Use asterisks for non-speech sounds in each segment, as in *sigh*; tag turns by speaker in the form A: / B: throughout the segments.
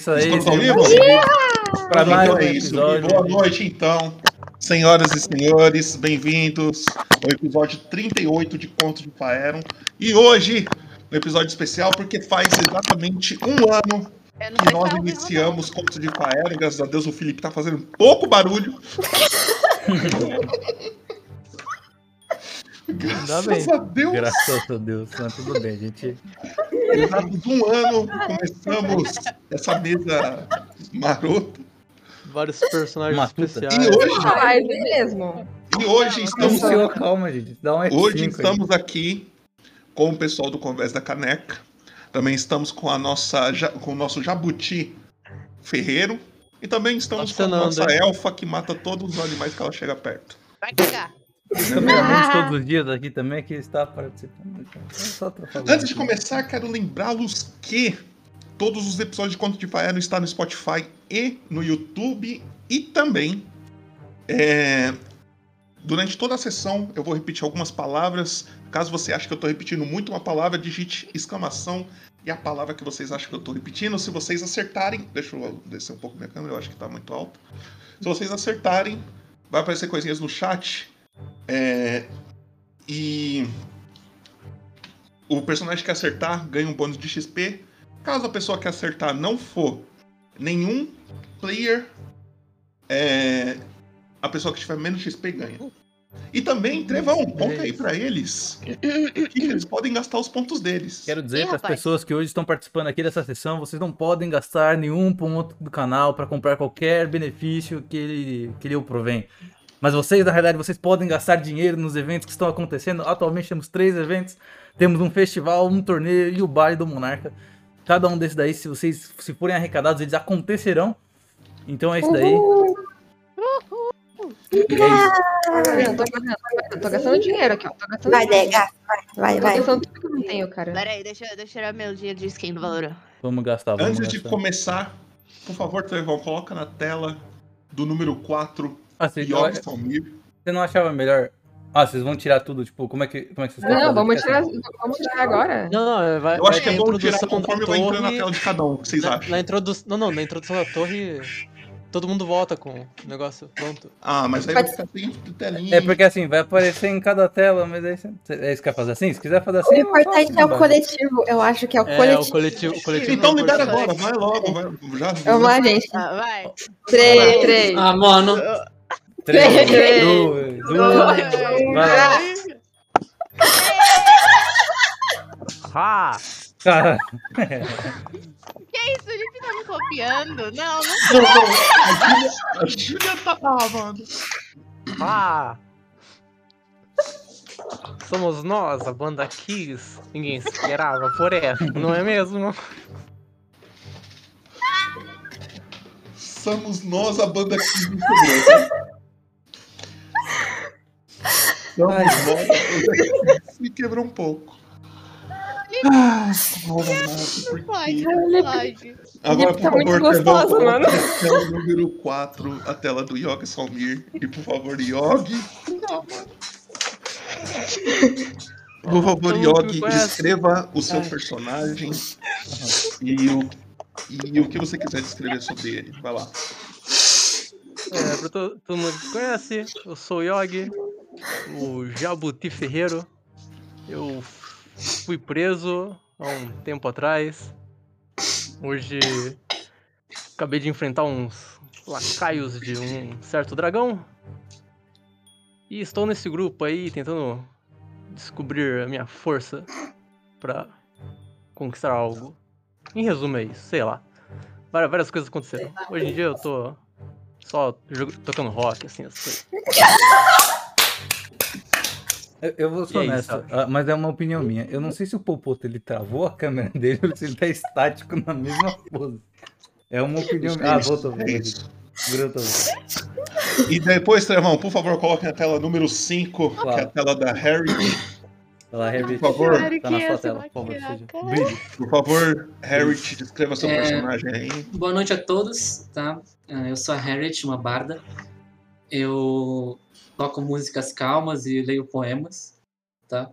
A: isso aí.
B: Desculpa, Lima?
A: Para mais
B: então
A: um
B: é isso.
A: episódio.
B: Boa noite, então. Senhoras e senhores, bem-vindos ao episódio 38 de Conto de Faeron. E hoje, um episódio especial, porque faz exatamente um ano
C: Eu não
B: que
C: sei
B: nós
C: se tá
B: iniciamos Conto de Faeron. Graças a Deus, o Felipe tá fazendo pouco barulho. Graças
A: bem.
B: a Deus, Então,
A: Graças a Deus, mas tudo bem, gente.
B: exatos um ano, começamos essa mesa marota.
D: Vários personagens
A: Matuta.
D: especiais.
B: E hoje,
E: Ah, é mesmo.
B: e hoje estamos
A: Senhor, calma, gente. Dá um F5
B: Hoje
A: aí.
B: estamos aqui com o pessoal do Conversa da Caneca. Também estamos com a nossa ja- com o nosso Jabuti Ferreiro e também estamos com a
D: Funcionando,
B: nossa elfa que mata todos os animais que ela chega perto.
C: Vai cagar.
A: Também amamos todos os dias aqui também que está participando. Então, é só pra falar.
B: Antes de começar, quero lembrá-los que todos os episódios de Conto de Faero estão no Spotify e no YouTube e também é, durante toda a sessão eu vou repetir algumas palavras. Caso você ache que eu estou repetindo muito uma palavra, digite exclamação e a palavra que vocês acham que eu estou repetindo. Se vocês acertarem, deixa eu descer um pouco minha câmera, eu acho que está muito alto. Se vocês acertarem, vai aparecer coisinhas no chat. É, e o personagem que acertar ganha um bônus de XP. Caso a pessoa que acertar não for nenhum player, é, a pessoa que tiver menos XP ganha. E também, Trevão, conta aí pra eles que eles podem gastar os pontos deles.
A: Quero dizer
C: Ih,
A: para as
C: rapaz.
A: pessoas que hoje estão participando aqui dessa sessão, vocês não podem gastar nenhum ponto do canal para comprar qualquer benefício que ele, que ele provém. Mas vocês, na realidade, vocês podem gastar dinheiro nos eventos que estão acontecendo. Atualmente temos três eventos. Temos um festival, um torneio e o baile do Monarca. Cada um desses daí, se vocês se forem arrecadados, eles acontecerão. Então é isso daí. E é isso.
E: Eu tô gastando, eu tô gastando dinheiro aqui, ó. Tô gastando
F: Vai,
E: dinheiro.
F: nega. Vai,
E: Eu tô
F: vai, vai.
E: gastando tudo que eu não tenho, cara.
C: Pera aí, deixa, eu- deixa eu tirar meu dia de skin do valor.
A: Vamos gastar, vamos
B: Antes de
A: gastar.
B: começar, por favor, Trevão, coloca na tela do número 4,
A: Ah, você-
B: York Salmir.
A: Você não achava melhor? Ah, vocês vão tirar tudo, tipo, como é que, como é que vocês querem
E: Não,
A: fazer?
E: vamos tirar, vamos tirar agora.
D: Não, não, vai,
B: Eu acho que
D: vai
B: é
D: na
B: bom tirar
D: introdução da
B: conforme vai entrando na
D: torre,
B: tela de cada um, o que vocês
D: na-
B: acham?
D: na introdu- Não, não, na introdução da torre, todo mundo volta com o negócio pronto.
B: Ah, mas aí vai ficar sem telinha.
A: É porque assim, vai aparecer em cada tela, mas aí você. cê- É isso que quer fazer assim? Se quiser fazer
F: O
E: *laughs*
A: assim.
F: importante é o
A: coletivo.
F: coletivo. Eu acho que é o
D: É, o
F: coletivo.
D: coletivo. o coletivo
B: Então
D: não
B: libera
D: importa.
B: agora, vai logo, vai. Já
F: Vamos lá, gente.
C: Ah, vai.
E: É Três, três.
G: Ah, mano.
A: 3,
E: Três,
A: 2, 1.
E: dois,
A: Vai lá. Cara,
C: Que isso, o Lipe tá me copiando? Não, não
B: Não, não, a Júlia- a Júlia tá lá, mano.
D: Ah! Somos nós, a banda Kiss. Ninguém esperava por essa, não é mesmo?
B: Somos nós a banda aqui do Congresso. Somos *laughs* nós. Me Então, quebrou um pouco. Ah, Nossa, por
C: pode,
B: quê?
C: não pode.
B: Agora, por
E: tá muito
B: favor, Trevão,
E: gostosa,
B: coloca
E: mano.
B: a tela número 4, a tela do Yogi Salmir. E, por favor, Yogi. Por favor,
D: Eu não
B: Yogi,
D: conheço.
B: descreva o seu personagem e o, e o que você quiser descrever sobre ele. Vai lá.
D: É, pra to- todo mundo que conhece, eu sou o Yogi, o Jabuti Ferreiro. Eu fui preso há um tempo atrás. Hoje acabei de enfrentar uns lacaios de um certo dragão. E estou nesse grupo aí tentando descobrir a minha força pra conquistar algo. Em resumo é isso, sei lá. Várias, várias coisas aconteceram. Hoje em dia eu tô só jogo- tocando rock, assim, as *laughs* coisas.
A: eu, eu vou ser
D: E é
A: honesto,
D: isso.
A: ah, mas é uma opinião minha. Eu não sei se o Popoto ele travou a câmera dele ou se ele tá estático na mesma pose. É uma opinião minha. Ah, voltou.
B: É isso.
A: Gruta.
B: E depois, Trevão, por favor, coloque na tela número 5, que é a
A: Claro.
B: tela da Harry.
A: Vai lá, Rebit.
B: Por favor.
C: Claro
A: Tá
C: que
A: na sua
C: essa
A: tela, por favor.
C: maquiagem,
A: seja.
C: cara.
A: Brilhe.
B: Por favor, Harry, descreva seu
G: É.
B: personagem aí.
G: Boa noite a todos, tá? Ah, Eu sou a Harriet, uma barda. Eu toco músicas calmas e leio poemas, tá?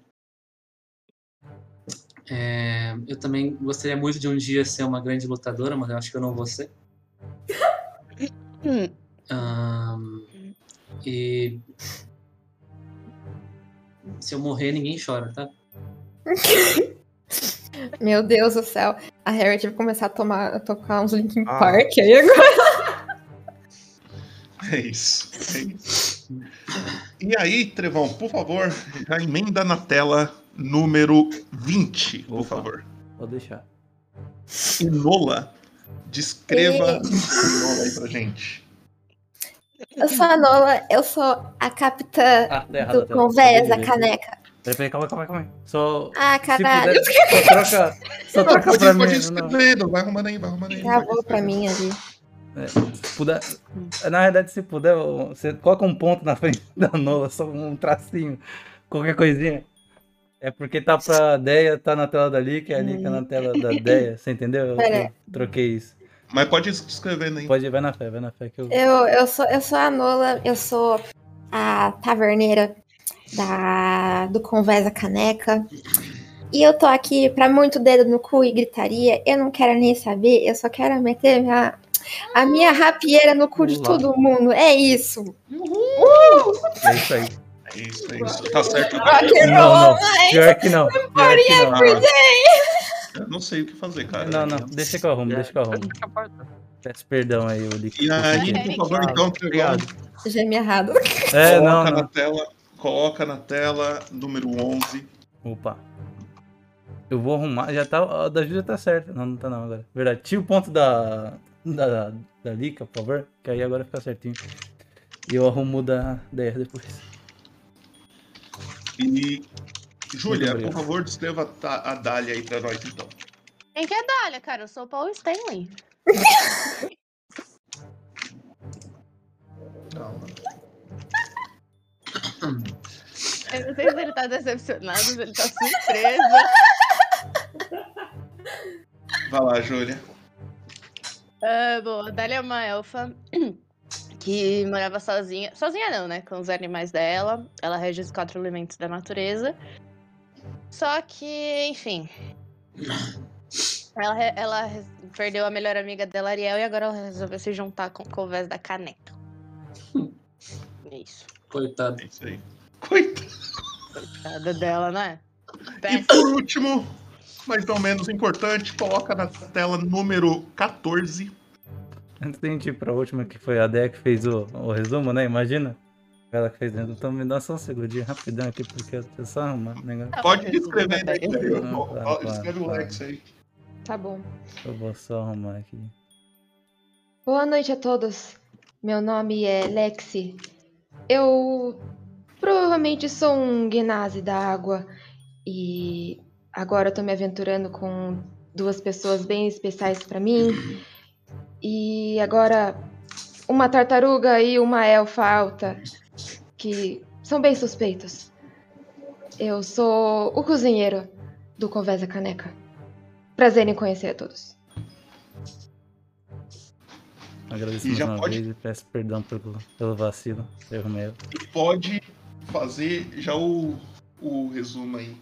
G: É, eu também gostaria muito de um dia ser uma grande lutadora, mas eu acho que eu não vou ser.
F: Hum.
G: Ahn, e. Se eu morrer, ninguém chora, tá?
E: Meu Deus do céu. A Harriet vai começar a, tomar, a tocar uns Linkin
A: Ah.
E: Park aí agora.
B: É isso. é isso. E aí, Trevão, por favor, já emenda na tela número 20, por
A: Opa.
B: favor.
A: Pode deixar.
B: Inola, descreva Inola aí pra gente.
E: Eu sou a Nola, eu sou a capitã
A: Ah, tá errado.
E: do Conversa, caneca.
A: Peraí, peraí, calma, calma, calma. Só.
E: Ah,
A: Se
E: caralho.
A: puder, só troca, só
B: Não,
A: troca
B: pode,
A: pra
B: ir-
A: mim.
B: pode ir
A: tá não.
B: escrevendo, vai arrumando aí, vai arrumando aí.
E: Travou Tá pra mim ali.
A: É, se puder, na realidade, se puder, você coloca um ponto na frente *laughs* da Nola, só um tracinho, qualquer coisinha. É porque tá pra Deia, tá na tela da Lick, a Lick é na tela da
B: Hum.
A: Deia, você entendeu? Eu,
E: Pera.
A: eu troquei isso.
B: Mas pode né? ir escrevendo aí.
A: Pode ir, vai na fé, vai na fé que
B: É.
A: eu.
E: Eu, eu, sou, eu sou a Nola, eu sou a taverneira da, do Conversa Caneca. E eu tô aqui pra muito dedo no cu e gritaria. Eu não quero nem saber, eu só quero meter minha, a minha rapieira no cu de
A: Lá.
E: todo mundo. É isso.
A: É isso aí.
B: É isso, é isso. Tá certo.
E: Rock and
A: Não,
E: roll,
A: não. Pior que não. Pior que não.
B: Eu não sei o que fazer, cara.
A: Não, não, deixa que eu arrumo, deixa que eu arrumo. Peço perdão aí, o Lick.
B: E aí, por favor, então, Trevão,
D: Obrigado.
E: Gemi errado.
A: É, não,
B: coloca na
A: não.
B: tela, coloca na tela número 11.
A: Opa. Eu vou arrumar. Já tá. A da Júlia tá certa. Não, não tá não agora. Verdade. Tira o ponto da. Da, da Lica, por favor. Que aí agora fica certinho. E eu arrumo o da DR depois.
B: E. Júlia, por
A: obrigado.
B: favor, descreva a Ta- a Dália aí pra nós, então.
C: Quem que é Dália, cara? Eu sou o Paul Stanley. Eu não sei se ele tá decepcionado, se ele tá surpreso.
B: Vai lá, Júlia.
C: Ah, bom, a Dália é uma elfa que morava sozinha. Sozinha não, né? Com os animais dela. Ela rege os quatro elementos da natureza. Só que, enfim. Ela, re- ela re- perdeu a melhor amiga dela, Ariel, e agora ela resolveu se juntar com, com o Vés da Caneta. É isso.
G: Coitado.
B: É isso aí. Coitado.
C: Coitada dela, né?
B: E
C: Péssimo.
B: por último, mas não menos importante, coloca na tela número 14.
A: Antes da gente ir pra última, que foi a Dea que fez o, o resumo, né? Imagina. Ela que fez dentro. Então me dá só um segundinho rapidão aqui, porque eu só arrumar o negócio.
C: Tá
B: Pode né? descrever aí,
C: Péssimo.
B: Dália.
A: Não,
B: Ó,
A: tá,
B: ó,
A: tá,
B: Escreve o
A: tá.
B: Lex aí.
E: Tá bom.
A: Eu vou só arrumar aqui.
E: Boa noite a todos. Meu nome é Lexi. Eu provavelmente sou um guinaze da água e agora eu tô me aventurando com duas pessoas bem especiais pra mim. E agora uma tartaruga e uma elfa alta que são bem suspeitos. Eu sou o cozinheiro do Conversa Caneca. Prazer em conhecer a todos.
A: Agradeço
B: E
A: mais
B: já
A: uma
B: pode-
A: vez e peço perdão pelo, pelo vacilo. Eu arrumei.
B: Pode fazer já o, o resumo aí.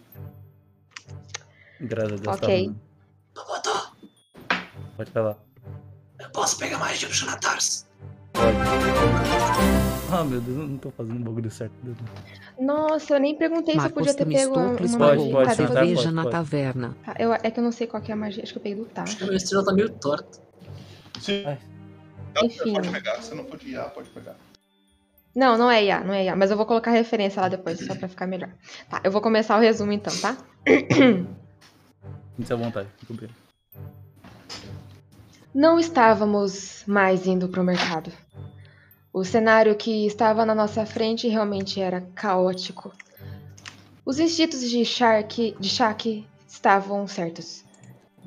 A: Graças a Deus. tá
E: Ok.
A: arrumando. Pode falar.
G: eu posso pegar mais
B: um
G: de Jonatars?
A: Ah, meu Deus, eu não tô fazendo o bagulho certo. meu Deus.
E: Nossa, eu nem perguntei se eu podia
H: Marcos
E: ter pego uma
H: Temistocles
E: uma
A: Pode, pode,
H: pagou uma
E: Cadê
A: pode,
E: você?
H: cerveja na
A: pode.
H: taverna.
E: Ah, eu- é que eu não sei qual que é a magia, acho que eu peguei do tá.
G: Acho que a minha estrela tá meio torta.
B: Se-
A: Ai.
E: Enfim.
B: Pode pegar, você não pode ir, ah, pode pegar.
E: Não, não é IA, não é IA, mas eu vou colocar a referência lá depois, só pra ficar melhor. Tá, eu vou começar o resumo então, tá?
A: Fique à vontade. fica bem.
E: Não estávamos mais indo pro mercado. O cenário que estava na nossa frente realmente era caótico. Os instintos de Shark, de Shaq estavam certos.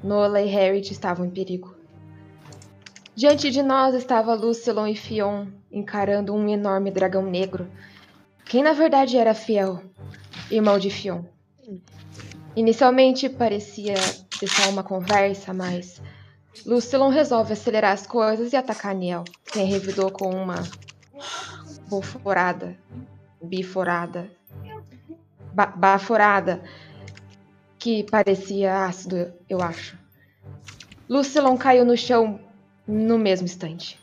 E: Nola e Harriet estavam em perigo. Diante de nós estava Lucilon e Fion encarando um enorme dragão negro, quem na verdade era Fiel, irmão de Fion. Inicialmente parecia ser só uma conversa, mas Lucilon resolve acelerar as coisas e atacar Niel, quem revidou com uma boforada, biforada, ba- baforada que parecia ácido, eu acho. Lucilon caiu no chão no mesmo instante.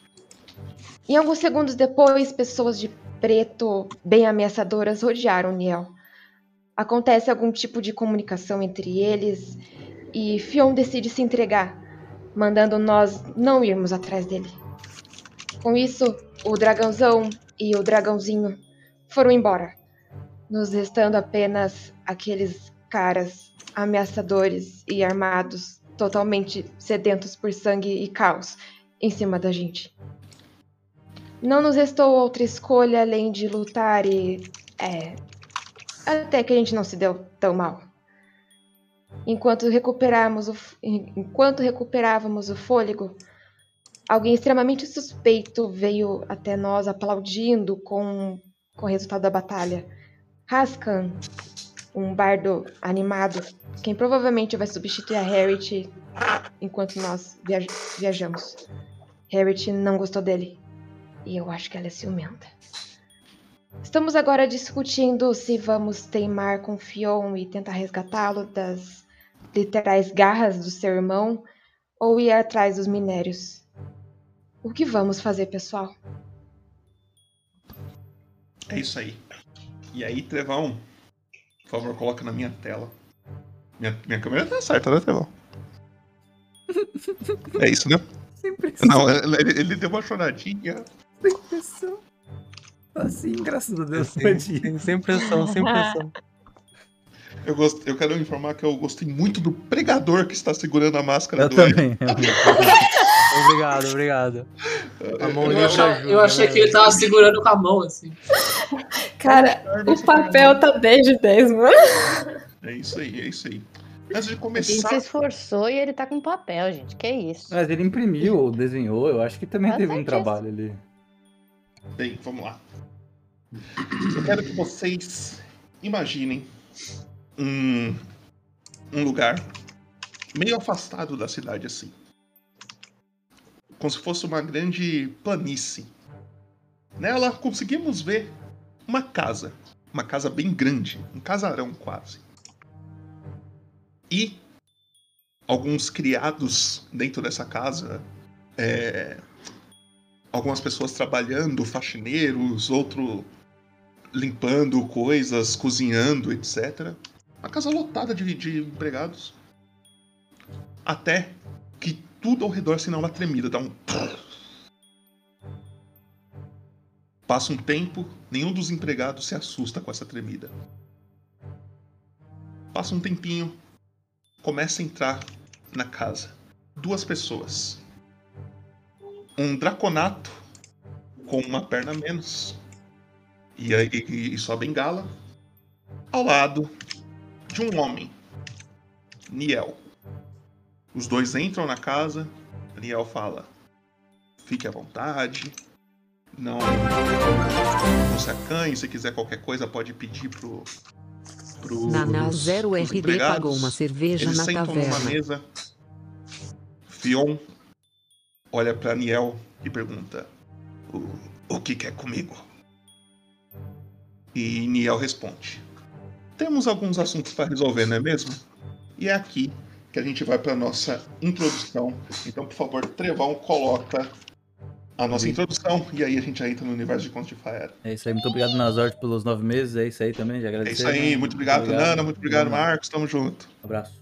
E: E alguns segundos depois, pessoas de preto, bem ameaçadoras, rodearam Niel. Acontece algum tipo de comunicação entre eles e Fion decide se entregar, mandando nós não irmos atrás dele. Com isso, o dragãozão e o dragãozinho foram embora, nos restando apenas aqueles caras ameaçadores e armados, totalmente sedentos por sangue e caos, em cima da gente. Não nos restou outra escolha além de lutar e. É. Até que a gente não se deu tão mal. Enquanto recuperávamos o, f- en- enquanto recuperávamos o fôlego, alguém extremamente suspeito veio até nós aplaudindo com, com o resultado da batalha. Haskan, um bardo animado, quem provavelmente vai substituir a Harriet enquanto nós viaj- viajamos. Harriet não gostou dele. E eu acho que ela é ciumenta. Estamos agora discutindo se vamos teimar com Fion e tentar resgatá-lo das literais garras do seu irmão ou ir atrás dos minérios. O que vamos fazer, pessoal?
B: É isso aí. E aí, Trevão, por favor, coloca na minha tela. Minha, minha câmera tá certa, né, Trevão? É isso, né?
A: Sempre
B: Não, ele, ele deu uma choradinha.
A: pressão. Assim, graças a Deus,
D: Assim,
A: perdi.
D: sem- sem pressão, sem pressão.
B: Eu, gost... eu quero informar que eu gostei muito do pregador que está segurando a máscara
A: Eu
B: do
A: também.
D: Obrigado, obrigado. A mão
G: Eu,
D: livre
G: achava-
D: ajuda,
G: eu achei
D: né?
G: que ele tava segurando com a mão, assim.
F: Cara, o papel tá 10 de 10, mano.
B: É isso aí, é isso aí. Antes de
C: A gente se
B: começar,
C: esforçou e ele tá com papel, gente. Que isso?
A: Mas ele imprimiu ou desenhou, eu acho que também
C: Tá
A: teve um
C: certíssimo.
A: trabalho ali.
B: bem, vamos lá. Eu quero que vocês imaginem um, um lugar meio afastado da cidade, assim. Como se fosse uma grande planície. Nela conseguimos ver uma casa. Uma casa bem grande, um casarão quase. E alguns criados dentro dessa casa. é, algumas pessoas trabalhando, faxineiros, outro limpando coisas, cozinhando, etc. Uma casa lotada de, de empregados. Até que tudo ao redor se dá uma tremida, dá um. Passa um tempo, nenhum dos empregados se assusta com essa tremida. Passa um tempinho, começa a entrar na casa duas pessoas. Um draconato com uma perna a menos e, aí- e, e sua bengala ao lado de um homem, Niel. Os dois entram na casa, Niel fala: fique à vontade, não, não se acanhe, se quiser qualquer coisa pode pedir pro. pro
H: Nanau 0RD pagou uma cerveja
B: eles
H: na
B: sentam numa
H: taverna.
B: mesa. Fion olha pra Niel e pergunta: O, o que quer comigo? E Niel responde: Temos alguns assuntos pra resolver, não é mesmo? E é aqui que a gente vai pra nossa introdução. Então, por favor, Trevão, coloca a nossa introdução e aí a gente já entra no universo de Conto de Fire.
A: É isso aí, muito obrigado, Nazort, pelos nove meses. É isso aí também, já
B: É
A: agradecer.
B: isso aí,
A: né?
B: muito obrigado, Nana, muito obrigado, Marcos, tamo junto.
A: Um abraço.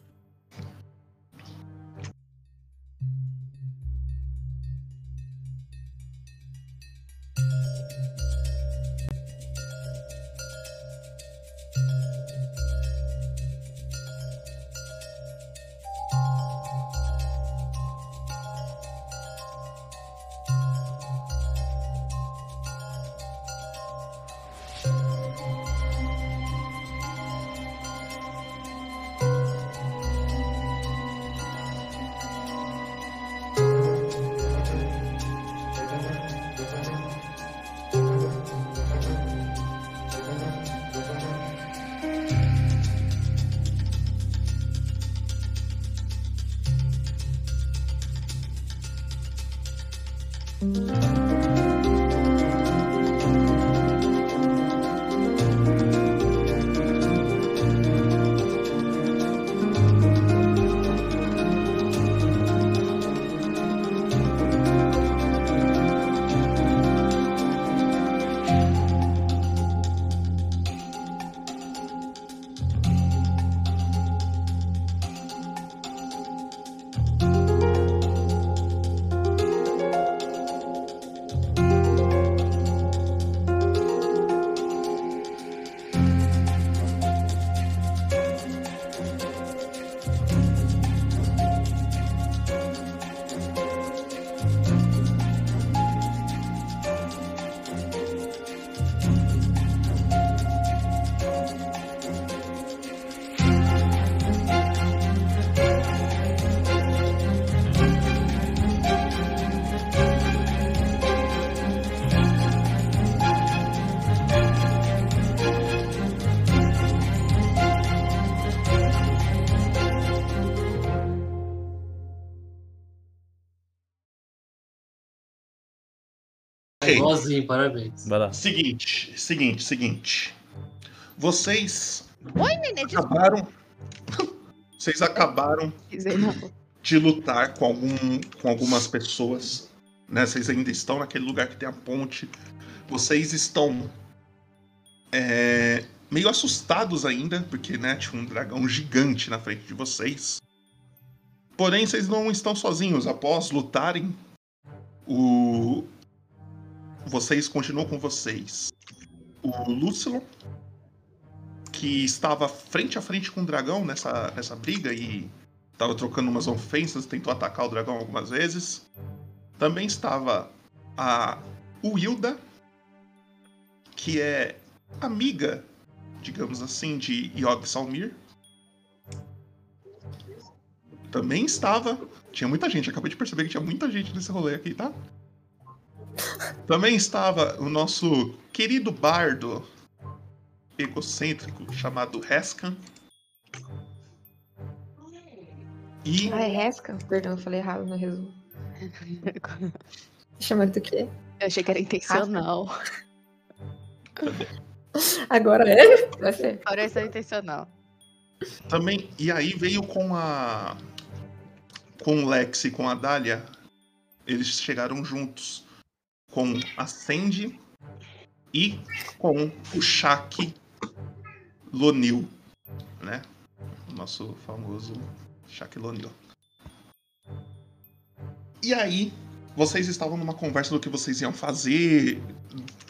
B: Ok.
G: Igualzinho, parabéns.
A: Vai lá.
B: Seguinte, seguinte, seguinte. Vocês
C: Oi, nenê, desculpa.
B: acabaram. *laughs* Vocês acabaram
C: Dizer, não.
B: de lutar com, algum, com algumas pessoas. Né? Vocês ainda estão naquele lugar que tem a ponte. Vocês estão é, meio assustados ainda, porque né, tinha um dragão gigante na frente de vocês. Porém, vocês não estão sozinhos. Após lutarem, o... vocês continuam com vocês. O Lucilon, que estava frente a frente com o dragão nessa, nessa briga e Tava trocando umas ofensas, tentou atacar o dragão algumas vezes. Também estava a Wilda, que é amiga, digamos assim, de Yog Salmir. Também estava. Tinha muita gente, acabei de perceber que tinha muita gente nesse rolê aqui, tá? Também estava o nosso querido bardo egocêntrico chamado Rescan. E
E: Ai, resca? Ah, é Perdão, eu falei errado no resumo.
F: Chama do quê?
C: Eu achei que era *laughs* intencional.
F: Agora é? Vai ser.
C: Parece intencional.
B: Também, e aí veio com a. Com o Lex e com a Dália. Eles chegaram juntos. Com a Sandy e com o Shaq Lonil. Né? O nosso famoso Shaq Lonil. E aí, vocês estavam numa conversa do que vocês iam fazer,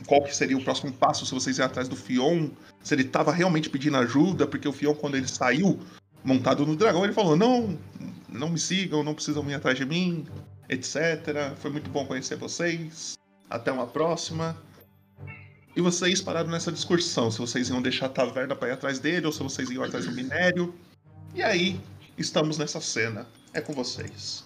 B: qual que seria o próximo passo, se vocês iam atrás do Fion, se ele estava realmente pedindo ajuda, porque o Fion, quando ele saiu montado no dragão, ele falou: Não, não me sigam, não precisam vir atrás de mim, etc. Foi muito bom conhecer vocês. Até uma próxima. E vocês pararam nessa discussão: se vocês iam deixar a taverna para ir atrás dele ou se vocês iam atrás do minério. E aí, estamos nessa cena. É com vocês.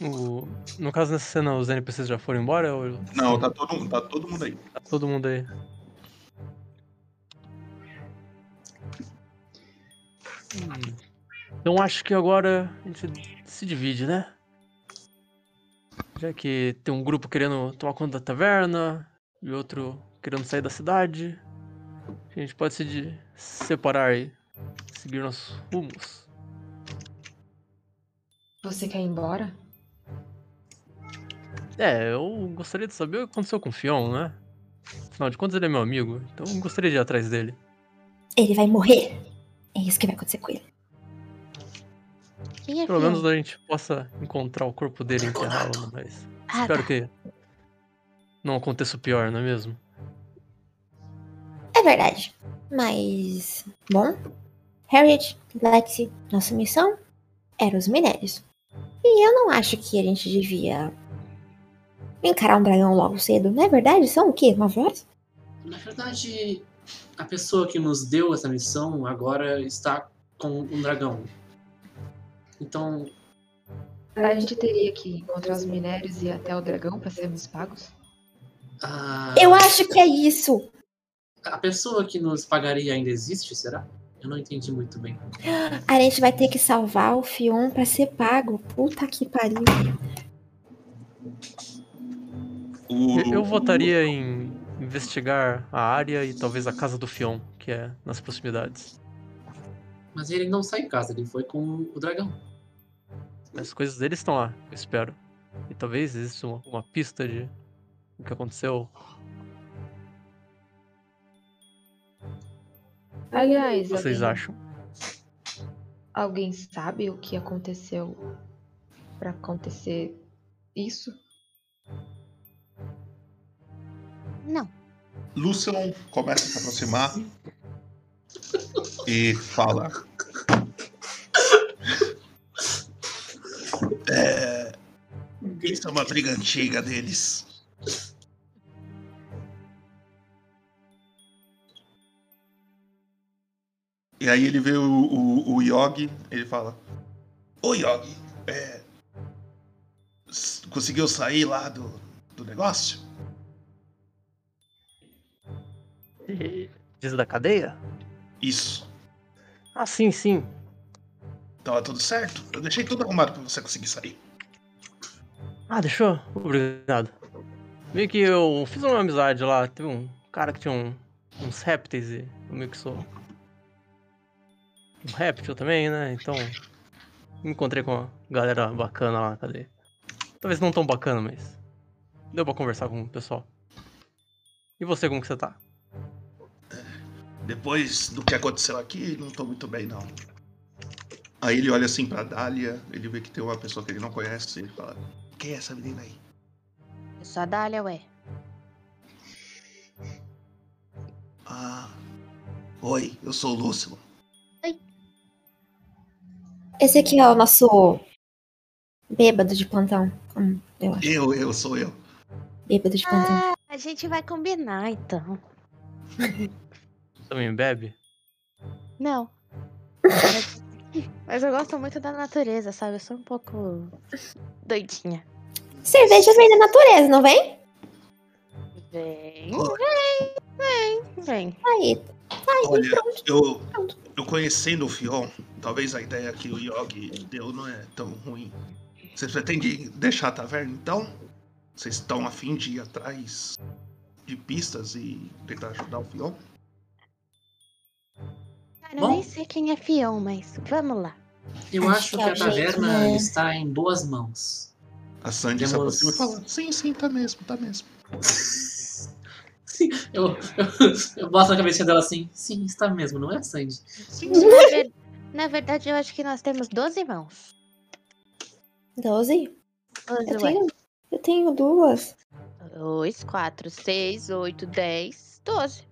D: O- No caso, nessa cena, os NPCs já foram embora? Ou...
B: Não, tá todo, tá todo mundo aí.
D: Tá todo mundo aí. Hum. Então acho que agora a gente se divide, né? Já que tem um grupo querendo tomar conta da taverna e outro querendo sair da cidade, a gente pode se di- separar e seguir nossos rumos.
E: Você quer ir embora?
D: É, eu gostaria de saber o que aconteceu com o Fion, né? Afinal de contas, ele é meu amigo, então eu gostaria de ir atrás dele.
I: Ele vai morrer. É isso que vai acontecer com ele.
C: Quem é
D: Pelo
C: Fion?
I: *laughs*
D: menos a gente possa encontrar o corpo dele e enterrá-lo, mas
I: Ah,
D: espero
I: tá.
D: que não aconteça o pior, não é mesmo?
C: tá.
I: É verdade. Mas. Bom. Harriet, Lexi, nossa missão era os minérios. E eu não acho que a gente devia encarar um dragão logo cedo. Não é verdade? São o quê? Nove horas?
G: Na verdade, a pessoa que nos deu essa missão agora está com um dragão. Então,
E: A gente teria que encontrar os minérios e ir até o dragão pra sermos pagos?
G: a,
I: Eu acho que é isso.
G: a pessoa que nos pagaria ainda existe, será? Eu não entendi muito bem.
I: A gente vai ter que salvar o Fion pra ser pago. Puta que pariu.
B: O-
D: Eu- Eu votaria em investigar a área e talvez a casa do Fion, que é nas proximidades.
G: Mas ele não sai em casa, ele foi com o dragão.
D: As coisas dele estão lá, eu espero. E talvez exista uma, uma pista de o que aconteceu.
E: Aliás,
D: Vocês
E: alguém-
D: acham?
E: Alguém sabe o que aconteceu pra acontecer isso?
I: Não.
B: Lucilon começa a se aproximar e fala. É, isso é uma briga antiga deles. E aí ele vê o, o, o Yogi, ele fala: Ô Yogi, é, s- conseguiu sair lá do, do negócio?
D: Diz da cadeia?
B: Isso.
D: Ah, sim, sim.
B: Então, tá Tava tudo certo? Eu deixei tudo arrumado pra você conseguir sair.
D: Ah, deixou? Obrigado. Meio que eu fiz uma amizade lá. Teve um cara que tinha um, uns répteis e eu meio que sou. Um réptil também, né? Então. Me encontrei com uma galera bacana lá, cadê? Talvez não tão bacana, mas. Deu pra conversar com o pessoal. E você, como que você tá?
B: Depois do que aconteceu aqui, não tô muito bem, não. Aí ele olha assim pra Dália, ele vê que tem uma pessoa que ele não conhece, ele fala: Quem é essa menina aí?
C: Eu sou a Dália, ué.
B: Ah. Oi, eu sou o Lúcio.
I: Esse aqui é o nosso bêbado de plantão. Hum, eu acho.
B: Eu, eu, sou eu.
I: Bêbado de plantão.
C: A gente vai combinar, então.
D: Também bebe?
C: Não. Mas eu gosto muito da natureza, sabe? Eu sou um pouco doidinha.
I: Cerveja vem da natureza, não vem?
C: Vem, vem, vem, vem.
I: Aí. Aí,
B: Olha,
I: pronto.
B: Eu, eu conhecendo o Fion, talvez a ideia que o Yogi deu não é tão ruim. Vocês pretendem deixar a taverna então? Vocês estão afim de ir atrás de pistas e tentar ajudar o Fion?
C: Cara, eu
G: Bom.
C: nem sei quem é Fion, mas vamos lá.
G: Eu acho que
I: é
G: a
I: o jeito,
G: taverna
I: né?
G: está em boas mãos.
B: A Sandy se
G: Temos-
B: aproxima e fala: Sim, sim, tá mesmo, tá mesmo.
G: Sim, eu, eu, eu boto na cabecinha dela assim. Sim, está mesmo, não é, Sandy?
B: Sim, sim.
C: Na, ver- na verdade, eu acho que nós temos 12 mãos.
I: 12?
C: 12,
I: Eu
C: ué.
I: tenho, eu tenho duas.
C: 2, 4, 6, 8, 10, 12.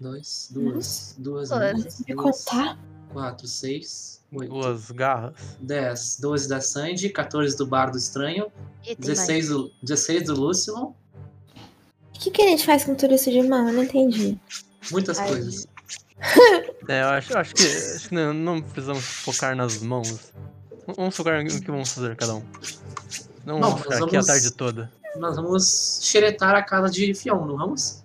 G: Dois, duas, duas,
C: Duas.
G: duas,
I: Deixa eu
G: duas,
I: contar.
G: quatro, seis, oito,
D: Duas garras.
G: dez, doze da Sandy, 14 do Bardo Estranho,
C: E tem mais.
G: 16 do, 16 do Lúcio,
I: O que, que a gente faz com tudo isso de mão? Eu não entendi.
G: muitas
C: Ai,
G: coisas.
D: É, eu acho, *laughs* acho que, acho que não, não precisamos focar nas mãos. Vamos focar no que vamos fazer cada um. Não
G: Bom,
D: vamos ficar
G: nós
D: aqui a
G: vamos-
D: tarde toda.
G: Nós vamos xeretar a casa de Fion, não vamos?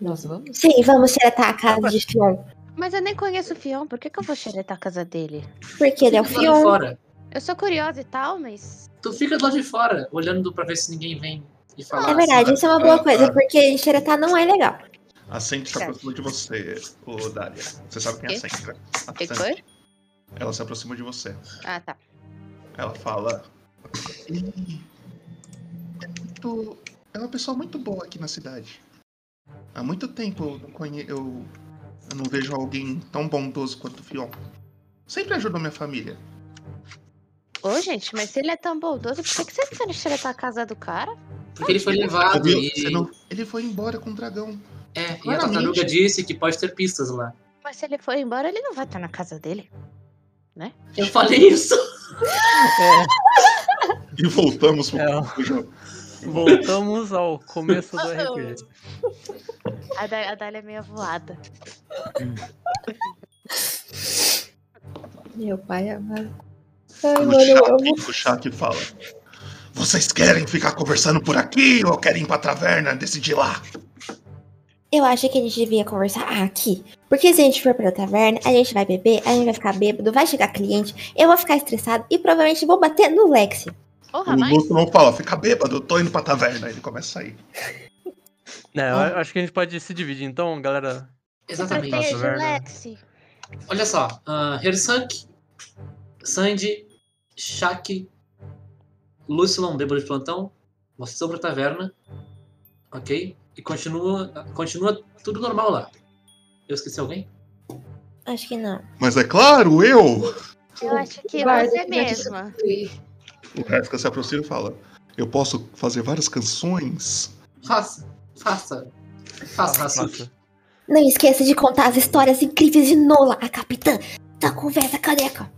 F: Nós vamos?
I: Sim, vamos xeretar a casa de Fion.
C: Mas eu nem conheço o Fion, por que, que eu vou xeretar a casa dele?
I: Porque ele é o
G: Fica do lado de
I: Fion.
G: fora.
C: Eu sou curiosa e tal, mas.
G: Tu fica do lado de fora, olhando pra ver se ninguém vem e falar.
I: É verdade,
G: assim,
I: isso é uma
B: Ah,
I: boa
B: ah.
I: coisa, porque xeretar não é legal.
B: A Sandy se aproxima de você, ô Dália. Você sabe quem é a
C: Quê?
B: Sandy, né? A
C: Que que
B: Sandy,
C: foi?
B: ela se aproxima de você.
C: Ah, tá.
B: Ela fala. "Ele É muito- é uma pessoa muito boa aqui na cidade. Há muito tempo eu não, conhe... eu... eu não vejo alguém tão bondoso quanto o Fion. Sempre ajudou minha família.
C: Ô, gente, mas se ele é tão bondoso, por que, que vocês querem xeretar a casa do cara?
G: assim, Porque ele foi
B: Você
G: levado
B: viu?
G: e,
B: Você não- Ele foi embora com o dragão.
G: é, e a
B: Claramente.
G: tartaruga disse que pode ter pistas lá.
C: Mas se ele for embora, ele não vai estar na casa dele.
G: Eu falei isso!
B: E voltamos pro
D: É,
B: jogo.
D: voltamos ao começo do RPG.
C: A, da a Dália é meio voada.
I: Meu pai amado.
B: E
F: Ai,
B: o
F: É, mano, eu amo.
B: Shaq- o Shaq fala: Vocês querem ficar conversando por aqui ou querem ir pra taverna decidir lá?
I: Eu acho que a gente devia conversar aqui. Porque se a gente for pra taverna, a gente vai beber, a gente vai ficar bêbado, vai chegar cliente, eu vou ficar estressado e provavelmente vou bater no Lexi.
C: Porra,
B: O
C: mas.
B: Lúcio não fala: Fica bêbado, eu tô indo pra taverna. Ele começa a ir.
D: É, eu acho que a gente pode se dividir então, galera.
G: Exatamente.
C: Protege,
D: Nossa, verdade.
C: Lexi.
G: Olha só, ah, Hersunk, Sandy, Shaq, Lucilon, bêbado de plantão, vocês vão pra taverna, ok? E continua, continua tudo normal lá. Eu esqueci alguém?
I: Acho que não.
B: Mas é claro, eu.
C: Eu acho que
F: Guarda,
C: você
F: que vai te
C: mesma.
F: destruir.
B: O Kafka se aproxima e fala: Eu posso fazer várias canções?
G: Faça, faça, faça, Hassuk.
D: Nossa.
I: Não esqueça de contar as histórias incríveis de Nola, a capitã da conversa careca.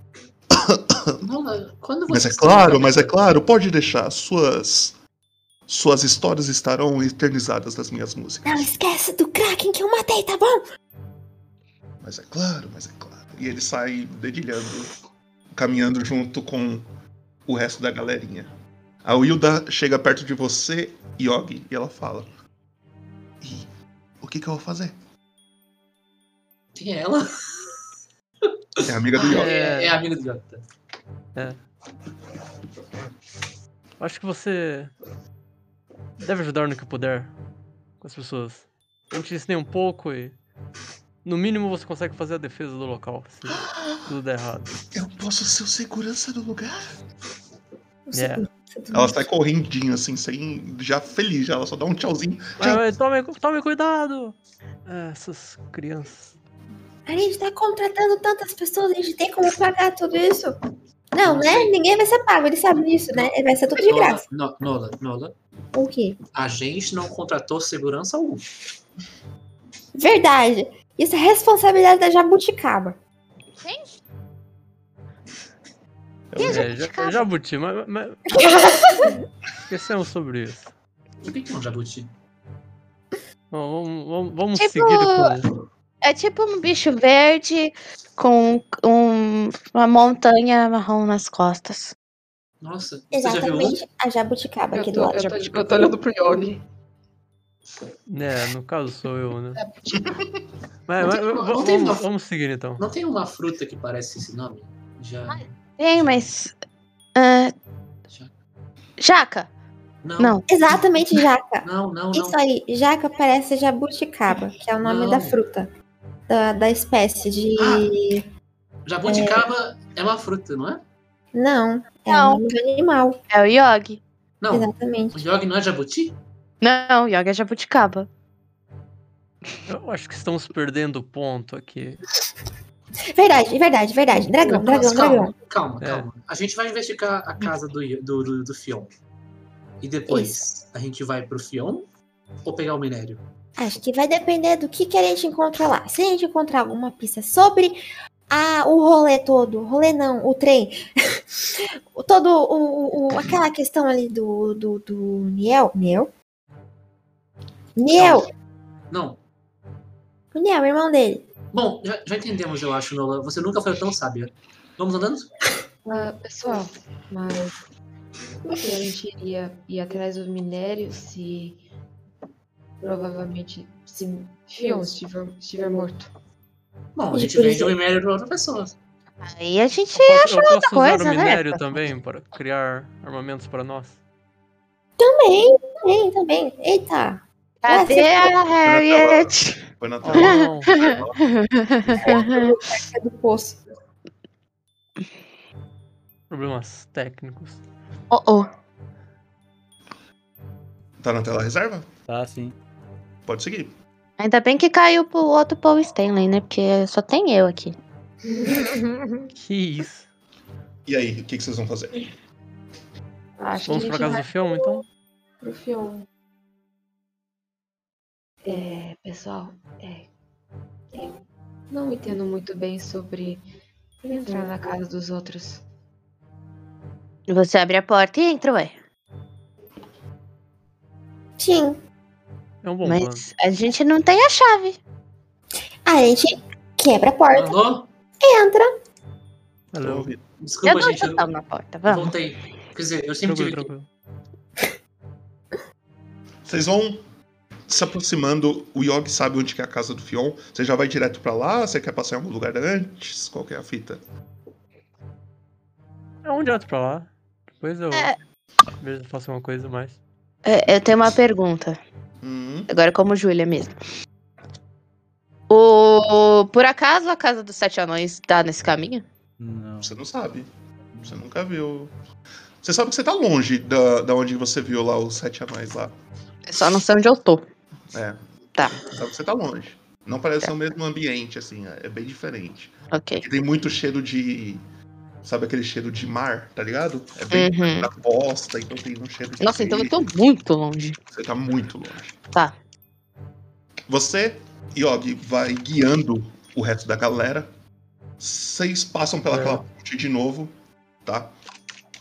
G: Nola, quando você
B: Mas é claro, mas é claro, pode deixar. Suas. Suas histórias estarão eternizadas nas minhas músicas.
I: Não esqueça do Kraken que eu matei, tá bom?
B: Mas é claro, mas é claro. E ele sai dedilhando, caminhando junto com o resto da galerinha. A Wilda chega perto de você, Yogi, e ela fala: E o que, que eu vou fazer?
G: Quem é ela?
B: É amiga do Yogi.
G: É, é amigo do Jonathan.
D: Acho que você deve ajudar no que puder com as pessoas. Eu te ensinei um pouco e. No mínimo você consegue fazer a defesa do local, se tudo der errado.
B: Eu posso ser o segurança do lugar?
I: Você-
D: Yeah.
I: você
B: Ela sai correndinho, assim, sem. Já feliz, já. Ela só dá um tchauzinho.
D: Mas, mas tome, tome cuidado! É, essas crianças.
I: A gente tá contratando tantas pessoas, a gente tem como pagar tudo isso? Não, né? Ninguém vai ser pago, ele sabe disso, né? Vai ser tudo de graça.
G: Nola, Nola, Nola,
I: O quê?
G: a gente não contratou segurança algum.
I: Verdade. Isso é responsabilidade da jabuticaba. *laughs*
D: É, ja- jabuti, mas. mas... Esquecemos sobre isso.
G: O que que é um jabuti?
D: Bom, vamos vamos, vamos
C: Tipo-
D: seguir com.
C: É tipo um bicho verde com um- uma montanha marrom nas costas.
G: Nossa, você já viu um?
I: Exatamente a jabuticaba aqui
E: Eu
I: do
E: tô,
I: lado.
E: eu, tô, eu tô olhando pro Yogi.
D: Né, no caso sou eu, né? Mas,
G: Não
D: mas-
G: tem-
D: v-
G: não
D: vamos,
G: tem nó.
D: vamos seguir então.
G: Não tem uma fruta que parece esse nome? Já.
C: Tem, mas. ah,
G: Já-
C: jaca!
G: Não,
C: Não.
I: Exatamente jaca.
G: não, não. não.
I: Isso aí, jaca parece jabuticaba, que é o nome
G: Não.
I: da fruta. Da, da espécie de.
G: Jabuticaba é... uma fruta, não é?
I: Não, é
C: Não.
I: o nome do animal.
C: É o Yogi.
G: Não,
I: Exatamente.
G: o Yogi não é jabuti?
C: Não, Yogi é jabuticaba.
D: Eu acho que estamos perdendo o ponto aqui.
I: Verdade, verdade, verdade. Dragão, dragão,
G: Mas
I: dragão.
G: calma, calma,
D: É.
G: calma. A gente vai investigar a casa do, Yo- do, do, do Fion. E depois a gente vai pro Fion ou pegar o minério?
I: Acho que vai depender do que, que a gente encontra lá. Se a gente encontrar alguma pista sobre a, o rolê todo, o rolê não, o trem, *laughs* o todo o, o- o- aquela questão ali do, do, do Niel. Niel? Niel,
G: Não.
I: o Niel, irmão dele.
G: Bom, já, já entendemos, eu acho, Nola. Você nunca foi tão sábia. Vamos andando?
E: Ah, pessoal, mas por que a gente iria ir atrás do minério se provavelmente se Fion estiver, estiver morto?
G: Bom, a
I: E
G: gente
I: por
G: vende o
I: exemplo?
G: minério pra outra pessoa.
C: Aí a gente.
D: Eu posso, eu posso usar
C: coisa,
D: o
C: né?
D: minério também para criar armamentos para nós.
I: Também, também, também. tá Eita.
C: Cadê a Harriet?
B: Foi na
D: Oh,
B: *laughs* tela.
D: não.
I: É do poço.
D: Problemas técnicos.
C: Oh, oh.
B: Tá na tela reserva?
A: Tá, sim.
B: Pode seguir.
C: Ainda bem que caiu pro outro Paul Stanley, né? Porque só tem eu aqui.
D: Que isso?
B: E aí, o que, que vocês vão fazer?
E: Acho
D: Vamos
E: que a
D: pra
E: gente
D: casa
E: vai
D: do Fion então?
E: pro Fion. É, pessoal, é, eu não entendo muito bem sobre entrar na casa dos outros.
C: Você abre a porta e entra, ué.
I: Sim.
D: É um bom plano.
C: Mas a gente não tem a chave.
I: A gente quebra a porta,
G: Alô?
I: entra.
B: Tô
D: Valeu.
B: ouvindo.
G: Desculpa,
C: eu dou um
G: gente. Eu
C: chutão na porta,
G: eu
C: vamos.
G: voltei. Quer dizer, eu sempre
D: Tranquilo,
G: tive que
D: tranquilo.
B: Vocês vão se aproximando. O Yogi sabe onde que é a casa do Fion. Você já vai direto pra lá? Você quer passar em algum lugar antes? Qual que é a fita?
D: É um direto pra lá. Depois eu.
C: É.
D: Vejo se faço uma coisa a mais.
C: É, Eu tenho uma pergunta.
B: Hum,
C: Agora como Júlia mesmo. O... Por acaso a casa dos sete anões tá nesse caminho?
A: Não.
B: você não sabe. Você nunca viu. Você sabe que você tá longe da, da onde você viu lá os sete anões lá.
C: Eu só não sei onde eu tô.
B: É.
C: Tá.
B: Você sabe que você tá longe. Não parece ser o mesmo ambiente, assim. É é bem diferente.
C: Ok.
B: que tem muito cheiro de. Sabe aquele cheiro de mar, tá ligado? É bem
C: Uhum.
B: da costa, então tem um cheiro de.
C: Nossa, então eu
B: peixe,
C: tô muito longe.
B: Você tá muito longe.
C: Tá.
B: Você, Yogi, vai guiando o resto da galera. Vocês passam pelaquela ponte de novo, tá?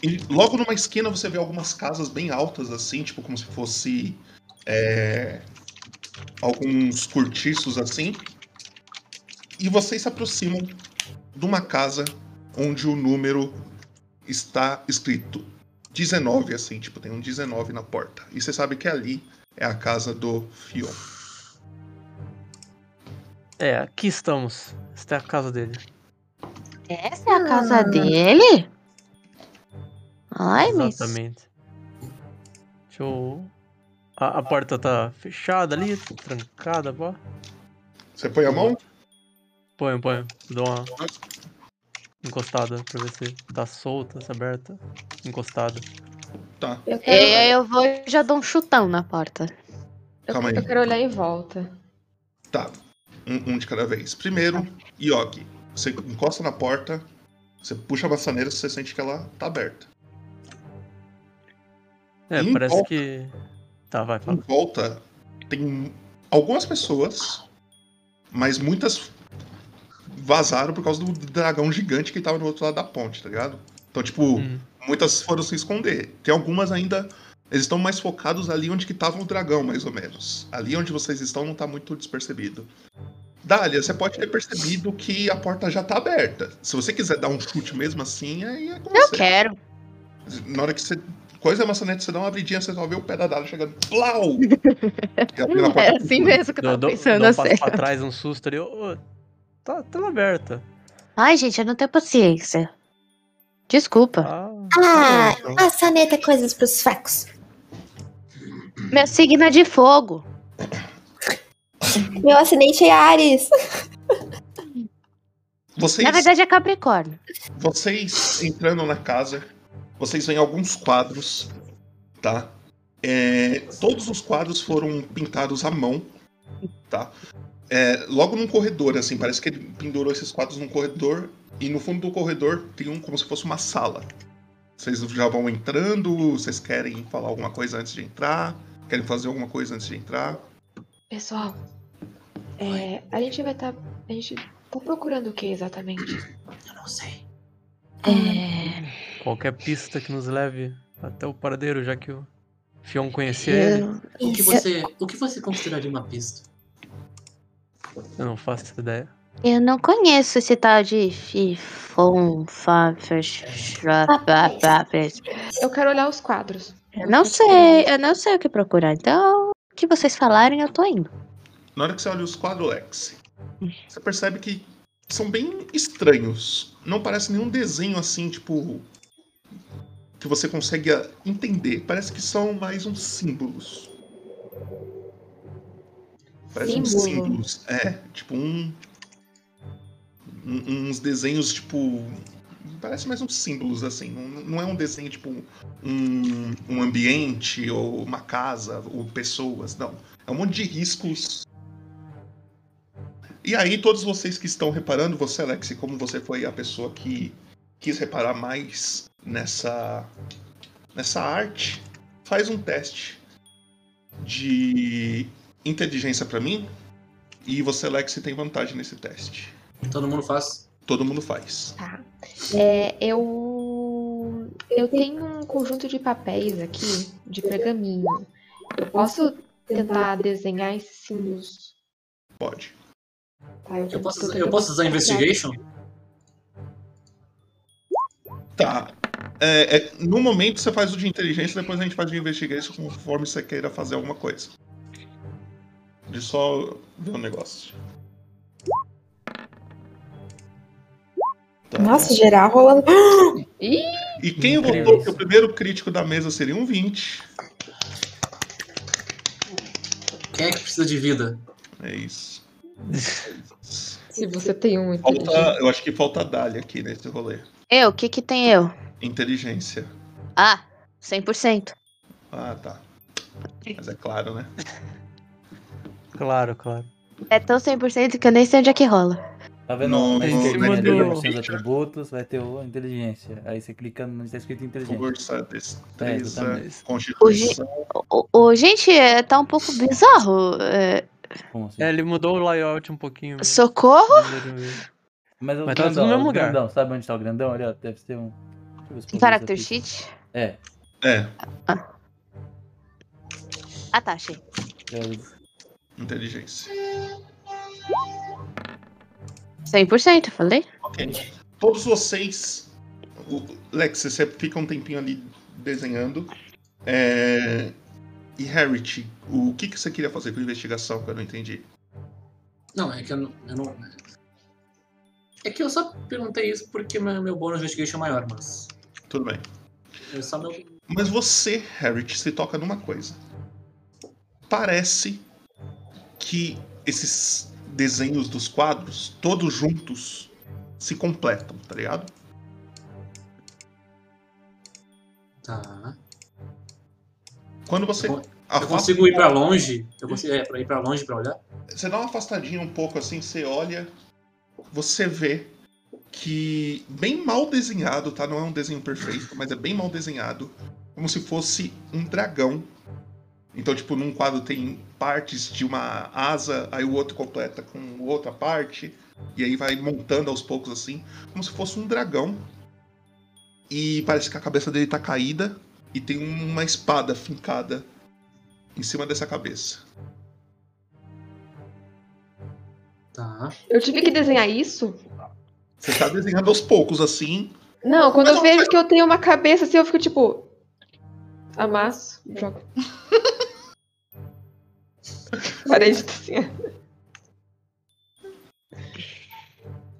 B: E logo numa esquina você vê algumas casas bem altas, assim, tipo como se fosse. é, alguns cortiços assim. E vocês se aproximam de uma casa onde o número está escrito 19, assim, tipo, tem um 19 na porta. E você sabe que ali é a casa do Fion.
D: É, aqui estamos. Esta é a casa dele.
C: Ah. Essa é a casa dele? Ai, mas
D: Exatamente. Deixa eu. A, a porta tá fechada ali, trancada, pô.
B: Você põe a mão?
D: Põe, põe. Dou uma encostada pra ver se tá solta, se aberta. Encostada.
B: Tá.
E: Eu
D: É,
E: quero,
C: E aí eu vou e já dou um chutão na porta.
E: eu-
B: Calma aí.
E: eu quero olhar em volta.
B: Tá. Um, um de cada vez. Primeiro, Yogi. Você encosta na porta, você puxa a maçaneira, você sente que ela tá aberta.
D: É,
B: Em
D: parece
B: volta.
D: que. Tá, vai,
B: Em
D: fala.
B: volta tem algumas pessoas, mas muitas vazaram por causa do dragão gigante que tava no outro lado da ponte, tá ligado? Então, tipo,
D: Hum.
B: muitas foram se esconder. Tem algumas ainda. Eles estão mais focados ali onde que tava o dragão, mais ou menos. Ali onde vocês estão não tá muito despercebido. Dália, você pode ter percebido que a porta já tá aberta. Se você quiser dar um chute mesmo assim, aí é com
C: Eu
B: você.
C: quero.
B: Na hora que você. Coisa a maçanete, você dá uma abridinha, você só vê o pé da Dália chegando.
C: *laughs*
B: Plau! E abrindo a
C: É
B: porta.
C: assim mesmo que eu
D: Dou,
C: tava
D: dou,
C: pensando, assim.
D: dou
C: a
D: um passo
C: sério.
D: pra trás, um susto ali. Ô, ô, tá, tá aberta.
C: Ai, gente, eu não tenho paciência. Desculpa.
D: Tá.
I: Ah,
D: tá bom, então.
I: maçaneta é coisas pros fracos.
C: Meu signo é de fogo.
I: Meu assinante é Ares.
B: Vocês,
C: Na verdade é Capricórnio.
B: vocês entrando na casa, vocês veem alguns quadros, tá? É, todos os quadros foram pintados à mão, tá? É, logo num corredor, assim, parece que ele pendurou esses quadros num corredor, e no fundo do corredor tem um como se fosse uma sala. Vocês já vão entrando, vocês querem falar alguma coisa antes de entrar, querem fazer alguma coisa antes de entrar.
E: Pessoal, é, a gente vai estar. a gente tá procurando o que exatamente?
G: Eu não sei.
D: Qualquer pista que nos leve até o paradeiro, já que o Fion conhecia ele,
C: Eu-
G: O que
I: Isso.
G: você, o que você consideraria uma pista?
D: eu não faço ideia.
C: Eu não conheço esse tal de Fifon, Fafres,
E: Eu quero olhar os quadros.
C: Eu não sei, eu não sei o que procurar. Então, o que vocês falarem, eu tô indo.
B: Na hora que você olha os quadros, Lex, você percebe que são bem estranhos. Não parece nenhum desenho assim, tipo. que você consegue ah, entender. Parece que são mais uns símbolos. Parece uns
E: Símbolo.
B: símbolos. É, tipo um. um- uns desenhos, tipo. Parece mais uns símbolos, assim. Não, não é um desenho, tipo, um, um ambiente, ou uma casa, ou pessoas, não. É um monte de riscos. E aí, todos vocês que estão reparando, você, Alex, como você foi a pessoa que quis reparar mais nessa, nessa arte, faz um teste de inteligência pra mim. E você, Alex, tem vantagem nesse teste.
G: Todo mundo faz.
B: Todo mundo faz.
E: Tá. É, eu. Eu tenho um conjunto de papéis aqui, de pergaminho. Eu posso tentar desenhar esses símbolos?
B: Pode.
E: Tá,
G: Eu posso, usar-
E: tô
G: eu
E: tentando-
G: posso usar investigation?
B: Tá. É, é, no momento você faz o de inteligência, depois a gente faz o de investigação conforme você queira fazer alguma coisa. De só ver um negócio. Tá.
I: Nossa, geral rolando.
B: E quem
D: Incrível
B: votou
D: isso.
B: que o primeiro crítico da mesa seria um 20.
G: Quem é que precisa de vida?
B: É isso.
E: Se você tem um
B: Falta,
E: inteligente.
B: eu acho que falta a Dália aqui nesse rolê.
C: Eu, o que que tem eu?
B: Inteligência.
C: Ah, 100%.
B: Ah, tá. Mas é claro, né?
D: Claro, claro.
C: É tão 100% que eu nem sei onde é que rola.
A: Tá vendo?
B: No-
A: Aí
D: em
A: você
D: cima
A: vai ter
D: do-
A: os seus atributos, vai ter o inteligência. Aí você clica no está escrito inteligência. É,
B: Força,
D: É
B: destreza,
A: exatamente.
B: constituição.
C: Ô, ô, gente, é, tá um pouco bizarro. é,
B: Uhum.
A: Como assim?
D: É, ele mudou o layout um pouquinho. né?
C: socorro?
A: Mas, o
D: Mas tá tudo
A: grandão,
D: no mesmo
A: o
D: lugar.
A: grandão, sabe onde tá o grandão? Olha, deve ter um. deixa eu ver se eu
C: Character
A: vejo isso
C: sheet?
A: aqui. É,
B: É,
C: Ah, tá, achei.
A: eu-
B: inteligência.
C: 100%, falei?
B: Ok. Todos vocês. o- Lex, você fica um tempinho ali desenhando. É, E Harriet, o que, que você queria fazer com a investigação que eu não entendi?
G: Não, é que eu não. eu não- É que eu só perguntei isso porque meu, meu bônus de investigation é maior, mas.
B: Tudo bem.
G: É só meu.
B: Mas você, Harriet, se toca numa coisa. Parece que esses desenhos dos quadros, todos juntos, se completam, tá ligado?
G: Tá.
B: Quando você.
G: Eu con-
B: afasta-
G: Eu consigo ir pra longe? Eu consigo é, pra ir pra longe pra olhar?
B: Você dá uma afastadinha um pouco assim, você olha, você vê que bem mal desenhado, tá? Não é um desenho perfeito, mas é bem mal desenhado, como se fosse um dragão. Então, tipo, num quadro tem partes de uma asa, aí o outro completa com outra parte, e aí vai montando aos poucos assim, como se fosse um dragão. E parece que a cabeça dele tá caída e tem uma espada fincada em cima dessa cabeça.
G: Tá.
E: Eu tive que desenhar isso?
B: Você tá desenhando aos poucos, assim.
E: Não, quando eu
B: Não,
E: vejo que eu tenho uma cabeça assim, eu fico tipo. Amasso, jogo. *laughs* Parei de desenhar.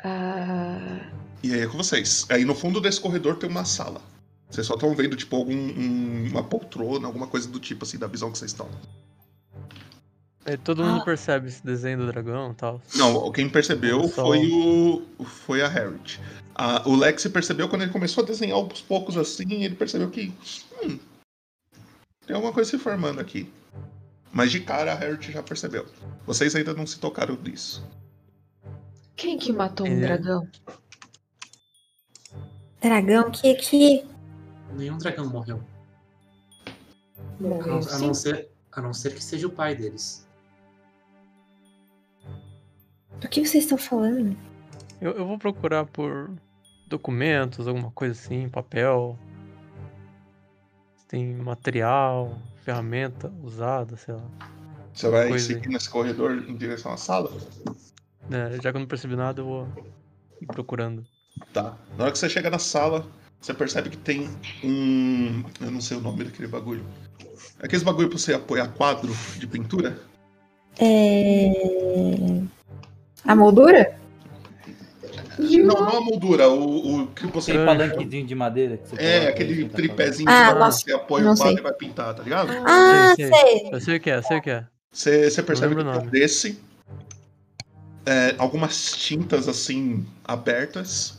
E: Ah,
B: E aí é com vocês. Aí no fundo desse corredor tem uma sala. Vocês só estão vendo, tipo, algum, um- uma poltrona, alguma coisa do tipo, assim, da visão que vocês estão.
D: Aí É, todo mundo percebe esse desenho do dragão e tal.
B: Não, quem percebeu
D: Só-
B: foi o. Foi a Harriet. A- o Lex percebeu quando ele começou a desenhar aos poucos assim, ele percebeu que. Hum, tem alguma coisa se formando aqui. Mas de cara a Harriet já percebeu. Vocês ainda não se tocaram disso.
E: quem que matou um
D: É.
E: dragão?
I: Dragão que, que
G: Nenhum dragão morreu. A
I: morreu.
G: não, a
I: Sim.
G: não ser, a não ser que seja o pai deles.
I: Do que vocês estão falando?
D: Eu, eu vou procurar por documentos, alguma coisa assim, papel. Se Tem material, ferramenta usada, sei lá.
B: Você vai
D: Pois é.
B: seguir nesse corredor em direção à sala?
D: Né, já que eu não percebi nada, eu vou ir procurando.
B: Tá. Na hora que você chega na sala, você percebe que tem um. Eu não sei o nome daquele bagulho. Aqueles bagulho pra você apoiar quadro de pintura?
I: É... A moldura?
B: Não, não a moldura, o, o que você.
D: Trancho.
A: Aquele palanquezinho de madeira que você
B: É,
A: coloca aí,
B: aquele
A: que tá
B: tripézinho
I: Ah,
B: que
I: nossa,
B: você apoia
I: não
B: o quadro
I: sei.
B: e vai pintar, tá ligado?
I: Ah,
D: sei,
I: sei.
D: Eu sei o que é, sei o que é.
B: Você, você percebe que
D: lembro o
B: tem
D: nome.
B: desse. é, algumas tintas assim abertas.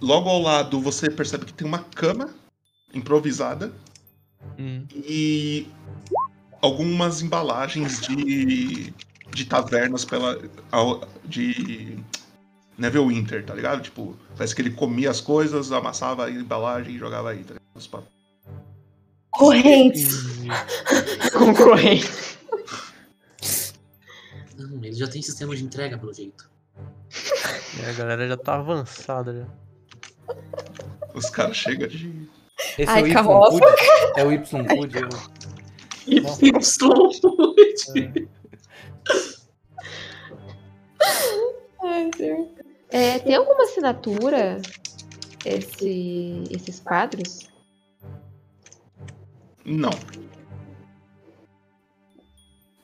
B: Logo ao lado você percebe que tem uma cama improvisada.
D: Hum,
B: e algumas embalagens de, de tavernas pela ao- de Neverwinter, tá ligado? Tipo, parece que ele comia as coisas, amassava a embalagem e jogava aí, tá ligado? Os pa-
I: Correntes.
D: entendi.
E: *laughs* Concorrente.
G: Hum, ele já tem sistema de entrega, pelo jeito.
D: É, a galera já tá avançada já.
B: Os caras chegam de.
A: Esse
F: Ai,
A: é o Y
F: carroça.
A: Food? É o Y Food? eu-
G: É.
F: Ai, Deus.
E: É, tem alguma assinatura? Esse, esses quadros?
B: Não.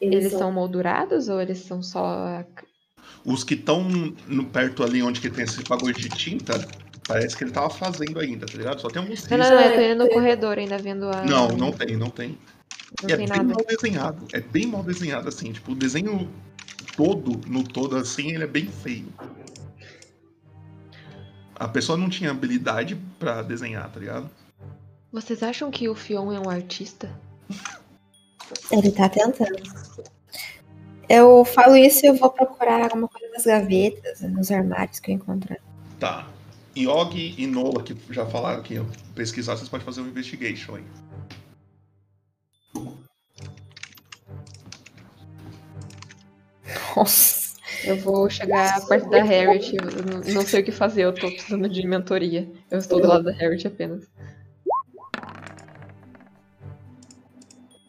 E: Eles são moldurados ou eles são só.
B: Os que estão perto ali onde que tem esse bagulho de tinta, parece que ele tava fazendo ainda, tá ligado? Só tem alguns
E: Não, não,
B: riscos.
E: não, eu tô indo no corredor ainda vendo a.
B: Não, não tem, não tem.
E: Não
B: E é
E: tem
B: bem
E: nada.
B: mal desenhado. É bem mal desenhado, assim. Tipo, o desenho todo, no todo, assim, ele é bem feio. A pessoa não tinha habilidade pra desenhar, tá ligado?
E: Vocês acham que o Fion é um artista?
I: Ele tá tentando. Eu falo isso e eu vou procurar alguma coisa nas gavetas, nos armários que eu encontrar.
B: Tá. Yogi e Nola, que já falaram que iam pesquisar, vocês podem fazer um investigation aí.
I: Nossa.
E: Eu vou chegar perto da Harriet, eu não- não sei o que fazer, eu tô precisando de mentoria. Eu estou do lado da Harriet apenas.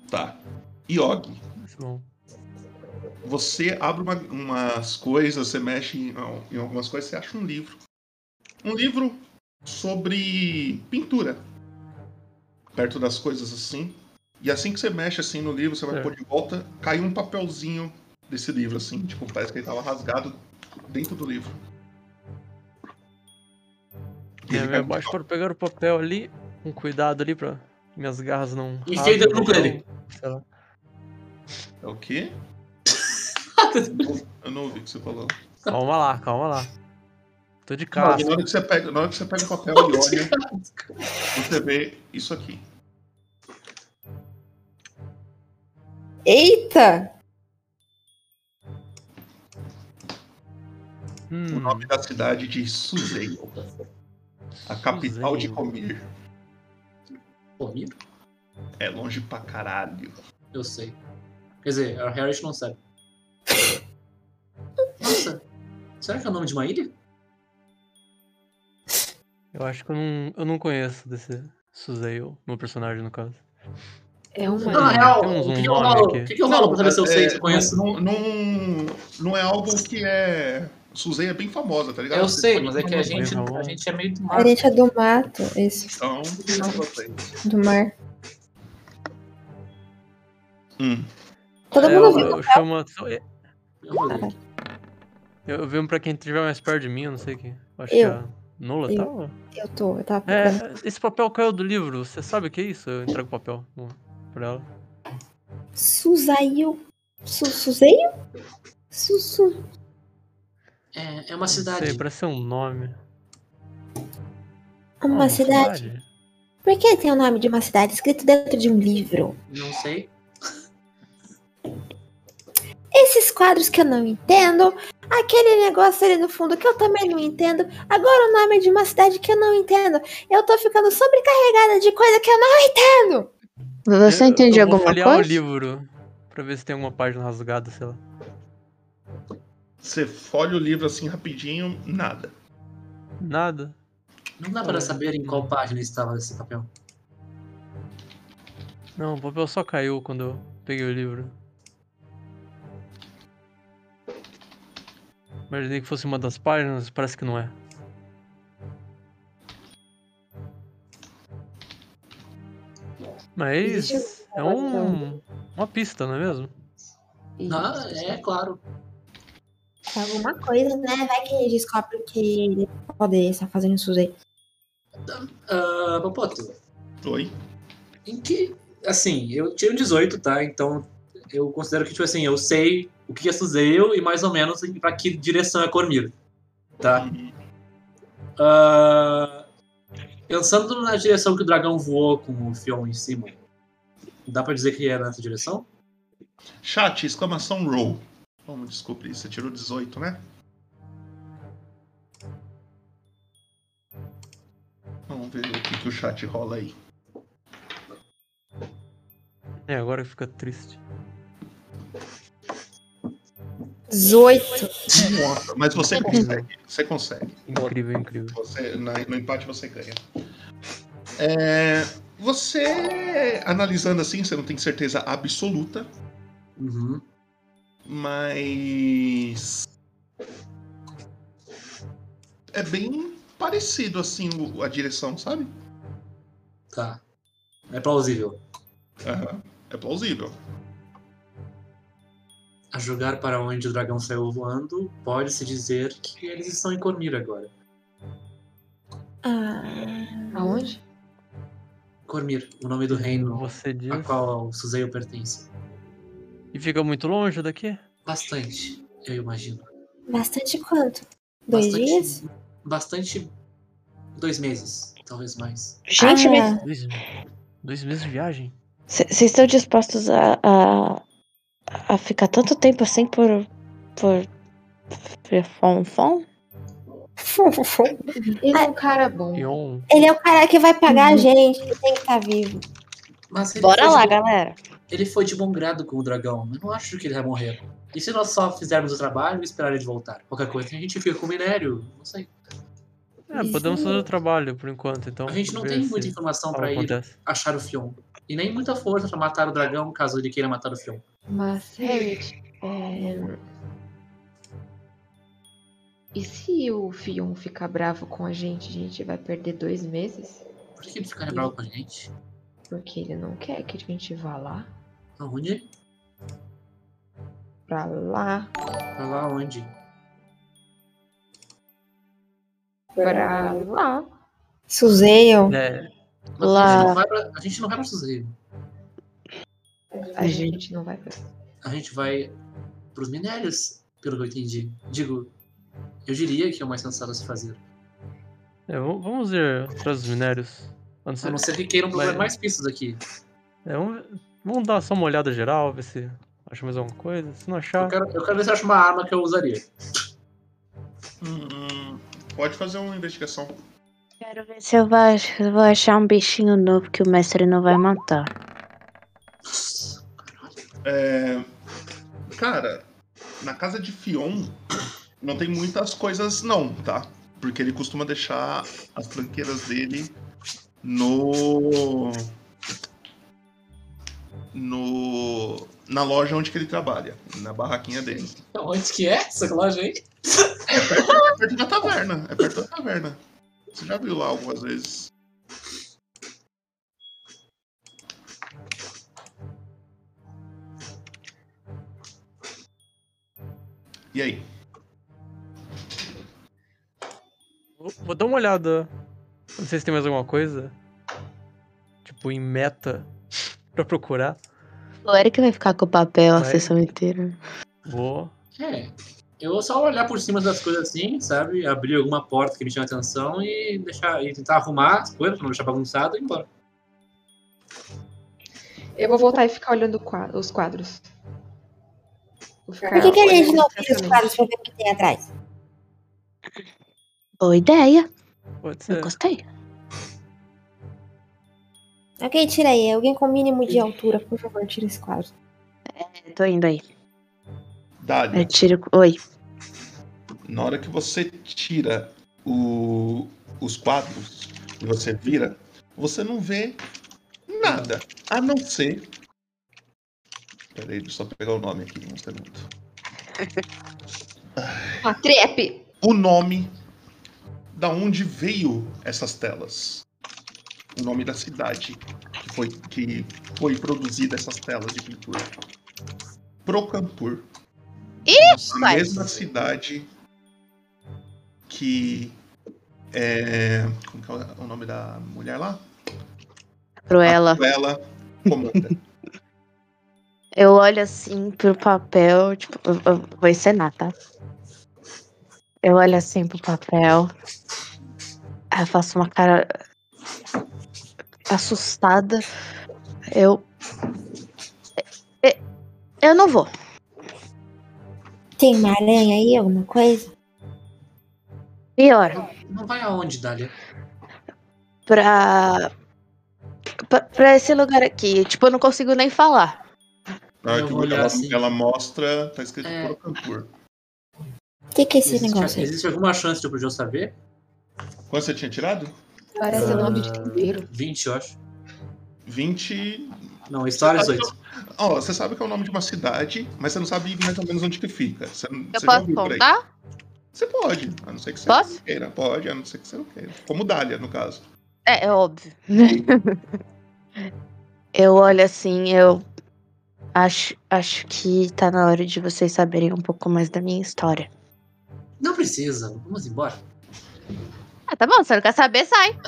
B: Tá. Yogi,
D: Isso é bom.
B: você abre uma- umas coisas, você mexe em, em algumas coisas, você acha um livro. Um livro sobre pintura. Perto das coisas assim. E assim que você mexe assim no livro, você vai
D: É.
B: pôr de volta, cai um papelzinho desse livro, assim, tipo, parece que ele tava rasgado dentro do livro. E
D: É,
B: ele
D: eu
B: cai-
D: É, abaixo para pegar o papel ali, um cuidado ali pra minhas garras não.
G: Enfiei
D: rasguem,
G: dentro do
D: não-
G: dele.
D: sei lá.
B: É o quê? Eu não ouvi o que você falou.
D: Calma lá, calma lá. Tô de
B: Ah,
D: casa.
B: na, hora que você pega, na hora que você pega o papel e olha, você vê isso aqui.
I: Eita!
B: O
D: Hum,
B: nome da cidade de Suzei, a capital de Comir.
G: Corrido?
B: É longe pra caralho.
G: Eu sei. Quer dizer, a Harriet não *laughs* sabe. Nossa, será que é o nome de uma ilha?
D: eu acho que eu não, eu não conheço desse Suzeio, meu personagem no caso.
E: É uma.
B: Ah,
G: Não, na real,
D: Temos um
G: o que, que eu
D: nome
G: rolo?
D: aqui.
G: O que, que eu rolo pra saber se eu sei,
B: É,
G: se eu conheço?
B: Não, não, não é algo que é. Suzei é bem famosa, tá ligado?
G: Eu
B: Você
G: sei,
B: pode
G: mas é que a
B: falar mais.
G: gente, a gente é meio do
I: A
G: mar.
I: gente é do mato, isso,
B: Então, não gostei.
I: do mar.
B: Hum.
I: Todo
D: É,
I: mundo
D: eu,
I: viu.
D: eu chamo a atenção-
G: Eu falei.
D: Eu, eu venho pra quem estiver mais perto de mim, eu não sei quem. Eu Acho
I: Eu.
D: que é a Nola
I: Eu.
D: tal.
I: Eu tô, eu tava
D: É,
I: procurando.
D: esse papel caiu do livro, você sabe o que é isso? Eu entrego o papel hum, pra ela.
I: Suzaio. Su, Suzeio? Su, su.
G: É, é uma
D: Não
G: cidade.
D: sei, parece ser um nome. Ah,
I: Uma cidade. Por que tem o nome de uma cidade escrito dentro de um livro?
G: Não sei.
I: Esses quadros que eu não entendo, aquele negócio ali no fundo que eu também não entendo, agora o nome de uma cidade que eu não entendo. Eu tô ficando sobrecarregada de coisa que eu não entendo.
D: Eu-
E: Você
D: eu
E: entende
D: vou
E: alguma
D: folhear o
E: coisa?
D: livro pra ver se tem alguma página rasgada, sei lá.
B: Você folha o livro assim rapidinho, nada.
D: Nada.
G: Não dá pra saber em qual página estava esse papel.
D: Não, o papel só caiu quando eu peguei o livro. Imaginei que fosse uma das páginas, parece que não é. Mas é um, uma pista, não é mesmo?
G: Ah, é, claro.
I: É alguma coisa, né? Vai que ele descobre que ele pode estar fazendo isso aí.
G: Ah, Popoto,
B: Oi.
G: Em que. Assim, eu tirei um 18, tá? Então eu considero que, tipo assim, eu sei o que é Suzeu e mais ou menos em- pra que direção é Cormir. Tá?
B: Hum.
G: Ah, pensando na direção que o dragão voou com o Fion em cima, dá pra dizer que é nessa direção?
B: Chat, exclamação roll. Vamos descobrir. Você tirou 18, né? Vamos ver o que, que o chat rola aí.
D: É, agora que fica triste.
I: 18.
B: Nossa, mas você consegue. Você consegue.
D: Incrível, incrível.
B: Você, na- no empate você ganha. É, você, analisando assim, você não tem certeza absoluta,
G: Uhum.
B: mas. É bem parecido assim o- a direção, sabe?
G: Tá. É plausível.
B: Aham, É plausível.
G: A julgar para onde o dragão saiu voando, pode-se dizer que eles estão em Cormir agora.
I: Ah,
E: Aonde?
G: Cormir, o nome do reino
D: Você diz.
G: a qual o Suzeio pertence.
D: E fica muito longe daqui?
G: Bastante, eu imagino.
I: bastante quanto? Dois
G: bastante,
I: dias?
G: Bastante. Dois meses, talvez mais.
C: Gente,
I: Ah,
C: mas
D: Dois, dois meses de viagem?
C: c- vocês estão dispostos a, a, a ficar tanto tempo assim por. por. por fom, fom?
E: Ele é um cara bom.
D: Pion.
I: Ele é o cara que vai
C: Uhum.
I: pagar a gente, ele tem que estar vivo.
G: Mas ele
C: Bora
G: foi
C: lá,
G: de bom-
C: galera.
G: Ele foi de bom grado com o dragão. Eu não acho que ele vai morrer. E se nós só fizermos o trabalho e esperar ele voltar? Qualquer coisa, a gente fica com o minério. Não sei.
D: É,
I: Isso.
D: podemos fazer o trabalho por enquanto, então.
G: A gente não
D: ver
G: tem
D: se
G: muita informação
D: algo
G: pra ir
D: acontece.
G: achar o Fion. E nem muita força pra matar o dragão caso ele queira matar o Fion.
E: Mas, Harriet, é... e se o Fion ficar bravo com a gente, a gente vai perder dois meses?
G: Por que ele ficaria bravo com a gente?
E: Porque ele não quer que a gente vá lá,
G: Aonde?
E: pra lá,
G: Pra lá onde?
E: pra lá.
I: Suzeio,
D: É,
G: Mas a, gente
E: Lá.
G: não vai pra, a gente não vai pra Sossego.
E: A gente não vai pra.
G: A gente vai pros minérios, pelo que eu entendi. Digo, eu diria que é o mais sensato a se fazer.
D: É, v- vamos ir atrás dos minérios. A não
G: A
D: ser-
G: não ser que queiram procurar
D: Vai-
G: mais pistas aqui.
D: é, vamos, vamos dar só uma olhada geral, ver se acha mais alguma coisa. Se não achar,
G: Eu quero, eu quero ver se eu acho uma arma que eu usaria.
B: Hum, hum, pode fazer uma investigação.
C: Quero ver se eu vou, eu vou achar um bichinho novo que o mestre não vai matar.
B: É, Cara, na casa de Fion não tem muitas coisas não, tá? Porque ele costuma deixar as tranqueiras dele no no na loja onde que ele trabalha, na barraquinha dele.
G: Então, *laughs* onde que é essa loja aí?
B: É perto da taverna, é perto da taverna. Você já viu lá algumas vezes? E aí?
D: vou, vou dar uma olhada. Não sei se tem mais alguma coisa. Tipo, em meta *laughs* pra procurar.
C: O Eric vai ficar com o papel a
D: Vai.
C: sessão inteira.
D: Vou.
G: É. Eu vou só olhar por cima das coisas assim, sabe? Abrir alguma porta que me chame atenção e deixar e tentar arrumar as coisas pra não deixar bagunçado e ir embora.
E: Eu vou voltar e ficar olhando o qua- os quadros. Vou ficar
I: Por que, que a gente
E: olhando
I: não pega os
E: atentamente.
I: quadros pra ver o que tem atrás?
C: Boa ideia.
D: Pode ser.
C: Eu gostei.
I: Alguém tira aí, alguém com mínimo de altura, por favor, tira esse quadro.
C: Eu tô indo aí.
B: Dália,
C: Eu tiro. Oi.
B: na hora que você tira o- os quadros e você vira, você não vê nada. A não ser. Peraí, deixa eu só pegar o nome aqui, um segundo.
E: Uma Ah, trap!
B: o nome da onde veio essas telas. O nome da cidade que foi, que foi produzida essas telas de pintura. Procampur. A
C: Vai.
B: mesma cidade que. É, como que é o nome da mulher lá?
C: Cruella.
B: Ela
G: *laughs*
B: comanda.
C: Eu olho assim pro papel, tipo, eu- eu vou encenar, tá? Eu olho assim pro papel, aí eu faço uma cara assustada. Eu. Eu- Eu não vou.
I: Tem uma aranha aí, alguma coisa?
C: Pior,
G: Não vai aonde, Dália?
C: pra. pra- Pra esse lugar aqui. Tipo, eu não consigo nem falar.
B: Na hora
G: Eu
B: que
G: vou olhar
B: ela,
G: assim.
B: ela mostra, tá escrito
G: É.
B: Procampur.
I: O que, que é esse
G: existe,
I: negócio aí?
G: existe alguma chance de eu poder saber?
B: Quanto você tinha tirado?
E: Parece
G: Ah.
E: nome de tempero.
G: 20, eu acho.
B: 20
G: Não, história
B: Você sabe
G: 18.
B: que é o- Ó, você sabe que é o nome de uma cidade, mas você não sabe mais ou menos onde que fica. Você,
C: Eu
B: você já
C: posso
B: ouviu por aí.
C: contar?
B: Você pode, a não ser que você
C: Posso?
B: queira. Pode, a não ser que você não queira. Como Dália, no caso.
C: É, é óbvio. *laughs* eu olho assim, eu acho, acho que tá na hora de vocês saberem um pouco mais da minha história.
G: Não precisa, vamos embora.
C: Ah, tá bom, se não quer saber, sai.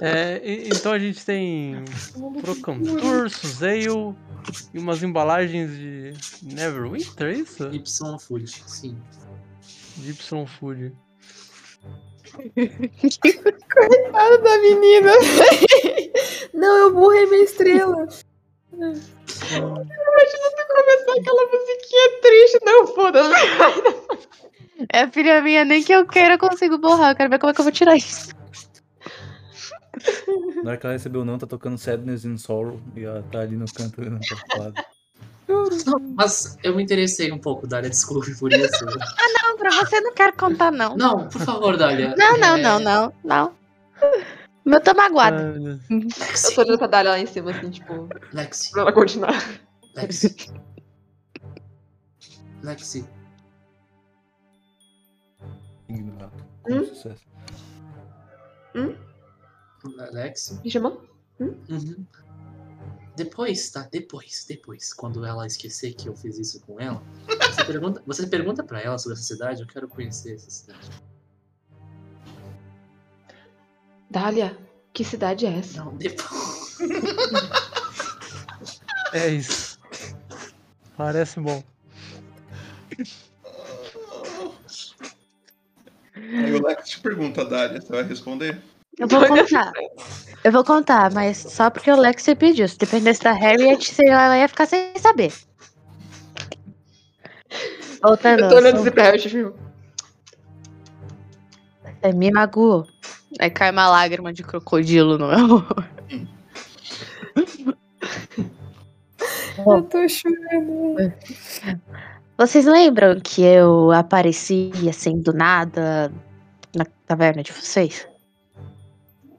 D: É, e- então a gente tem Procantur, Suzeio e umas embalagens de Neverwinter, é isso?
G: Y Food, sim.
D: De Y Food.
E: Coitada da menina! Não, eu burrei minha estrela. Imagina tu começar aquela musiquinha triste, não foda-se.
C: É filha minha, nem que eu queira eu consigo borrar. Eu quero ver como é que eu vou tirar isso.
A: Na hora que ela recebeu o não, tá tocando Sadness in Sorrow e ela tá ali no canto tá olhando pro lado.
G: Mas eu me interessei um pouco, Dália, desculpe por isso.
C: Não, pra você não quero contar, não.
G: Não, por favor, Dália.
C: Não, não,
G: É,
C: não, não, não. Meu tô magoado.
D: Ah, meu Deus.
E: Eu tô olhando pra Dália lá em cima, assim, tipo,
G: Lexi,
E: pra ela continuar.
G: Lexi. *laughs* Lexi,
A: Ignorado.
E: Hum?
A: Com sucesso.
G: Lexi.
E: Me chamou?
G: Uhum. Depois, tá? Depois, depois. Quando ela esquecer que eu fiz isso com ela, você pergunta, você pergunta pra ela sobre essa cidade. Eu quero conhecer essa cidade.
E: Dália, que cidade é essa?
G: Não, depois.
D: É isso. Parece bom.
B: Aí o Lex te pergunta, Dália, você vai responder?
C: Eu vou contar. Eu vou contar, mas só porque o Lex pediu. Se dependesse da Harriet, sei lá, ela ia ficar sem saber. Voltando.
E: Eu tô olhando
C: ao
E: esse tipo, pé, viu?
C: É, me magoou. Aí cai uma lágrima de crocodilo no meu olho. Bom.
F: Eu tô chorando.
C: Vocês lembram que eu apareci assim do nada na taverna de vocês?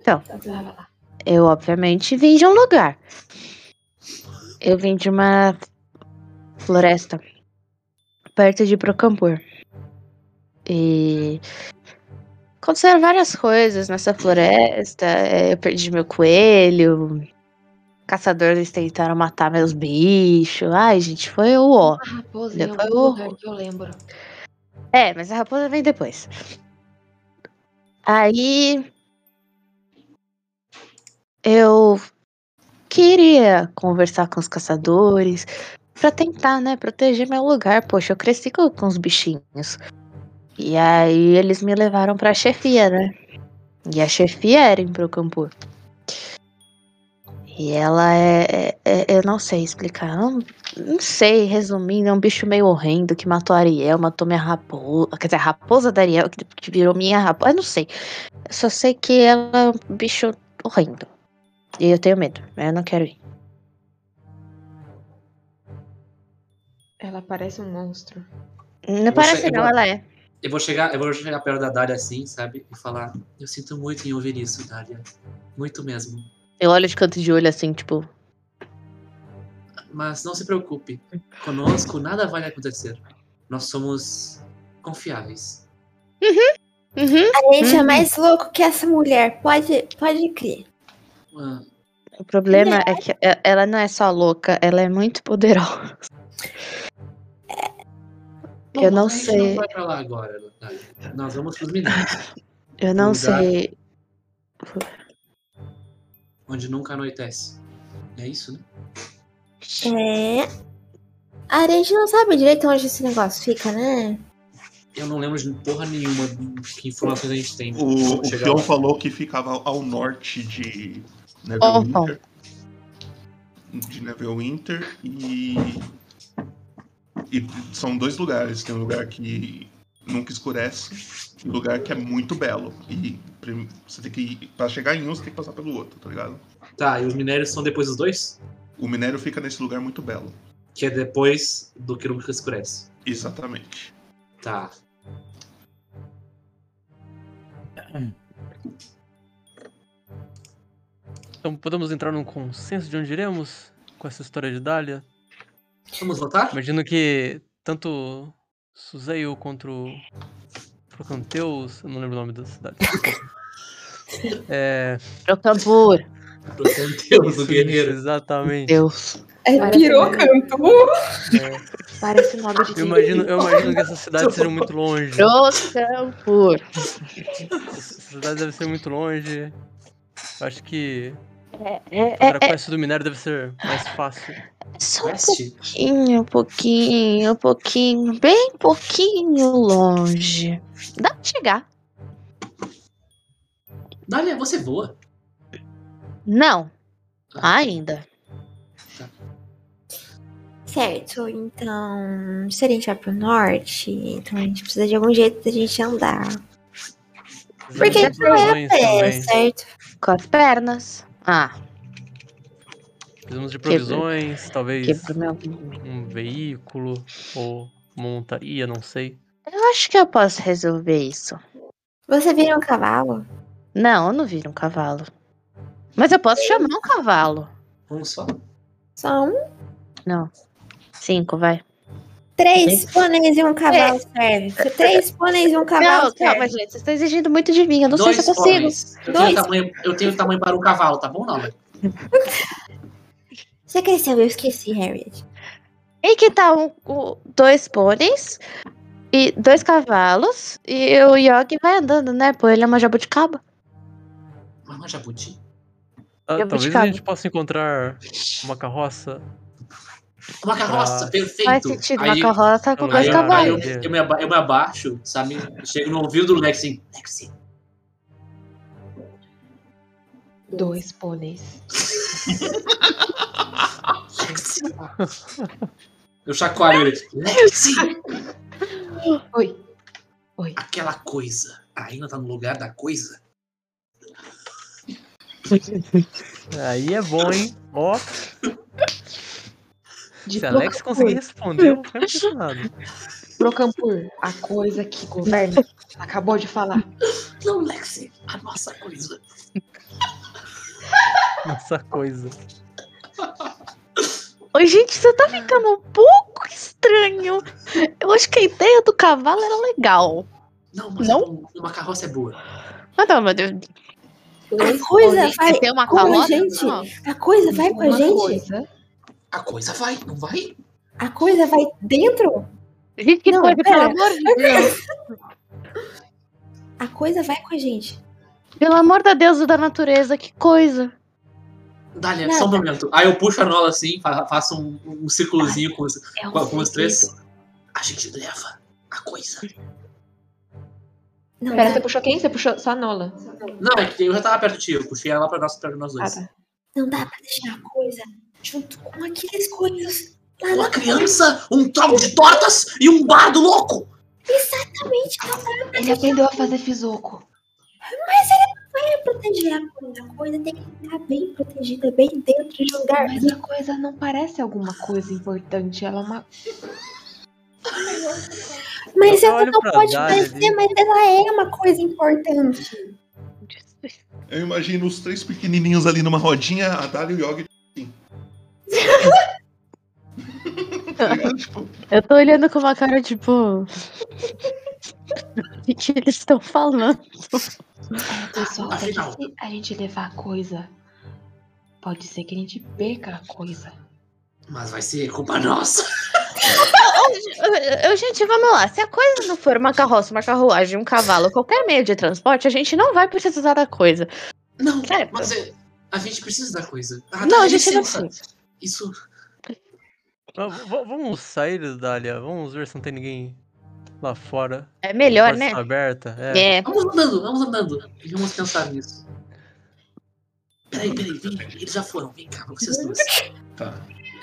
E: Ah, tá,
C: Eu, obviamente, vim de um lugar. Eu vim de uma floresta perto de Procampur. E aconteceram várias coisas nessa floresta. eh, Eu perdi meu coelho. Caçadores tentaram matar meus bichos. Ai, gente, foi o ó.
E: Raposa em
C: Depois
E: algum
C: eu-
E: é um lugar que eu lembro.
C: É, mas a raposa vem depois. Aí. Eu queria conversar com os caçadores pra tentar, né, proteger meu lugar. Poxa, eu cresci com, com os bichinhos. E aí eles me levaram pra chefia, né? E a chefia era em Procampur. E ela é, é- é- Eu não sei explicar. é eu não não sei, resumindo, é um bicho meio horrendo que matou a Ariel, matou minha raposa. Quer dizer, a raposa da Ariel, que que virou minha raposa. Eu não sei. Eu só sei que ela é um bicho horrendo. E eu tenho medo, mas eu não quero ir.
E: Ela parece um monstro.
C: Não
G: Eu
C: parece,
G: sei-
C: não,
G: eu-
C: ela é.
G: Eu vou chegar, eu vou chegar perto da Dália assim, sabe? E falar, eu sinto muito em ouvir isso, Dália. Muito mesmo.
C: Eu olho de canto de olho assim, tipo.
G: Mas não se preocupe. Conosco nada vai lhe acontecer. Nós somos confiáveis.
C: Uhum.
I: A gente é
C: Uhum.
I: mais louco que essa mulher. Pode, pode crer.
G: Ah,
C: O
G: Né?
C: problema é que e- ela não é só louca, ela é muito poderosa. *laughs*
G: bom,
C: Eu não
G: mas a gente
C: sei.
G: Não vai pra lá agora, Dália. Nós vamos pros mineiros,
C: Eu não
G: Não dá.
C: sei.
G: onde nunca anoitece. É isso, né?
I: É. A gente não sabe direito onde esse negócio fica, né?
G: Eu não lembro de porra nenhuma de que informações a gente tem.
B: O,
G: Vamos
B: o
G: chegar
B: Fion
G: lá.
B: falou que ficava ao norte de
C: Oh,
B: Neverwinter. De Neverwinter e. E são dois lugares. Tem um lugar que nunca escurece e um lugar que é muito belo. E prim- você tem que ir, pra chegar em um, você tem que passar pelo outro, tá ligado?
G: Tá, e os minérios são depois dos dois?
B: O minério fica nesse lugar muito belo.
G: Que é depois do que nunca escurece.
B: Exatamente.
G: Tá.
D: Então podemos entrar num consenso de onde iremos com essa história de Dália.
G: Vamos votar?
D: Imagino que tanto Suzeio contra o Procanteus, eu não lembro o nome da cidade.
C: *laughs*
D: é,
C: Procambur.
G: Pro Deus, o
D: isso,
G: guerreiro.
D: isso, exatamente.
C: Deus.
F: É
E: Parece um
F: pirocampo.
D: É,
E: Parece o nome de
D: eu,
E: Disney.
D: imagino, eu imagino que essas cidades
G: *laughs*
D: sejam muito longe.
C: Procambur. Um
D: Essa cidade deve ser muito longe. Eu acho que
C: É, é,
D: para a quest do minério deve ser mais fácil.
C: é só
G: Oeste?
C: pouquinho, um pouquinho, pouquinho, bem pouquinho longe. Dá pra chegar.
G: Dália, você voa.
C: Não, ainda.
I: Certo, então. Se a gente vai pro norte, então a gente precisa de algum jeito da gente andar. Porque a gente não é
D: Provisões
I: a pé,
D: também.
I: certo?
C: Com as pernas. Ah,
D: Precisamos de provisões, talvez
C: quebrou meu.
D: um veículo ou uma montaria, não sei.
C: Eu acho que eu posso resolver isso.
I: Você vira um cavalo?
C: Não, eu não viro um cavalo. Mas eu posso chamar um cavalo.
G: Um só.
I: Só um,
C: Cinco, vai.
I: três pôneis e um cavalo serve. Três pôneis e um cavalo
C: Não, calma,
I: serve.
C: gente. Vocês estão exigindo muito de mim. Eu não sei se eu consigo.
G: homens. Eu,
I: Dois.
G: Tenho tamanho, eu tenho tamanho para um cavalo, tá bom, Dália?
I: Você cresceu, eu esqueci, Harriet.
C: E que tal um, o- dois pôneis e dois cavalos? E o Yogi vai andando, né? Pô, ele é uma jabuticaba.
G: Mas não é jabuti?
D: Ah,
J: Eu vou te
D: talvez a
J: cagar.
D: gente possa encontrar uma carroça.
G: Uma carroça,
D: Ah,
G: perfeito.
J: Faz sentido, uma
G: Aí-
J: carroça com
D: Aí
J: dois
G: eu-
J: cavalos.
G: Eu, eu me aba- eu me abaixo, sabe? Chego no ouvido do assim, Lexi. Lexi,
E: Dois pôneis.
G: Lexi. Eu chacoalho ele. Lexi,
E: Oi.
G: aquela coisa. Ainda tá no lugar da coisa?
D: Aí é bom, hein? Ó,
E: De
D: se Alex conseguir responder, eu fico impressionado.
E: Procampur, a coisa que
I: *laughs*
E: governa. Acabou de falar.
G: Não, Lexi, a nossa coisa.
D: Nossa coisa.
J: Ô, gente, você tá ficando um pouco estranho. Eu acho que a ideia do cavalo era legal.
G: Não, mas
J: Não?
G: um- uma carroça é boa.
J: Ah,
C: oh,
J: não, meu Deus.
I: A coisa vai
J: Você tem uma
I: com a
J: calota?
I: gente.
J: Não.
I: A coisa vai com a
E: Uma
I: gente.
E: coisa.
G: A coisa vai, não vai?
I: A coisa vai dentro.
J: Gente, que
I: Não,
J: coisa, pelo
I: pera.
J: amor de Deus.
I: A coisa vai com a gente.
J: Pelo amor da deusa da natureza, que coisa.
G: Dália,
I: Nada.
G: só um momento. Aí eu puxo a nola assim, fa- faço um, um círculozinho com, os-
I: É um
G: com, com os três.
I: segredo.
G: A gente leva a coisa.
I: Não,
E: Pera,
I: tá.
E: você puxou quem? Você puxou só a Nola.
G: Não, é que eu já tava perto de ti, eu puxei ela pra nós, pra nós
E: Ah,
G: dois.
E: tá.
I: não dá pra deixar a coisa junto com aqueles coisas lá
G: Uma
I: na
G: criança, um troco de tortas e um bardo louco!
I: frente. Não dá pra
E: Ele
I: deixar
E: aprendeu a fazer fisoco.
I: proteger a coisa. A coisa tem que ficar bem protegida, bem dentro de um lugar.
E: Mas a coisa não parece alguma coisa importante. Ela é uma.
I: Mas
D: Eu
I: ela
D: olho
I: não
D: pra
I: pode
D: Dália ali.
I: parecer, mas ela é uma coisa importante.
B: Eu imagino os três pequenininhos ali numa rodinha, a Dália e o Yogi. assim. Tá ligado? Tipo,
J: Eu tô olhando com uma cara tipo. *laughs* O que que eles estão falando?
E: Pessoal, se a
G: Afinal.
E: gente, a gente levar a coisa, pode ser que a gente perca a coisa.
G: Mas vai ser culpa nossa.
J: Eu, gente, vamos lá. Se a coisa não for uma carroça, uma carruagem, um cavalo, qualquer meio de transporte, a gente não vai precisar da coisa.
G: Não,
J: Sério?
G: mas é- a gente precisa da coisa. Ah,
J: Não,
G: Dália,
J: a gente não
G: licença. Isso.
D: Ah, v- v- Vamos sair, Dália. Vamos ver se não tem ninguém lá fora.
J: É melhor,
D: Porta
J: né?
D: está aberta. É.
J: É.
G: Vamos andando, vamos andando. E Vamos pensar nisso. Peraí, peraí, vem. Eles já foram. Vem cá, vocês dois.
B: Tá.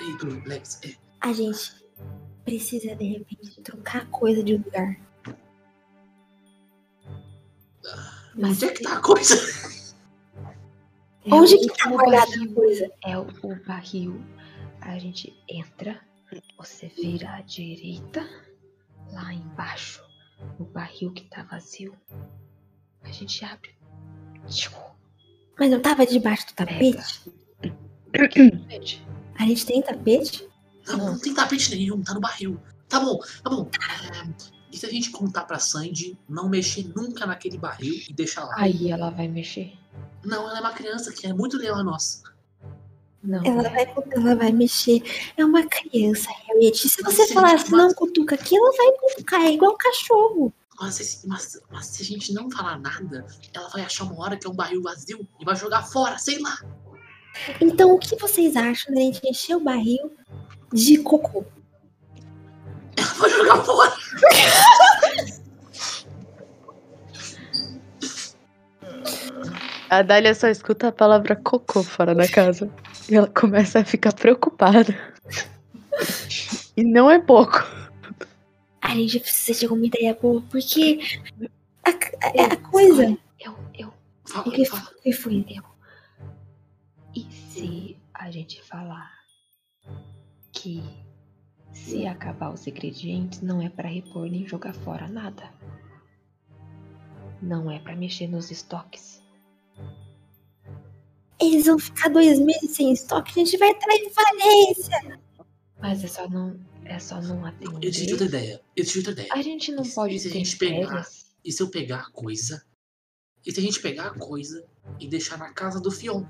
G: Ei, Bruno, Lex. é,
I: A gente precisa, de repente, trocar a coisa de lugar. Mas
G: Onde é que tá a coisa?
E: É
I: Onde
E: o
I: que tá
E: último
I: guardada
E: barril.
I: a coisa?
E: É o, o barril. A gente entra, você vira à direita, lá embaixo, o barril que tá vazio. A gente abre. Tchiu,
I: Mas não tava debaixo do
E: Pega.
I: tapete?
E: Gente,
I: A gente tem tapete?
G: Não, Tá não tem tapete nenhum, tá no barril. Tá bom, tá bom. É, e se a gente contar pra Sandy não mexer nunca naquele barril e deixar lá?
E: Aí ela vai mexer.
G: Não, ela é uma criança que é muito leal a nós.
E: Não.
I: Ela
E: né?
I: vai, ela vai mexer. É uma criança, Harriet. Se você
G: Sim,
I: falar assim,
G: mas-
I: não cutuca aqui, ela vai cutucar. É igual um cachorro.
G: Mas, se- mas- mas se a gente não falar nada, ela vai achar uma hora que é um barril vazio e vai jogar fora, sei lá.
I: Então, o que vocês acham da gente encher o barril de cocô?
G: Ela vai jogar fora.
J: A Dália só escuta a palavra cocô fora da casa. E ela começa a ficar preocupada. E não é pouco.
I: A gente precisa de alguma ideia boa, porque a,
E: é
I: é a- a coisa.
E: Eu, eu.
G: Fala,
I: O que,
G: fala.
I: o que foi?
E: E se a gente falar que se acabar os ingredientes não é pra repor nem jogar fora nada. Não é pra mexer nos estoques.
I: Eles vão ficar dois meses sem estoque, a gente vai entrar em falência.
E: Mas é só não, é só não
G: Eu tive outra
E: atender.
G: ideia. Eu tive outra ideia.
E: A gente não
G: E se-
E: pode
G: e se a
E: ter
G: gente pegar?
E: férias.
G: E se eu pegar a coisa? E se a gente pegar a coisa e deixar na casa do Fion?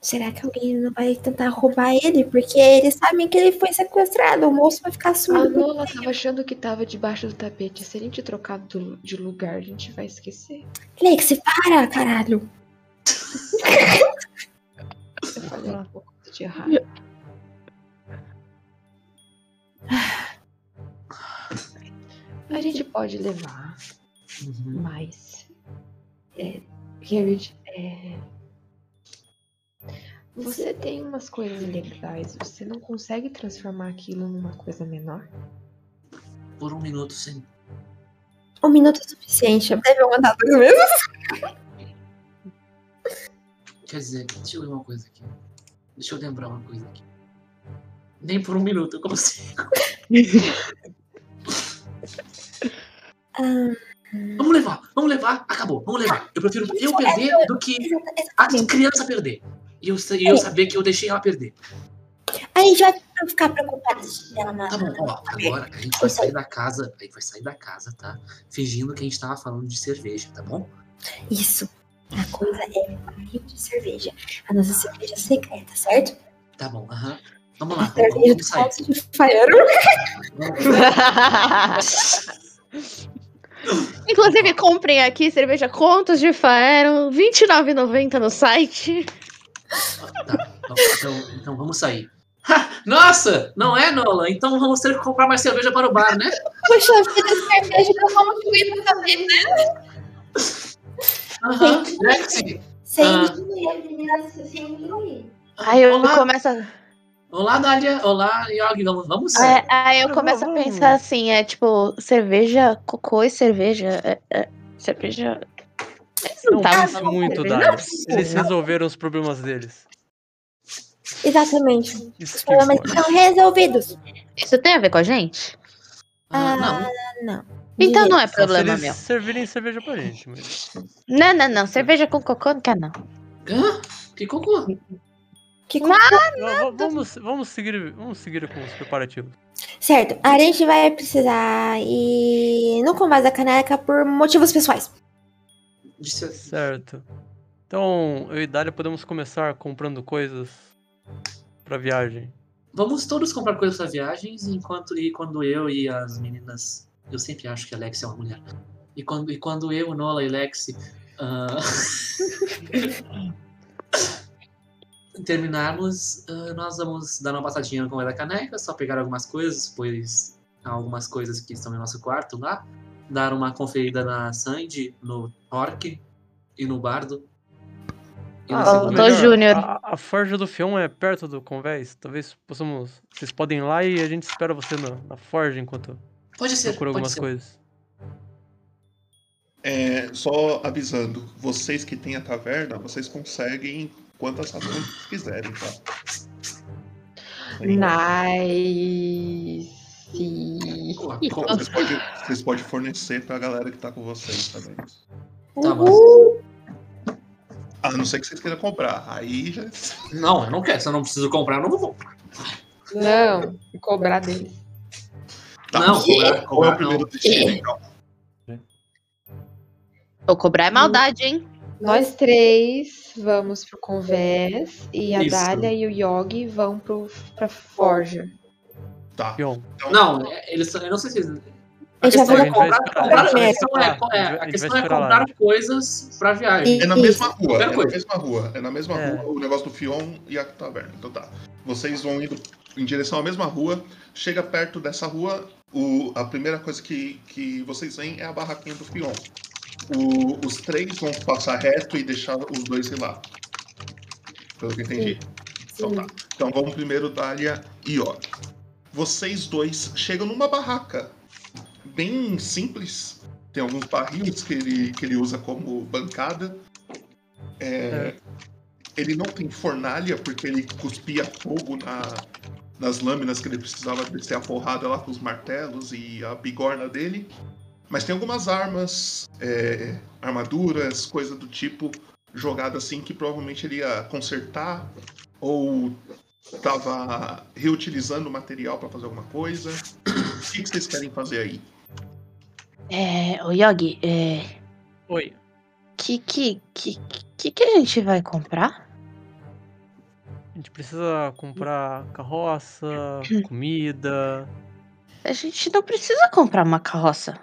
I: Será que alguém não vai tentar roubar ele? Porque eles sabem que ele foi sequestrado. O moço vai ficar
E: A
I: sumido.
E: Lola tava achando que tava debaixo do tapete. Se a gente trocar do- de lugar, a gente vai esquecer.
I: Lex, para, caralho.
E: Eu falei um pouco de errado. A gente pode levar, Uhum. mas. É, Garrett, é, Você tem umas coisas legais. Você não consegue transformar aquilo numa coisa menor?
G: Por um minuto, sim.
I: Um minuto é suficiente. Deve aguentar dois meses.
G: Quer dizer, deixa eu ver uma coisa aqui. Deixa eu lembrar uma coisa aqui. Nem por um minuto eu consigo. Ah, Vamos levar, vamos levar, acabou, vamos levar. Eu prefiro eu perder do que a criança perder. E eu, sa- e eu saber que eu deixei ela perder.
I: A gente vai ficar preocupado se dela na.
G: Tá bom, ó, agora a gente vai sair da casa, a gente vai sair da casa, tá? Fingindo que a gente tava falando de cerveja, tá bom?
I: Isso. A coisa é muito de cerveja. A nossa cerveja secreta, certo?
G: Tá bom, aham. Vamos lá, vamos,
I: Cerveja
G: vamos
I: do
G: sair.
I: calço de faiano.
G: Então,
C: Inclusive, comprem aqui cerveja Contos de Faero, R$29,90 no site.
G: Então, então- então vamos sair. Ha, Nossa, não é, Nola? Então vamos ter que comprar mais cerveja para o bar, né?
I: Puxa vida, cerveja não vamos comer também, né?
G: Aham, É, Lexi.
I: Sem
G: Ah.
I: dinheiro, meninas, sem dinheiro.
C: Aí eu
G: Olá.
C: começo a...
G: Olá, Dália. Olá, Yogi. Vamos, vamos sair.
C: É, aí
D: Hum.
C: eu começo a pensar assim, é tipo, cerveja, cocô e cerveja. é, é, cerveja. tá? Eles não Ah.
D: Não
C: estavam
D: pense
C: falando de
D: muito,
C: cerveja, não
D: Dália.
C: precisa.
D: Eles resolveram os problemas deles.
I: Exatamente.
D: Isso
I: Os
D: que
I: problemas
D: importa.
I: estão resolvidos.
C: Isso tem a ver com a gente?
I: Ah, não.
C: Então não é
D: Só se
C: problema
D: eles
C: meu.
D: servirem cerveja pra gente. Mas...
C: Não, não, não. Cerveja com cocô não quer, não.
G: Hã? Que cocô?
I: Que
D: Não, va- vamos, vamos, seguir, vamos seguir com os preparativos.
I: Certo, a gente vai precisar ir no combate da caneca por motivos pessoais.
G: De cer-
D: Certo. Então, eu e Dália podemos começar comprando coisas pra viagem.
G: Vamos todos comprar coisas para viagens, enquanto e quando eu e as meninas, eu sempre acho que a Lexi é uma mulher. E quando e quando eu, Nola e Lexi ah, *laughs* terminarmos, ah, nós vamos dar uma passadinha no Comércio da Caneca, só pegar algumas coisas, pois há algumas coisas que estão no nosso quarto lá, dar uma conferida na Sandy, no Orc e no Bardo. E no
D: Ah,
G: Segundo.
C: Tô
D: melhor,
C: Júnior.
D: A, a forja do Fion é perto do convés. Talvez possamos. Vocês podem ir lá e a gente espera você na, na forja enquanto
G: Pode ser,
D: procura
G: pode
D: algumas
G: ser.
D: coisas.
B: É, só avisando, vocês que têm a taverna, vocês conseguem quantas rações quiserem, tá? Sim.
E: Nice.
G: Boa,
C: Ih,
G: boa.
B: Vocês podem, vocês podem fornecer pra galera que tá com vocês também.
G: Tá, mas-
I: Uhul!
B: A não ser que vocês queiram comprar. Aí já. é
G: Não, eu não quero. Se eu não preciso comprar, eu não vou comprar.
E: Não, vou cobrar deles.
G: Não, comprar,
B: Qual é o
G: comprar não.
B: primeiro destino, então?
C: Vou cobrar é maldade, hein?
E: Nós três vamos pro convés e a
G: Isso.
E: Dália e o Yogi vão pro, pra forja.
B: Tá.
D: Fion,
G: Não, é- eles são- eu não sei se. eles- A
I: Eu já
G: questão
I: vou
G: é comprar,
D: comprar.
G: comprar- a
I: A gente vai
G: questão é,
D: esperar.
G: é,
D: A gente
G: a
D: vai
G: questão é
D: esperar lá.
G: comprar coisas pra viagem.
B: É na
I: Isso.
B: mesma rua. É
G: Qualquer
B: na
G: coisa.
B: mesma rua. É na mesma
D: É.
B: rua o negócio do Fion e a taverna. Então tá. Vocês vão indo em direção à mesma rua. Chega perto dessa rua. o- a primeira coisa que, que vocês veem é a barraquinha do Fion. O- os três vão passar reto e deixar os dois ir lá. Pelo que eu entendi. Então tá. Então vamos primeiro Dália e York. Vocês dois chegam numa barraca bem simples. Tem alguns barris que ele, que ele usa como bancada. É, Ele não tem fornalha porque ele cuspia fogo na- nas lâminas que ele precisava descer a porrada lá com os martelos e a bigorna dele. Mas tem algumas armas, é, armaduras, coisa do tipo jogada assim que provavelmente ele ia consertar ou tava reutilizando o material para fazer alguma coisa. O que, que vocês querem fazer aí?
C: É, ô Yogi, é.
D: Oi.
C: Que que, que que que a gente vai comprar?
D: A gente precisa comprar carroça, comida.
C: A gente não precisa comprar uma carroça.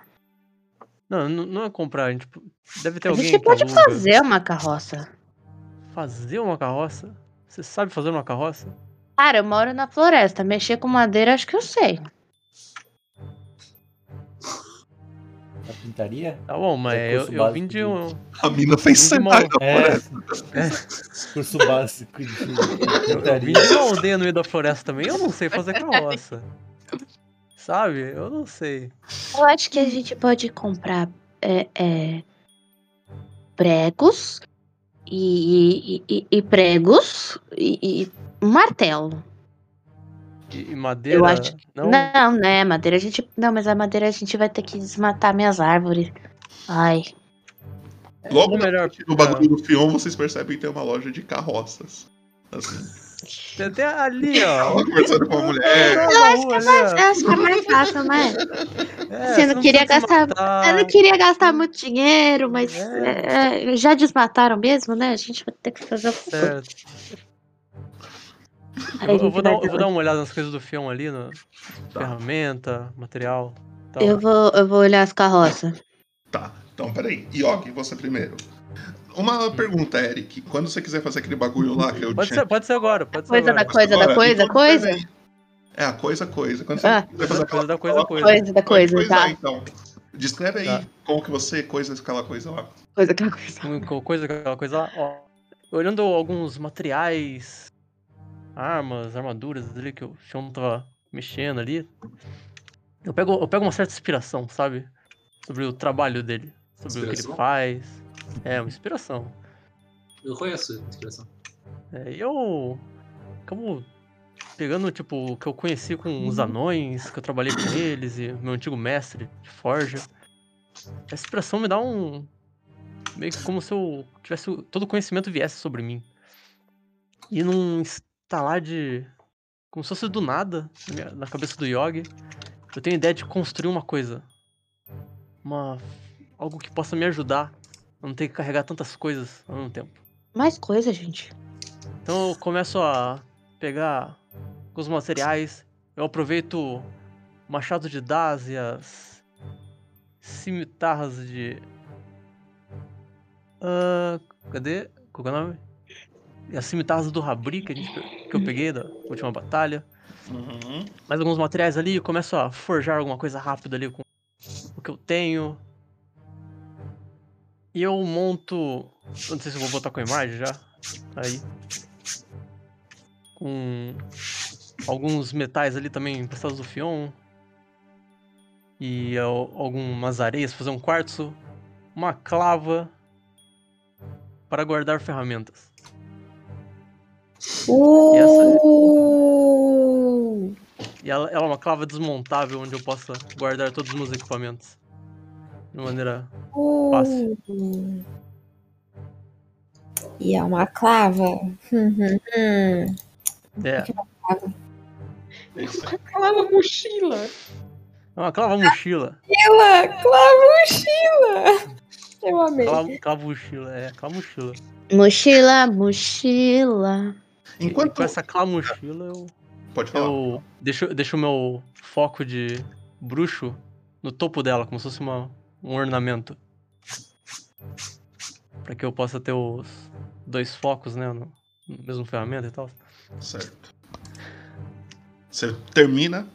D: Não, n- não é comprar, a gente p- deve ter
C: A
D: alguém
C: gente
D: que tá
C: pode
D: aluga.
C: fazer uma carroça.
D: Fazer uma carroça? Você sabe fazer uma carroça?
C: Cara, eu moro na floresta. Mexer com madeira, acho que eu sei.
A: A pintaria?
D: Tá bom, mas
A: É
D: eu,
A: curso
D: eu vim
A: básico
D: de um.
B: A mina fez
D: vim de uma-
B: cenário na
A: É.
B: floresta.
A: é. Curso básico de
D: *laughs* Eu vim
A: pintaria.
D: de uma aldeia no meio da floresta também, eu não sei fazer carroça. Sabe? Eu não sei.
C: Eu acho que a gente pode comprar é, é, pregos e, e- e- e pregos e, e um martelo.
D: E, e madeira.
C: acho
D: Não,
C: não, né? Madeira a gente. Não, mas a madeira a gente vai ter que desmatar minhas árvores. Ai.
B: Logo
D: Ou
B: na
D: melhor,
B: frente do bagulho do Fion, vocês percebem que tem uma loja de carroças. Assim,
D: tem até ali, ó.
B: ela conversando com a mulher.
D: Eu acho que é mais.
I: Eu acho que é mais fácil, né?
D: É,
I: Você não queria
D: precisa
I: gastar-
D: matar.
I: Eu não queria gastar muito dinheiro, mas é, é, já desmataram mesmo, né? A gente vai ter que fazer
D: É.
I: o
D: Certo.
I: Aí a
D: Eu, eu
I: gente
D: vou
I: vai
D: dar, um- eu
I: ver
D: vou dar uma olhada nas coisas do Fion ali, na ferramenta, material. tal.
C: Eu vou, eu vou olhar as carroças.
B: Tá, então peraí. Yogi, você primeiro. Uma pergunta, Eric. Quando você quiser fazer aquele bagulho lá que eu
D: Pode,
B: tinha.
D: ser, pode ser agora, pode ser
C: Coisa da
D: agora.
C: coisa
B: Agora,
C: da coisa,
B: enquanto
C: coisa?
B: tiver- É, a coisa, coisa. Quando você
C: Ah.
B: quiser fazer aquela
D: Coisa da coisa, coisa.
C: Coisa da coisa,
B: coisa,
C: tá.
B: então. Descreve aí
D: Tá.
B: como que você, coisa, aquela coisa lá.
C: Coisa da coisa.
D: Uma co- coisa, aquela coisa lá, ó. Olhando alguns materiais, armas, armaduras ali que o Fion tava mexendo ali, eu pego, eu pego uma certa inspiração, sabe? Sobre o trabalho dele, sobre o que ele
G: Inspiração?
D: faz. É, uma inspiração.
G: Eu conheço a inspiração.
D: É, e eu acabo pegando, tipo, o que eu conheci com os anões, que eu trabalhei com eles, e meu antigo mestre de forja. Essa expressão me dá um. meio que como se eu tivesse. o- todo o conhecimento viesse sobre mim. E num instalar de. como se fosse do nada, na, minha- na cabeça do Yogi, eu tenho a ideia de construir uma coisa. Uma. algo que possa me ajudar a não ter que carregar tantas coisas ao mesmo tempo.
C: Mais coisa, gente.
D: Então eu começo a pegar os materiais, eu aproveito o machado de Daz e as cimitarras de. Ah, cadê? Qual que é o nome? E as cimitarras do Rabri que, a gente pe- que eu peguei da última batalha.
B: Uhum.
D: Mais alguns materiais ali, eu começo a forjar alguma coisa rápida ali com o que eu tenho. E eu monto. Eu não sei se eu vou botar com a imagem já. Aí. Com alguns metais ali também emprestados do Fion. E al- algumas areias pra fazer um quartzo. Uma clava. Para guardar ferramentas. E essa-
I: Uh!
D: E ela, ela é uma clava desmontável onde eu possa guardar todos os meus equipamentos. De maneira. Fácil.
I: Uh! E é uma clava. Uhum, uhum.
D: É.
B: É isso aí.
F: Clava mochila.
D: É uma clava mochila.
I: É
F: Ela, clava mochila. Eu amei.
D: Clava, clava mochila, é, clava mochila.
C: Mochila, mochila.
D: Enquanto...
B: Enquanto.
D: Com essa clava mochila eu.
B: Pode falar.
D: Eu deixo, deixo o meu foco de bruxo no topo dela, como se fosse uma, um ornamento. Pra que eu possa ter os dois focos, né? No, no mesmo ferramenta e tal.
B: Certo. Você termina.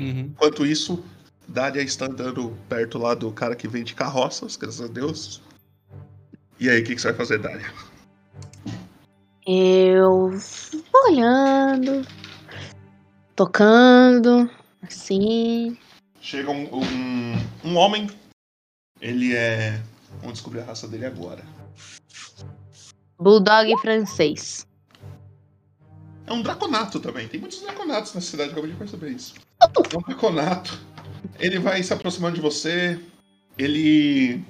D: Uhum.
B: Enquanto isso, Dália está andando perto lá do cara que vende carroças, graças a Deus. E aí, o que, que você vai fazer, Dália?
C: Eu vou olhando, tocando, assim.
B: Chega um, um, um homem. Ele é. Vamos descobrir a raça dele agora.
C: Bulldog francês.
B: É um draconato também. Tem muitos draconatos nessa cidade, acabei de perceber isso. É um draconato. Ele vai se aproximando de você. Ele.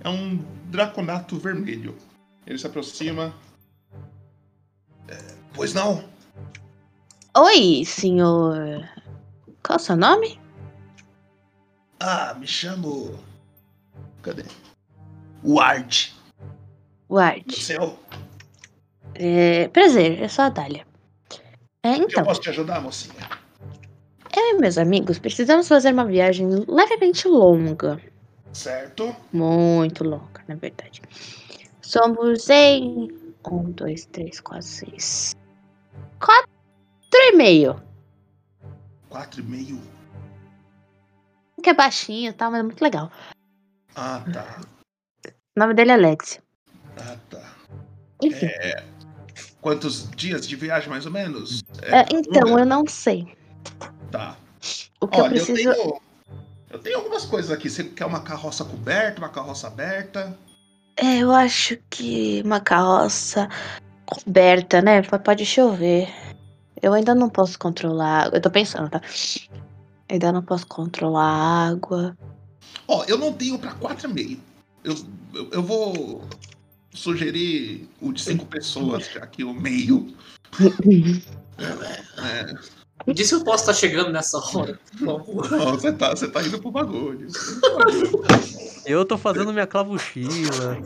B: É um draconato vermelho. Ele se aproxima. É, pois não?
C: Oi, senhor. Qual o seu nome?
B: Ah, me chamo. Cadê? Ward. é
C: Ward.
B: Seu.
C: É, prazer, eu sou a Dália. É, então,
B: Eu posso te ajudar, mocinha?
C: eu e meus amigos precisamos fazer uma viagem levemente longa.
B: Certo?
C: Muito longa, na verdade. Somos em. Um, dois, três, quatro, seis. Quatro e meio.
B: Quatro e meio.
C: Que é baixinho e tal, mas é muito legal.
B: Ah, tá.
C: O nome dele é Alex.
B: Ah, tá.
C: Enfim.
B: É, Quantos dias de viagem, mais ou menos?
C: É, então, eu não sei.
B: Tá.
C: O que eu
B: Olha,
C: preciso.
B: eu tenho... Eu tenho algumas coisas aqui. Você quer uma carroça coberta, uma carroça aberta?
C: É, eu acho que uma carroça coberta, né? P- Pode chover. Eu ainda não posso controlar a água. Eu tô pensando, tá? Ainda não posso controlar a água.
B: Ó, eu não tenho pra quatro e meio. Eu, eu, eu vou sugerir o de cinco pessoas, já que o meio. *laughs* É,
G: Me diz se eu posso estar chegando nessa hora, por *laughs* favor.
B: não, você tá, você tá indo pro bagulho.
D: Eu tô fazendo minha clavuchila.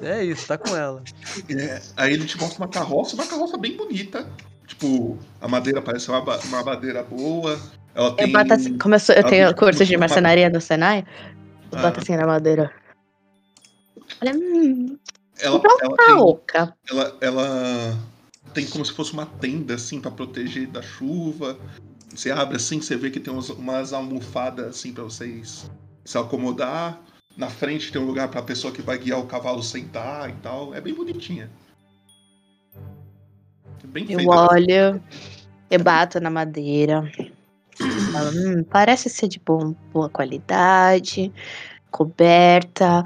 D: É isso, tá com ela.
B: É, aí ele te mostra uma carroça, uma carroça bem bonita. Tipo, a madeira parece uma, ba- uma madeira boa. Ela
C: Eu
B: tem.
C: bato assim, como eu, sou- eu
B: ela
C: tenho
B: tem-
C: curso de marcenaria do Senai, eu
B: Ah.
C: bato assim na madeira. Olha, hum,
B: Ela, ela
C: tá
B: tem,
C: oca.
B: ela, ela tem como se fosse uma tenda, assim, pra proteger da chuva. Você abre assim, você vê que tem uns- umas almofadas, assim, pra vocês se acomodar. Na frente tem um lugar pra pessoa que vai guiar o cavalo sentar e tal. É bem bonitinha. É Bem
C: Eu
B: feita.
C: olho, eu bato na madeira. Falo, "Hum, parece ser de bom- boa qualidade, coberta.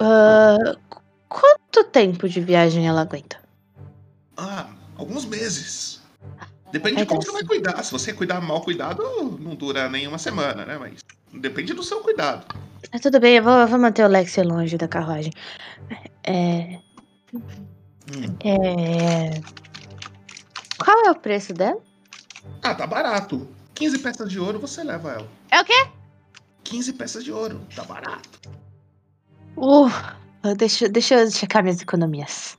C: Ah, qu- quanto tempo de viagem ela aguenta?
B: Ah, alguns meses. Depende
C: Aí
B: de como
C: tá
B: você vai cuidar. Se você cuidar mal cuidado, não dura nem uma semana, né? Mas depende do seu cuidado.
C: Ah, tudo bem, eu vou, eu vou manter o Lex longe da carruagem. É,
B: Hum.
C: é, Qual é o preço dela?
B: Ah, tá barato. 15 peças de ouro você leva ela.
C: É o quê?
B: 15 peças de ouro, tá barato.
C: Uh, eu- deixa, deixa eu checar minhas economias.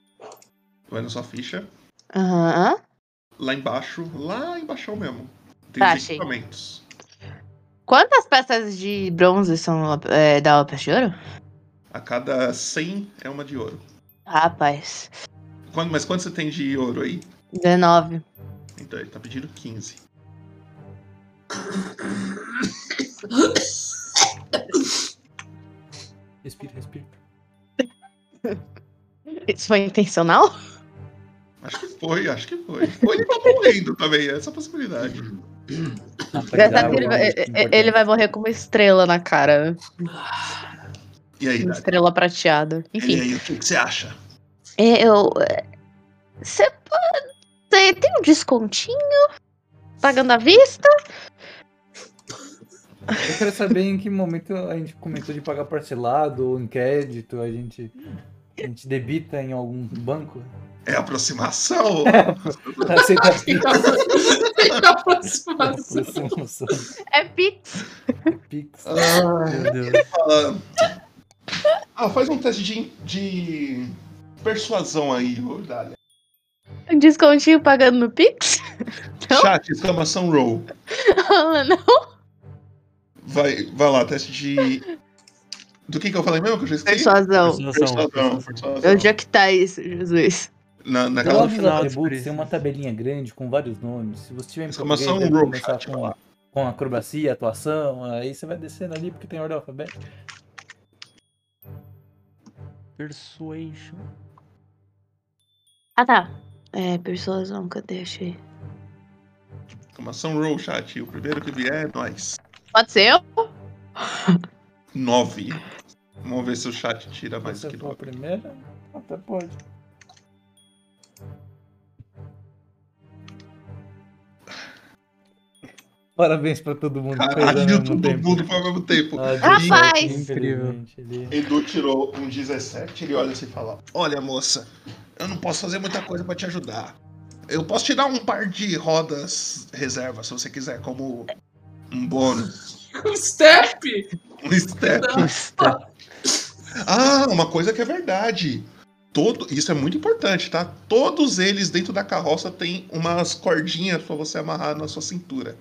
B: Vai na sua ficha,
C: Aham.
B: lá embaixo, lá embaixo mesmo. Tem
C: Tá,
B: os
C: achei.
B: equipamentos.
C: Quantas peças de bronze são é, da Opus de Ouro?
B: A cada 100 é uma de ouro.
C: Rapaz,
B: Quando- mas quanto você tem de ouro aí?
C: 19.
B: Então ele tá pedindo 15.
A: Respira, respira.
C: Isso foi intencional?
B: Acho que foi, acho que foi. Ou ele tá morrendo também, essa possibilidade.
C: Dessa vez ele, vai, ele- é, ele vai morrer com uma estrela na cara.
B: E aí,
C: Uma
B: Dari?
C: estrela prateada.
B: E
C: Enfim,
B: aí, o que que você acha?
C: É, eu. é, Você tem um descontinho? Pagando à vista?
A: Eu quero saber em que momento a gente comentou de pagar parcelado ou em crédito, a gente, a gente debita em algum
C: *laughs*
A: banco.
B: É aproximação?
A: Aceita
G: Aproximação.
A: Nossa,
C: É Pix.
A: Pix.
C: Ah,
D: Meu Deus.
B: Fala. Ah, faz um teste de, de persuasão aí, ô, Dália.
C: Um descontinho pagando no Pix? *laughs* Não?
B: Chat, exclamação roll.
C: Ah, não.
B: Vai, vai lá, teste de. Do que que eu falei mesmo que eu já esqueci?
C: Persuasão.
B: Persuasão, persuasão.
C: Onde é que tá isso, Jesus?
B: Na,
A: Lá
B: naquela
A: nos
D: final
A: atributos
D: dos
A: tem uma tabelinha grande com vários nomes. Se você tiver em português,
B: exclamação
A: deve
B: roll,
A: começar
B: chat, vai
A: com,
B: lá.
A: com acrobacia, atuação, aí você vai descendo ali porque tem ordem alfabética.
D: Persuasion.
C: Ah, tá. É, persuasão, cadê? Achei.
B: Exclamação roll, chat. O primeiro que vier é nós.
C: Pode ser eu?
B: Nove. Vamos ver se o chat tira mais
A: Essa
B: que
A: foi a
B: nove.
A: primeira? Até pode. Parabéns pra todo mundo. que fez ao
B: Caralho,
A: mesmo
B: todo
A: um tempo.
B: mundo foi ao mesmo tempo.
A: Ah,
C: Rapaz!
A: infelizmente, ele-
B: Edu tirou um 17, ele olha assim e fala: Olha, moça, eu não posso fazer muita coisa pra te ajudar. Eu posso te dar um par de rodas reserva, se você quiser, como um bônus,
G: *laughs* Um step!
B: um step. *laughs*
G: Nossa.
B: Ah, uma coisa que é verdade. Todo, isso é muito importante, tá? Todos eles dentro da carroça tem umas cordinhas para você amarrar na sua cintura.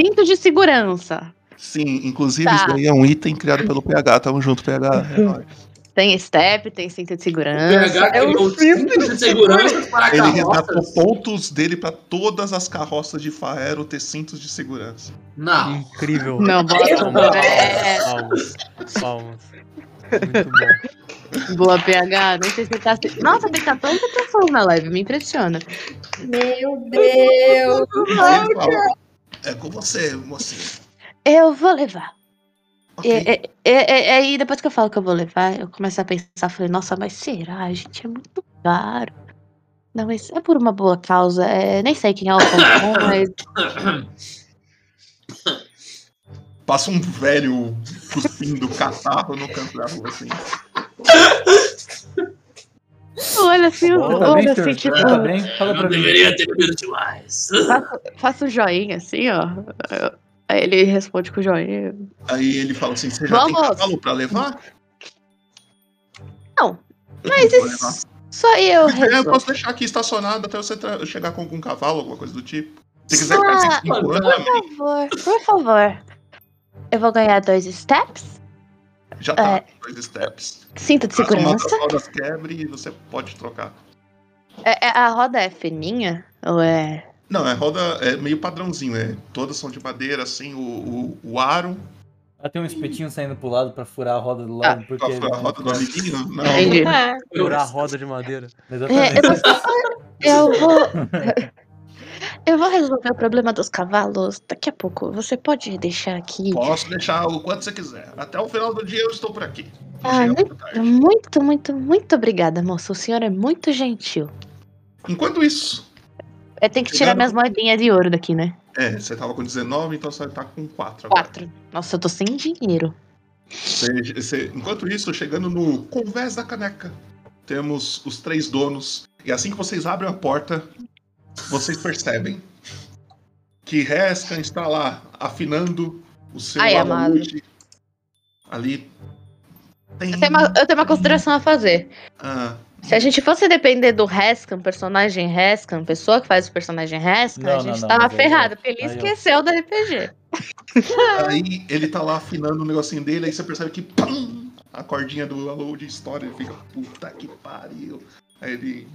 C: Cinto de segurança.
B: Sim, inclusive tá. isso daí é um item criado pelo PH. Tamo junto, PH. É nóis.
C: Tem step, tem cinto de
G: *laughs*
C: segurança.
G: O PH é um cinto de segurança para a
B: Ele tá
G: carroça.
B: resgatou pontos dele para todas as carroças de Faero ter cintos de segurança.
A: Ah.
G: Não.
D: Incrível.
C: Não, bota
D: Palmas,
C: É.
D: palmas, palmas. Muito bom.
C: Boa, PH. Não sei se tá. Nossa, tem 14 pessoas na live, me impressiona.
I: Meu Deus!
B: Aí ele fala, é com você, mocinho.
C: Eu vou levar. É,
B: Ok.
C: E, e, e, e- aí depois que eu falo que eu vou levar, eu começo a pensar, falei, nossa, mas será? Gente, é muito caro. Não, mas é por uma boa causa. é, nem sei quem é o Pompom, mas
B: Passa um velho cuspindo catarro no canto da rua, assim.
C: olha assim, eu-
A: Fala, tá bem,
C: olha assim,
A: Sturge?
C: tipo,
A: Tá bem? Fala
G: Eu
A: pra mim.
G: deveria ter bebido demais.
C: faço, faço um joinha assim, ó. Eu- Aí ele responde com o joinha.
B: Aí ele fala assim: você já tem
C: Vamos.
B: cavalo pra levar?
C: Não,
B: Eu
C: mas
B: vou
C: isso-
B: levar.
C: Só eu
B: É, eu
C: resolvo.
B: posso deixar aqui estacionado até você tra- chegar com algum cavalo, alguma coisa do tipo. Se quiser
C: Ah,
B: ficar 5 anos,
C: Por favor, por favor. Eu vou ganhar dois steps,
B: já tá. Dois steps.
C: cinto de
B: Caso uma das
C: É. segurança.
B: rodas quebre e você pode trocar.
C: É- é- a roda é fininha? Ou é...
B: Não, é roda é meio padrãozinho, é. Todas são de madeira, assim, o, o, o aro.
A: Ela tem um espetinho saindo pro lado pra furar a roda do lado. porque...
B: A, Ah, a roda do amiguinho? Não.
C: Entendi.
I: Ah,
D: Furar a roda de madeira.
A: Exatamente.
C: É, eu, *laughs* vou, eu vou. Eu vou resolver o problema dos cavalos daqui a pouco. Você pode deixar aqui.
B: Posso deixar o quanto você quiser. Até o final do dia eu estou por aqui.
C: Ah,
B: Chega
C: muito,
B: à tarde.
C: muito, muito, muito obrigada, moço. O senhor é muito gentil.
B: Enquanto isso,
C: Eu tenho que tirar minhas moedinhas de ouro daqui, né?
B: é, você tava com 19, então você tá com 4 agora.
C: Quatro. Nossa, eu tô sem dinheiro.
B: Você- você- enquanto isso, chegando no Convés da Caneca, temos os três donos. E assim que vocês abrem a porta, vocês percebem que Rescan está lá afinando o seu
C: Ai, amado.
B: alaúde. Ali tem.
C: Eu tenho, uma, eu tenho uma consideração a fazer.
B: Ah,
C: Se a gente fosse depender do Rescan, personagem Rescan, pessoa que faz o personagem Rescan,
A: Não,
C: a gente
A: não, não,
C: tava
A: mas aí eu-
C: ferrado, porque ele
A: aí eu-
C: esqueceu do RPG.
B: aí ele tá lá afinando o negocinho dele, aí você percebe que pum, a cordinha do alaúde estoura. Ele fica, puta que pariu. Aí ele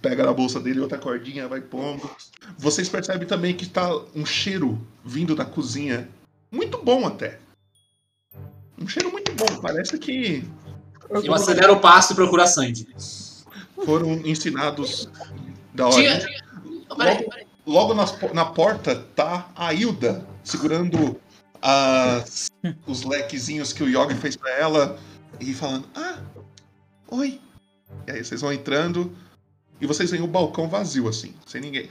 B: pega na bolsa dele outra cordinha, vai pondo. Vocês percebem também que tá um cheiro vindo da cozinha. Muito bom até. Um cheiro muito bom. Parece que
G: Eu acelero o passo e procurar Sandy.
B: foram ensinados da hora.
G: Tinha. Peraí, peraí.
B: Logo nas po- na porta tá a Hilda segurando as- os lequezinhos que o Yogi fez pra ela e falando: Ah, oi. E aí vocês vão entrando e vocês veem o balcão vazio, assim, sem ninguém.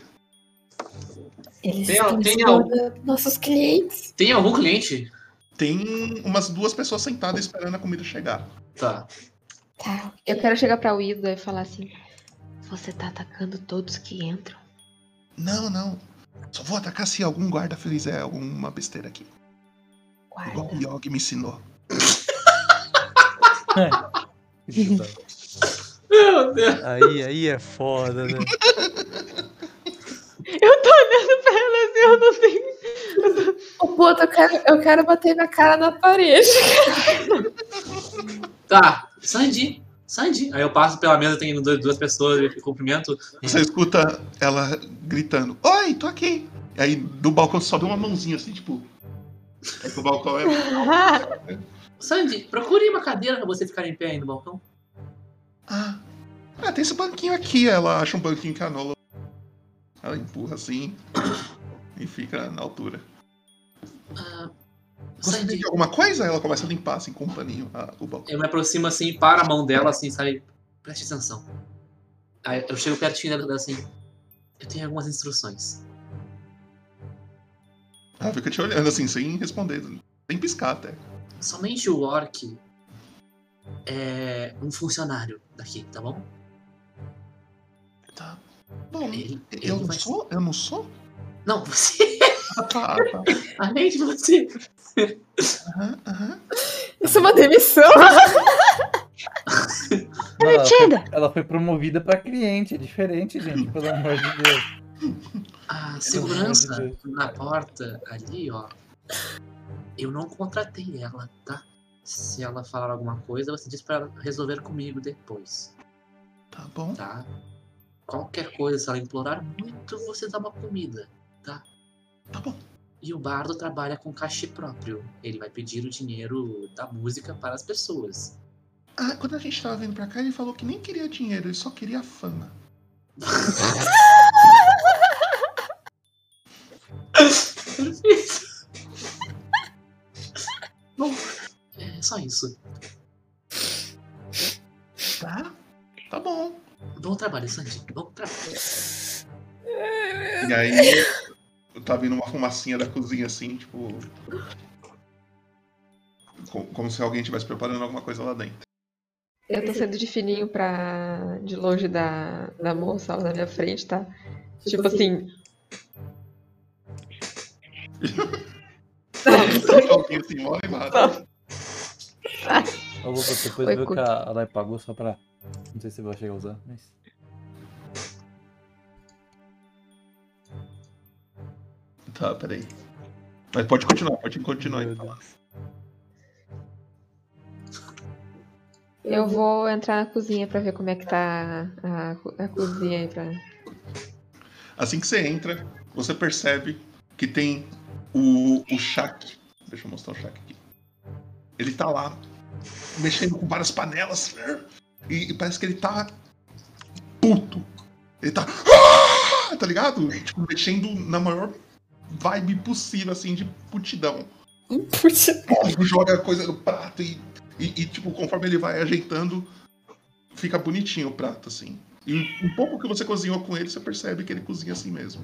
I: eles
G: Tem-
I: estão
G: tem
I: explorando nossos clientes.
G: Tem algum cliente?
B: Tem umas duas pessoas sentadas esperando a comida chegar.
G: Tá.
I: Tá.
E: Eu quero chegar pra Wilda e falar assim: Você tá atacando todos que entram.
B: Não, não. Só vou atacar se algum guarda fizer alguma besteira aqui. Igual
I: Guarda.
B: o Yogi me ensinou.
G: Meu Deus.
D: Aí, aí é foda, né?
F: Eu tô olhando pra ela assim, eu não tenho. O puto, eu quero, eu quero bater minha cara na parede.
G: Tá. Sandy. Sandy. Aí eu passo pela mesa, tem dois- duas pessoas, eu cumprimento.
B: Você escuta ela gritando: Oi, tô aqui. E aí do balcão sobe uma mãozinha assim, tipo. É que o balcão *laughs* é
G: Sandy, procure uma cadeira pra você ficar em pé aí no balcão.
B: Ah, ah, tem esse banquinho aqui. Ela acha um banquinho que a Nola. Ela empurra assim e fica na altura.
G: Ah,
B: Gostaria
G: Sandy,
B: de alguma coisa? Ela começa a limpar assim com um paninho a- o balcão.
G: eu me aproximo assim, para a mão dela, assim, sabe? Preste atenção. Aí eu chego pertinho dela assim. Eu tenho algumas instruções.
B: Ela fica te olhando assim, sem responder, sem piscar até.
G: Somente o Orc é um funcionário daqui, tá bom?
B: Bom,
G: Ele- ele
B: eu não
G: vai-
B: sou? Eu não sou?
G: Não, *laughs* você.
B: Ah, tá, tá.
G: Além de você.
B: Aham, aham.
F: Isso é uma demissão.
A: ela,
J: Prometida.
A: foi, ela foi promovida pra cliente, é diferente, gente, pelo amor de Deus.
G: A segurança na
B: É.
G: porta ali, ó. Eu não contratei ela, tá? Se ela falar alguma coisa, você diz pra ela resolver comigo depois.
B: Tá bom.
G: Tá? Qualquer coisa, se ela implorar muito, você dá uma comida, tá?
B: Tá bom.
G: E o bardo trabalha com cachê próprio. Ele vai pedir o dinheiro da música para as pessoas.
B: Ah, quando a gente tava vindo pra cá, ele falou que nem queria dinheiro, ele só queria fama.
G: Bom, é só isso.
B: Tá? Tá bom.
G: Bom trabalho, Sandy. Bom trabalho.
B: E aí, tá vindo uma fumacinha da cozinha assim, tipo. co- Como se alguém estivesse preparando alguma coisa lá dentro.
E: *laughs* Eu tô sendo de fininho pra. de longe da, da moça, ela na minha frente, tá? Tipo assim.
B: *laughs* Alguém assim, mó animado.
A: Eu vou depois
E: Oi,
A: ver o que
E: Cuca.
A: a Lai pagou só pra. Não sei se vai chegar a usar, mas.
B: Tá, peraí. Mas pode continuar, pode continuar. então.
E: Eu vou entrar na cozinha pra ver como é que tá a, co- a cozinha aí pra.
B: Assim que você entra, você percebe que tem o, o Shaq. Deixa eu mostrar o Shaq aqui. Ele tá lá, mexendo com várias panelas. E, e parece que ele tá puto. Ele tá. "Ah!", Tá ligado? Tipo, mexendo na maior vibe possível, assim, de putidão. Tipo, joga a coisa no prato e, e, e, tipo, conforme ele vai ajeitando, fica bonitinho o prato, assim. E um pouco que você cozinhou com ele, você percebe que ele cozinha assim mesmo.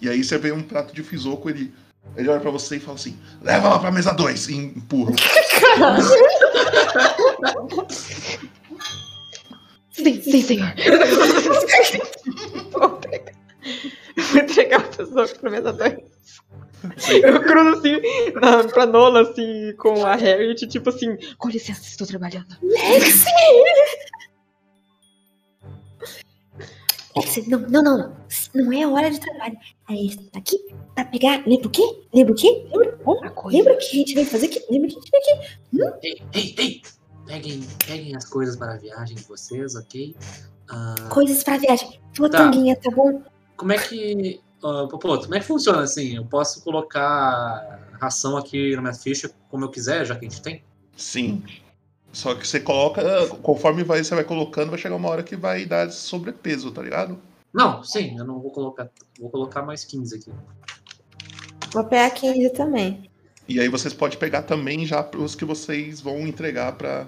B: E aí você vê um prato de fisoco, ele, ele olha pra você e fala assim, leva lá pra mesa 2 e empurra.
E: Sim, sim, senhor.
I: *laughs*
E: Vou pegar- Vou entregar o tesouro pra mesa dois. tá Eu cruzo assim na, pra Nola, assim, com a Harriet, tipo assim, com licença, estou trabalhando.
I: Lexi! Lexi, não, não, não, não. Não é hora de trabalho. A gente tá aqui pra pegar. Lembra o quê? Lembra o quê? Lembra, oh, lembra o que a gente veio fazer aqui? Lembra o que a gente veio aqui? Hum?
G: Ei, ei, ei! Peguem, peguem as coisas para a viagem de vocês, ok? Ah,
I: Coisas pra viagem.
G: Tá.
I: Flotanguinha, tá. bom?
G: Como é que. ah, Popoto, como é que funciona assim? Eu posso colocar ração aqui na minha ficha como eu quiser, já que a gente tem?
B: Sim. Só que você coloca, conforme vai, você vai colocando, vai chegar uma hora que vai dar sobrepeso, tá ligado?
G: Não, sim, eu não vou colocar. Vou colocar mais 15 aqui.
I: Vou pegar 15 também.
B: E aí vocês podem pegar também já os que vocês vão entregar para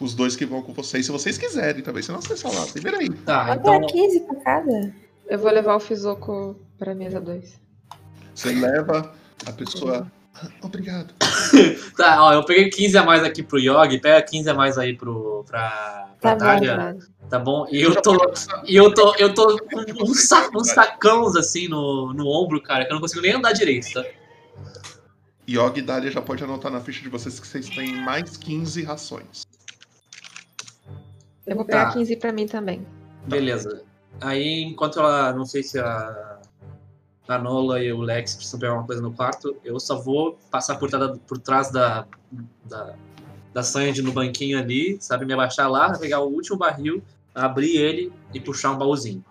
B: os dois que vão com vocês, se vocês quiserem também. Senão vocês falam, "Ah, libera aí.
G: Tá,
I: Vou pegar 15 pra cada.
E: Eu vou levar o Fisoco pra mesa 2.
B: Você leva a pessoa. "Ah, Obrigado.
G: Tá, ó, eu peguei 15 a mais aqui pro Yogi, pega 15 a mais aí pro, pra, pra
I: Tá bom,
G: Dália,
E: Dália.
G: tá bom? E eu tô, e eu tô, eu tô com um sa- uns sacãos assim no, no ombro, cara, que eu não consigo nem andar direito, tá?
B: Yogi e Dália já pode anotar na ficha de vocês que vocês têm mais 15 rações.
E: Eu vou
G: Tá.
E: pegar 15 pra mim também.
G: Beleza. Aí, enquanto ela, não sei se a, a Nola e o Lex precisam pegar alguma coisa no quarto, eu só vou passar por, tra- por trás da, da, da Sandy no banquinho ali, sabe, me abaixar lá, pegar o último barril, abrir ele e puxar um baúzinho.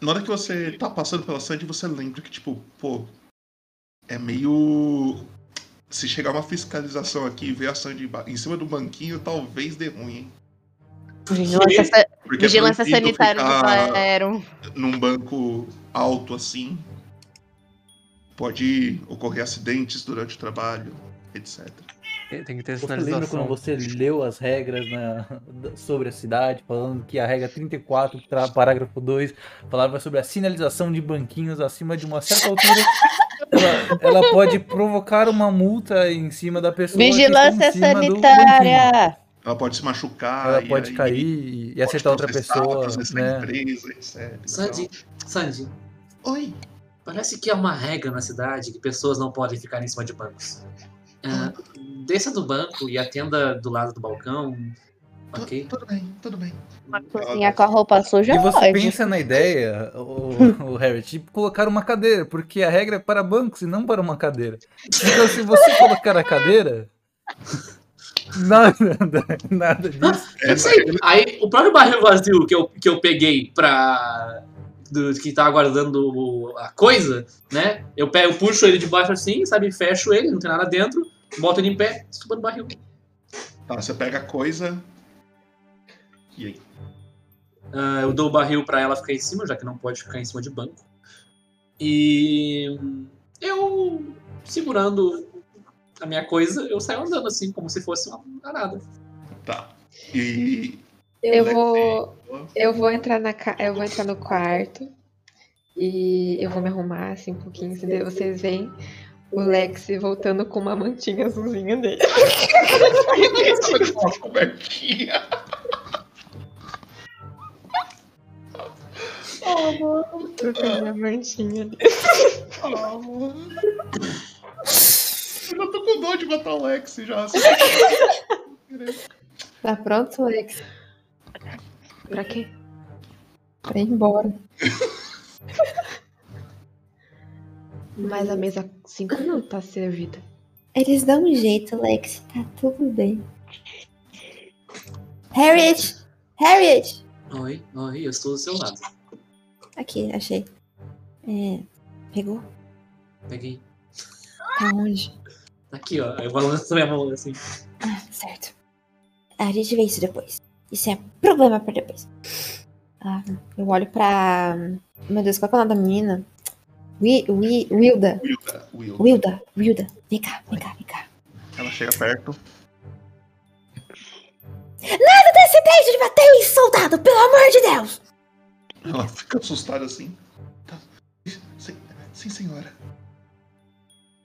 B: Na hora que você tá passando pela Sandy, você lembra que, tipo, pô, é meio. Se chegar uma fiscalização aqui e ver a Sandy emba- em cima do banquinho, talvez dê ruim, hein?
C: Vigilância, sa-
B: Porque é
C: vigilância
B: proibido
C: sanitária no
B: ficar-
C: Paeron.
B: num banco alto assim, pode ocorrer acidentes durante o trabalho, etc.
D: Tem tem que ter
A: Você lembra quando
D: sinalização.
A: você leu as regras na- da- sobre a cidade, falando que a regra 34, tra- parágrafo 2, falava sobre a sinalização de banquinhos acima de uma certa altura? Ela, ela pode provocar uma multa em cima da pessoa. que está em
C: Vigilância
A: cima do banquinho.
C: sanitária!
B: Ela pode se machucar,
A: Ela
B: e
A: pode
B: aí
A: cair e- e
B: pode
A: acertar outra
B: processar,
A: pessoa,
B: processar a
A: né?
B: empresa, etc.
G: Sandy, Sandy, é
B: Então, Oi,
G: parece que há uma regra na cidade que pessoas não podem ficar em cima de bancos. Ah, desça do banco e atenda do lado do balcão. Ok?
B: Tudo bem, tudo bem.
K: Uma cozinha com a roupa suja
A: E você
K: pode.
A: pensa na ideia, o, o Harry, de colocar uma cadeira, porque a regra é para bancos e não para uma cadeira. Então, se você colocar a cadeira. Nada, *laughs* nada disso.
B: É,
G: Eu sei. Aí, o próprio barril vazio que eu, que eu peguei pra. Do, que tá guardando o- a coisa, né? Eu, pego, eu puxo ele de baixo assim, sabe? Fecho ele, não tem nada dentro, boto ele em pé, subo no barril.
B: Tá, você pega a coisa. E aí?
G: Ah, eu dou o barril pra ela ficar em cima, já que não pode ficar em cima de banco. E. Eu. Segurando a minha coisa, eu saio andando assim, como se fosse uma parada.
B: Tá. E. né,
E: Eu vou, eu vou entrar na, ca- eu vou entrar no quarto e eu vou me arrumar assim um pouquinho, se daí vocês veem o Lex voltando com uma mantinha azulzinha dele. *laughs* Oh, amor, eu tenho minha mantinha.
B: "Ah, Eu já tô com dor de botar o Lex já.
L: Tá pronto, Alex?
E: Pra quê?
L: Pra ir embora.
E: Mas a mesa 5 não tá servida.
I: Eles dão um jeito, Lex. Tá tudo bem. Harriet! Harriet!
G: Oi, oi, eu estou do seu lado.
I: Aqui, achei. É, pegou?
G: Peguei.
I: Tá onde?
G: Aqui, ó. Eu vou lançar minha mão assim.
I: Ah, certo. A gente vê isso depois. Isso é problema pra depois. Ah, eu olho pra. Meu Deus, qual que é o nome da menina? Wi, Wi, Wilda.
B: Wilda, Wilda.
I: Wilda, Wilda. Vem cá, vem cá, vem cá.
B: Ela chega perto.
I: Nada desse beijo de bater em soldado, pelo amor de Deus!
B: Ela fica assustada assim. Tá. Sim, sim, senhora.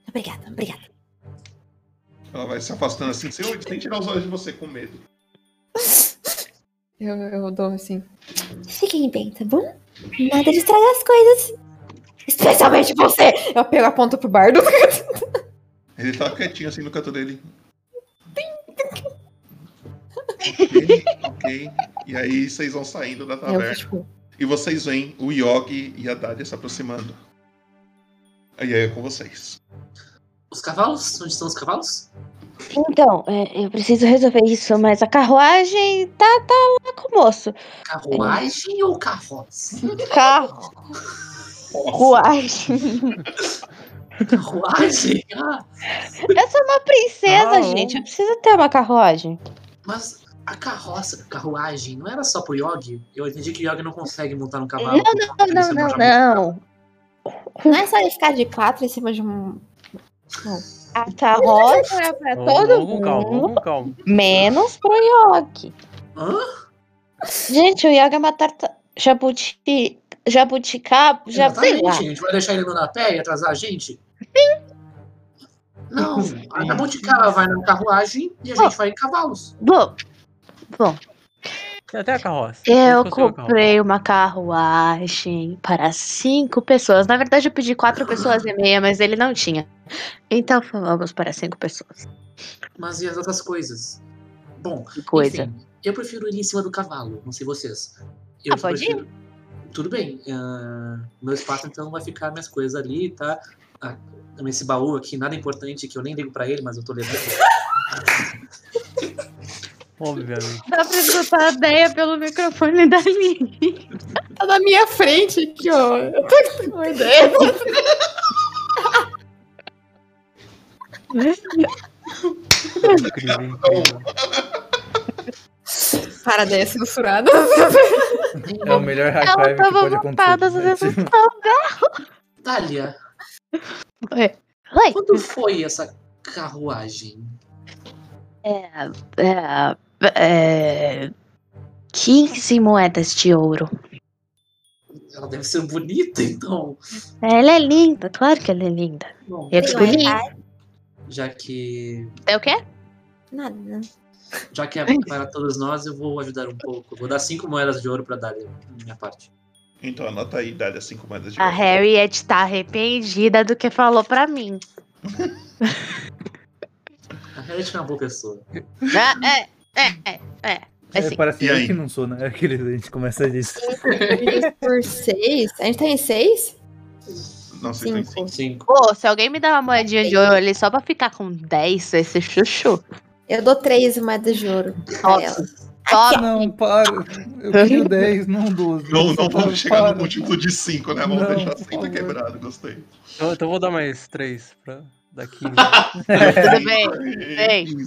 I: Obrigada, obrigada.
B: Ela vai se afastando assim, sem, sem tirar os olhos de você, com medo.
E: Eu, eu dou assim.
I: Fiquem bem, tá bom? Nada de estragar as coisas. Especialmente você!
E: Eu pego a ponta pro bardo.
B: Ele tá quietinho assim no canto dele. ok, ok. E aí vocês vão saindo da
E: Eu
B: taverna.
E: fiz tipo.
B: E vocês veem o Yogi e a Dália se aproximando. Aí é com vocês.
G: Os cavalos? Onde estão os cavalos?
C: Então, é, eu preciso resolver isso, mas a carruagem tá, tá lá com o moço.
G: Carruagem ou carroça?
C: *laughs* Carruagem.
G: Carruagem? Ah,
C: Eu sou uma princesa,
A: Ah,
G: Não.
A: um-
C: gente. Eu preciso ter uma carruagem.
G: mas a carroça, carruagem, não era só pro Yogi? Eu entendi que o Yogi não consegue montar
A: Tá
G: um
C: Não, não,
G: cavalo.
A: é
C: não, não, não.
I: Não é só ele ficar de quatro em cima de um. Não.
C: A carroça é pra todo
D: Vamos com
C: mundo,
D: calma, vamos com calma.
C: menos pro Yogi.
G: Hã?
C: Gente, o Yogi é uma tarta... Jabuti... Jabuticaba... Já... Sei
G: Exatamente,
C: lá.
G: a gente vai deixar ele andar a pé e atrasar a gente? Não, a jabuticaba vai na carruagem e a gente vai em cavalos.
C: Bom, bom,
D: Tem até a carroça.
C: eu
D: Deixa eu ver o carro.
C: comprei uma carruagem para cinco pessoas. Na verdade, eu pedi quatro pessoas e meia, mas ele não tinha. Então, vamos para cinco pessoas.
G: Mas e as outras coisas? Bom,
C: Que coisa.
G: enfim, eu prefiro ir em cima do cavalo, não sei vocês.
C: Ah, pode ir?
G: Tudo bem. ah, meu espaço então vai ficar minhas coisas ali, tá? Ah, esse baú aqui, nada importante que eu nem ligo pra ele, mas eu
C: *laughs*
G: tô levando.
D: Obviamente.
C: Dá pra escutar a ideia pelo microfone da Aline.
L: Tá na minha frente aqui, ó. Eu tô com uma ideia.
D: Incrível, incrível.
L: Para daí é censurada.
A: É o melhor high
C: Ela
A: five que
C: tava assim.
A: pode né?
C: montada, às
D: né?
C: vezes.
A: acontecer.
G: Dália,
C: Oi. Oi.
G: quando foi essa carruagem?
C: É, é, é, 15 moedas de ouro.
G: Ela deve ser bonita, então.
C: Ela é linda, claro que ela é linda.
G: Bom,
C: Eu que
I: Tem
C: escolhi.
I: Wi-Fi?
G: já que
C: É o quê?
I: Nada, não.
G: já que é para todos nós, eu vou ajudar um pouco. Eu Vou dar cinco moedas de ouro pra Dália, da minha parte.
B: Então anota aí, Dália, cinco moedas de
C: A é
B: ouro.
C: Harriet tá arrependida do que falou pra mim.
G: Harriet não é uma boa pessoa.
C: Ah, é, é, é, é. É
A: É,
C: sim.
A: parece
G: E
A: eu
G: aí?
A: que não sou, né? É Aquele, a gente começa disso.
C: *laughs*
I: Por seis? A gente tá em seis?
B: Não,
I: vocês estão em
G: cinco.
C: Pô, se alguém me dá uma moedinha de ouro ali só pra ficar com 10, vai ser chuchu.
I: Eu dou três moedas de ouro
C: É,
I: pra ela.
C: Top.
A: "Ah, Não, para. Eu quero
C: *laughs*
A: 10, não 12.
B: Não, não
A: Para,
B: vamos chegar
A: para.
B: no múltiplo de 5, né? Vamos
A: Não,
B: deixar
A: por
B: assim, tá
A: favor. *laughs*
B: quebrado, gostei.
D: Então, então vou dar mais três pra dar 15.
C: Tudo bem, tudo bem.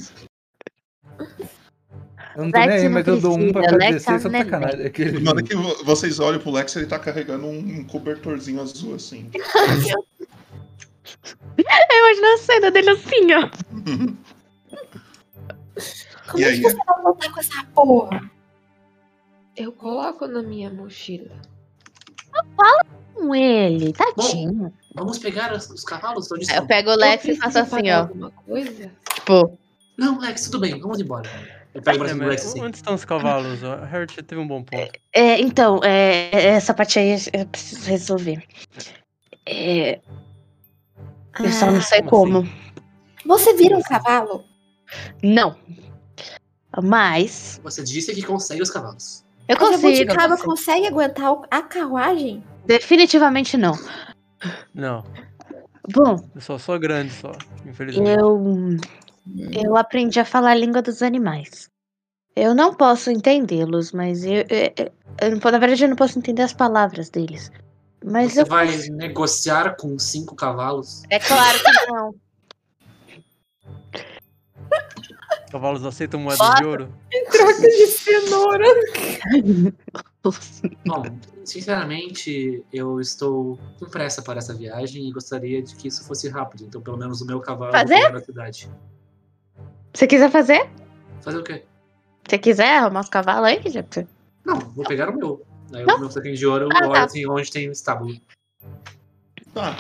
A: Eu não tô nem
C: Lex
A: aí,
C: não
A: mas eu dou um pra
C: precisa,
A: cada
C: Lex
A: 16, só
C: não é
A: sacanagem. É Aquele...
B: Na hora que vo- vocês olham pro Lex, ele tá carregando um cobertorzinho azul, assim.
C: Eu imagino a cena dele assim, ó.
I: Como
A: tá
B: E
I: é
B: aí?
I: que você vai voltar com essa porra?
E: Eu coloco na minha mochila.
J: Com ele, tadinho.
G: Vamos pegar os, os cavalos? Onde
C: Aí Ah, Eu
G: estão?
C: pego o
E: Eu
C: Lex e
E: preciso
C: faço assim,
E: pagar
C: ó.
E: Alguma coisa?
C: Tipo,
G: Não, Lex, tudo bem, vamos embora. Eu pego o
A: um
G: braço do
D: É,
G: Lex
D: mas
G: assim.
D: onde estão os cavalos? A Harriet teve um bom ponto.
J: É, então, é, é, essa parte aí eu preciso resolver. É, eu só não
C: É,
J: sei
D: como assim?
J: como.
I: Você vira um cavalo?
G: assim?
J: Não. Mas
G: Você disse que consegue os cavalos.
J: eu
I: A
J: consigo.
I: jabuticaba consegue aguentar o- a carruagem?
J: Definitivamente não.
D: Não,
J: Bom,
D: eu sou só grande só, infelizmente.
J: eu eu aprendi a falar a língua dos animais. Eu não posso entendê-los, mas eu, eu- eu- eu não po- na verdade eu não posso entender as palavras deles. Mas
G: Você
J: eu
G: vai negociar com cinco cavalos?
J: é claro que não.
D: Cavalos aceitam moedas de
C: Bota.
D: ouro?
F: Troca de cenoura.
J: *laughs*
G: Bom, sinceramente, eu estou com pressa para essa viagem e gostaria de que isso fosse rápido. Então, pelo menos o meu cavalo
J: Fazer?
G: vai na cidade.
J: Você quiser fazer?
G: Fazer o quê?
J: Você quiser arrumar os cavalos aí, gente?
G: Não, vou pegar o meu. Aí
J: Não.
G: o meu saquinho de ouro, eu
J: Ah, tá.
G: olho assim, onde tem o estábulo.
B: Tá.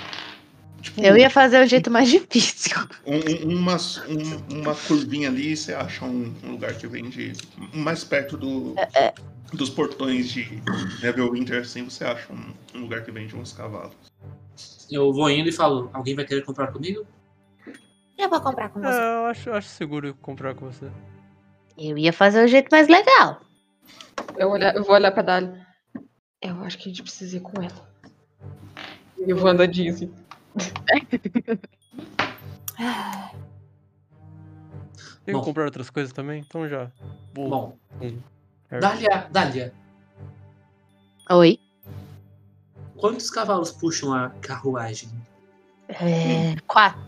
B: Tipo,
J: Eu ia fazer um jeito mais difícil.
B: um- um- umas- um- uma curvinha ali, você acha um, um lugar que vende mais perto do, dos portões de Neverwinter, assim, você acha um, um lugar que vende uns cavalos.
G: Eu vou indo e falo, alguém vai querer comprar comigo?
I: Eu vou comprar com
D: É,
I: você.
D: eu acho, acho seguro comprar com você.
J: Eu ia fazer um jeito mais legal.
E: Eu, olhar- eu vou olhar pra Dali. Eu acho que a gente precisa ir com ela. E eu vou andar Disney.
D: Tem
G: Bom.
D: que comprar outras coisas também? Então já. Vou,
G: Bom,
D: Harriet.
G: Dália, Dália,
J: Oi.
G: quantos cavalos puxam a carruagem?
J: É, quatro.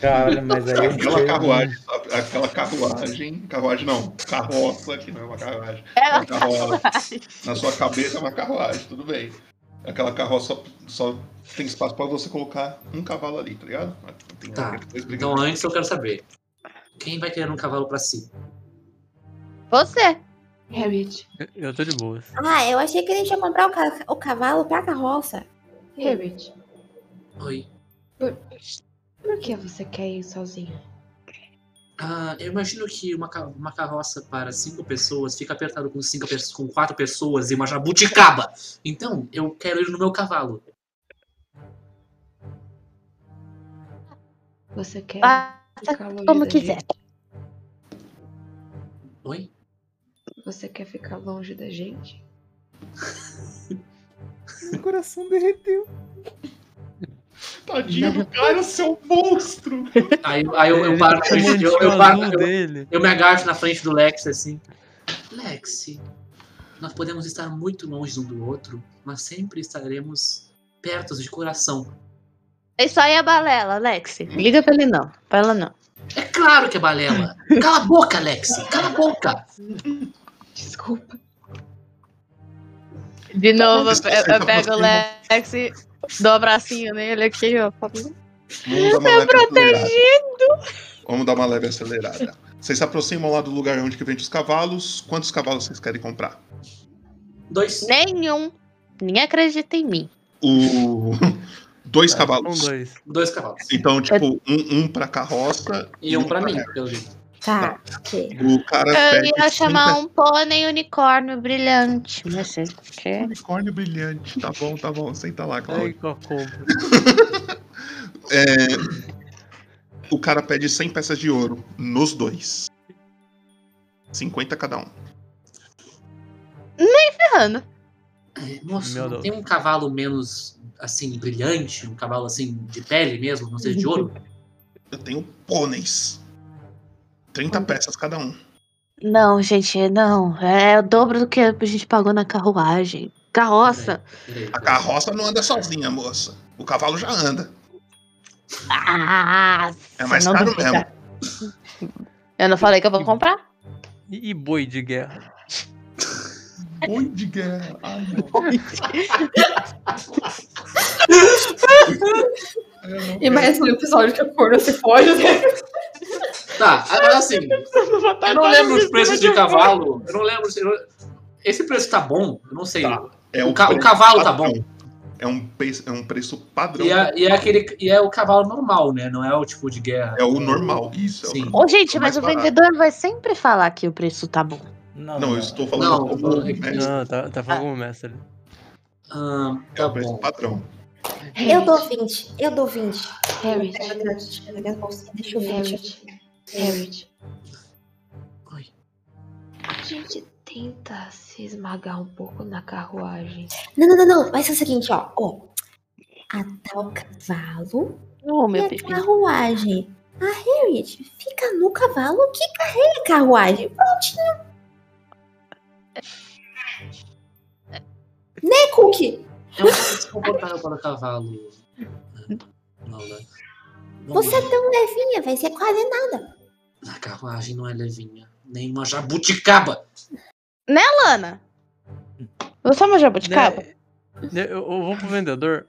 A: Caralho, mas
B: *laughs*
A: aí. eu não
B: Aquela
A: sei,
B: carruagem, sabe? Aquela carruagem. Carruagem não, carroça, que não é uma carruagem.
C: É
B: uma carruagem. Na sua cabeça é uma carruagem, tudo bem. Aquela carroça só, só tem espaço pra você colocar um cavalo ali, tá ligado? Tem
G: Tá,
B: depois brigando.
G: Então, antes eu quero saber, quem vai querer um cavalo pra si?
C: Você.
E: Harriet.
D: Eu- Eu tô de boas.
I: Ah, eu achei que a gente ia comprar o, ca- o cavalo pra carroça.
E: Harriet.
G: Oi.
E: Por que você quer ir sozinha?
G: Ah, eu imagino que uma, ca- uma carroça para cinco pessoas fica apertado com cinco pessoas, com quatro pessoas e uma jabuticaba. Então, eu quero ir no meu cavalo.
E: Você quer
J: Faça
E: ficar longe
J: como
E: da
J: quiser.
G: Oi?
E: gente? Você quer ficar longe da gente?
A: Meu coração derreteu.
B: Tadinho do cara, seu monstro!
G: Aí, aí eu, eu
D: Ele
G: paro,
D: tá
G: eu,
D: com
G: eu,
D: o
G: eu, paro-
D: azul
G: eu-
D: dele.
G: eu me agacho na frente do Lex assim. Lex, nós podemos estar muito longe um do outro, mas sempre estaremos perto de coração.
J: Isso aí é balela, Lex. Liga pra ele não. Pra ela não.
G: É claro que é balela. Cala a boca, Lex. Cala a boca.
E: Desculpa.
C: De novo, eu,
B: Você tá
C: eu pego o
B: fazendo-
C: Lex e dou um abracinho nele aqui, ó.
B: Vamos dar uma leve acelerada. Vamos dar uma leve acelerada. Vocês se aproximam lá do lugar onde que vende os cavalos. Quantos cavalos vocês querem comprar?
G: Dois.
J: Nenhum. Ninguém acredita em mim.
B: O... *laughs* Dois
D: São
B: cavalos.
D: Um, dois.
G: Dois cavalos.
B: Então,
J: É
B: tipo, um, um pra carroça
G: E um pra mim, pelo jeito.
I: Tá, ok.
B: O cara
J: Eu
B: pede
J: ia chamar
B: cinco
J: um pônei unicórnio brilhante. Mas vocês querem?
B: unicórnio brilhante. Tá bom, tá bom. Senta lá,
D: Aí
B: Cláudio.
D: que eu compro.
B: O cara pede 100 peças de ouro nos dois. 50 cada um.
C: Nem ferrando.
G: Moço,
C: Meu
G: não
C: Deus.
G: tem um cavalo menos, assim, brilhante? Um cavalo, assim, de pele mesmo, não seja de ouro?
B: Eu tenho pôneis. 30 peças cada um.
J: Não, gente, não. É o dobro do que a gente pagou na carruagem. Carroça.
B: A carroça não anda sozinha, moça. O cavalo já anda.
J: Ah,
B: É mais
J: não
B: caro
J: duvido.
B: mesmo.
C: Eu não falei que eu vou comprar.
D: E, e boi de guerra?
B: Boi É de guerra. Ai,
F: E mais um episódio que a corno se foge.
G: Tá, ah, assim, eu não lembro os preços de cavalo. Eu não lembro. se- eu- Esse preço tá bom? Eu não sei.
B: É
G: o,
B: um
G: ca- o
B: preço
G: cavalo tá bom.
B: padrão. É um, preço, é um preço padrão.
G: E é, e é aquele, e é o cavalo normal, né? Não é o tipo de guerra.
B: É o normal, isso.
G: Sim.
J: Ô, gente,
G: É
J: mas
G: mais
J: o
G: barato.
J: vendedor vai sempre falar que o preço tá bom.
A: Não,
B: eu estou
G: Não,
B: falando né?
G: eu
B: como
G: falo-
B: mestre.
D: Não, tá, tá falando como mestre.
G: Ah,
B: É o preço padrão.
I: Eu
E: *laughs*
I: dou 20, eu dou 20.
E: Harriet.
I: Deixa eu ver.
E: Harriet. Harriet.
G: Oi.
E: A gente tenta se esmagar um pouco na carruagem.
I: Não, não, não, não. Vai ser o seguinte, ó. ó. Atar o cavalo
J: Ô, meu
I: e a
J: bebê.
I: carruagem. A Harriet fica no cavalo que carrega a carruagem. Prontinho. Né, Cookie?
G: É um pouco desconfortável para o cavalo. Ah, Não, né? Não
I: Você
G: é.
I: é tão levinha, vai ser quase nada.
G: A carruagem não é levinha. Nem uma jabuticaba.
J: Né, Lana? Você é uma jabuticaba?
D: né, Eu, eu vou pro vendedor.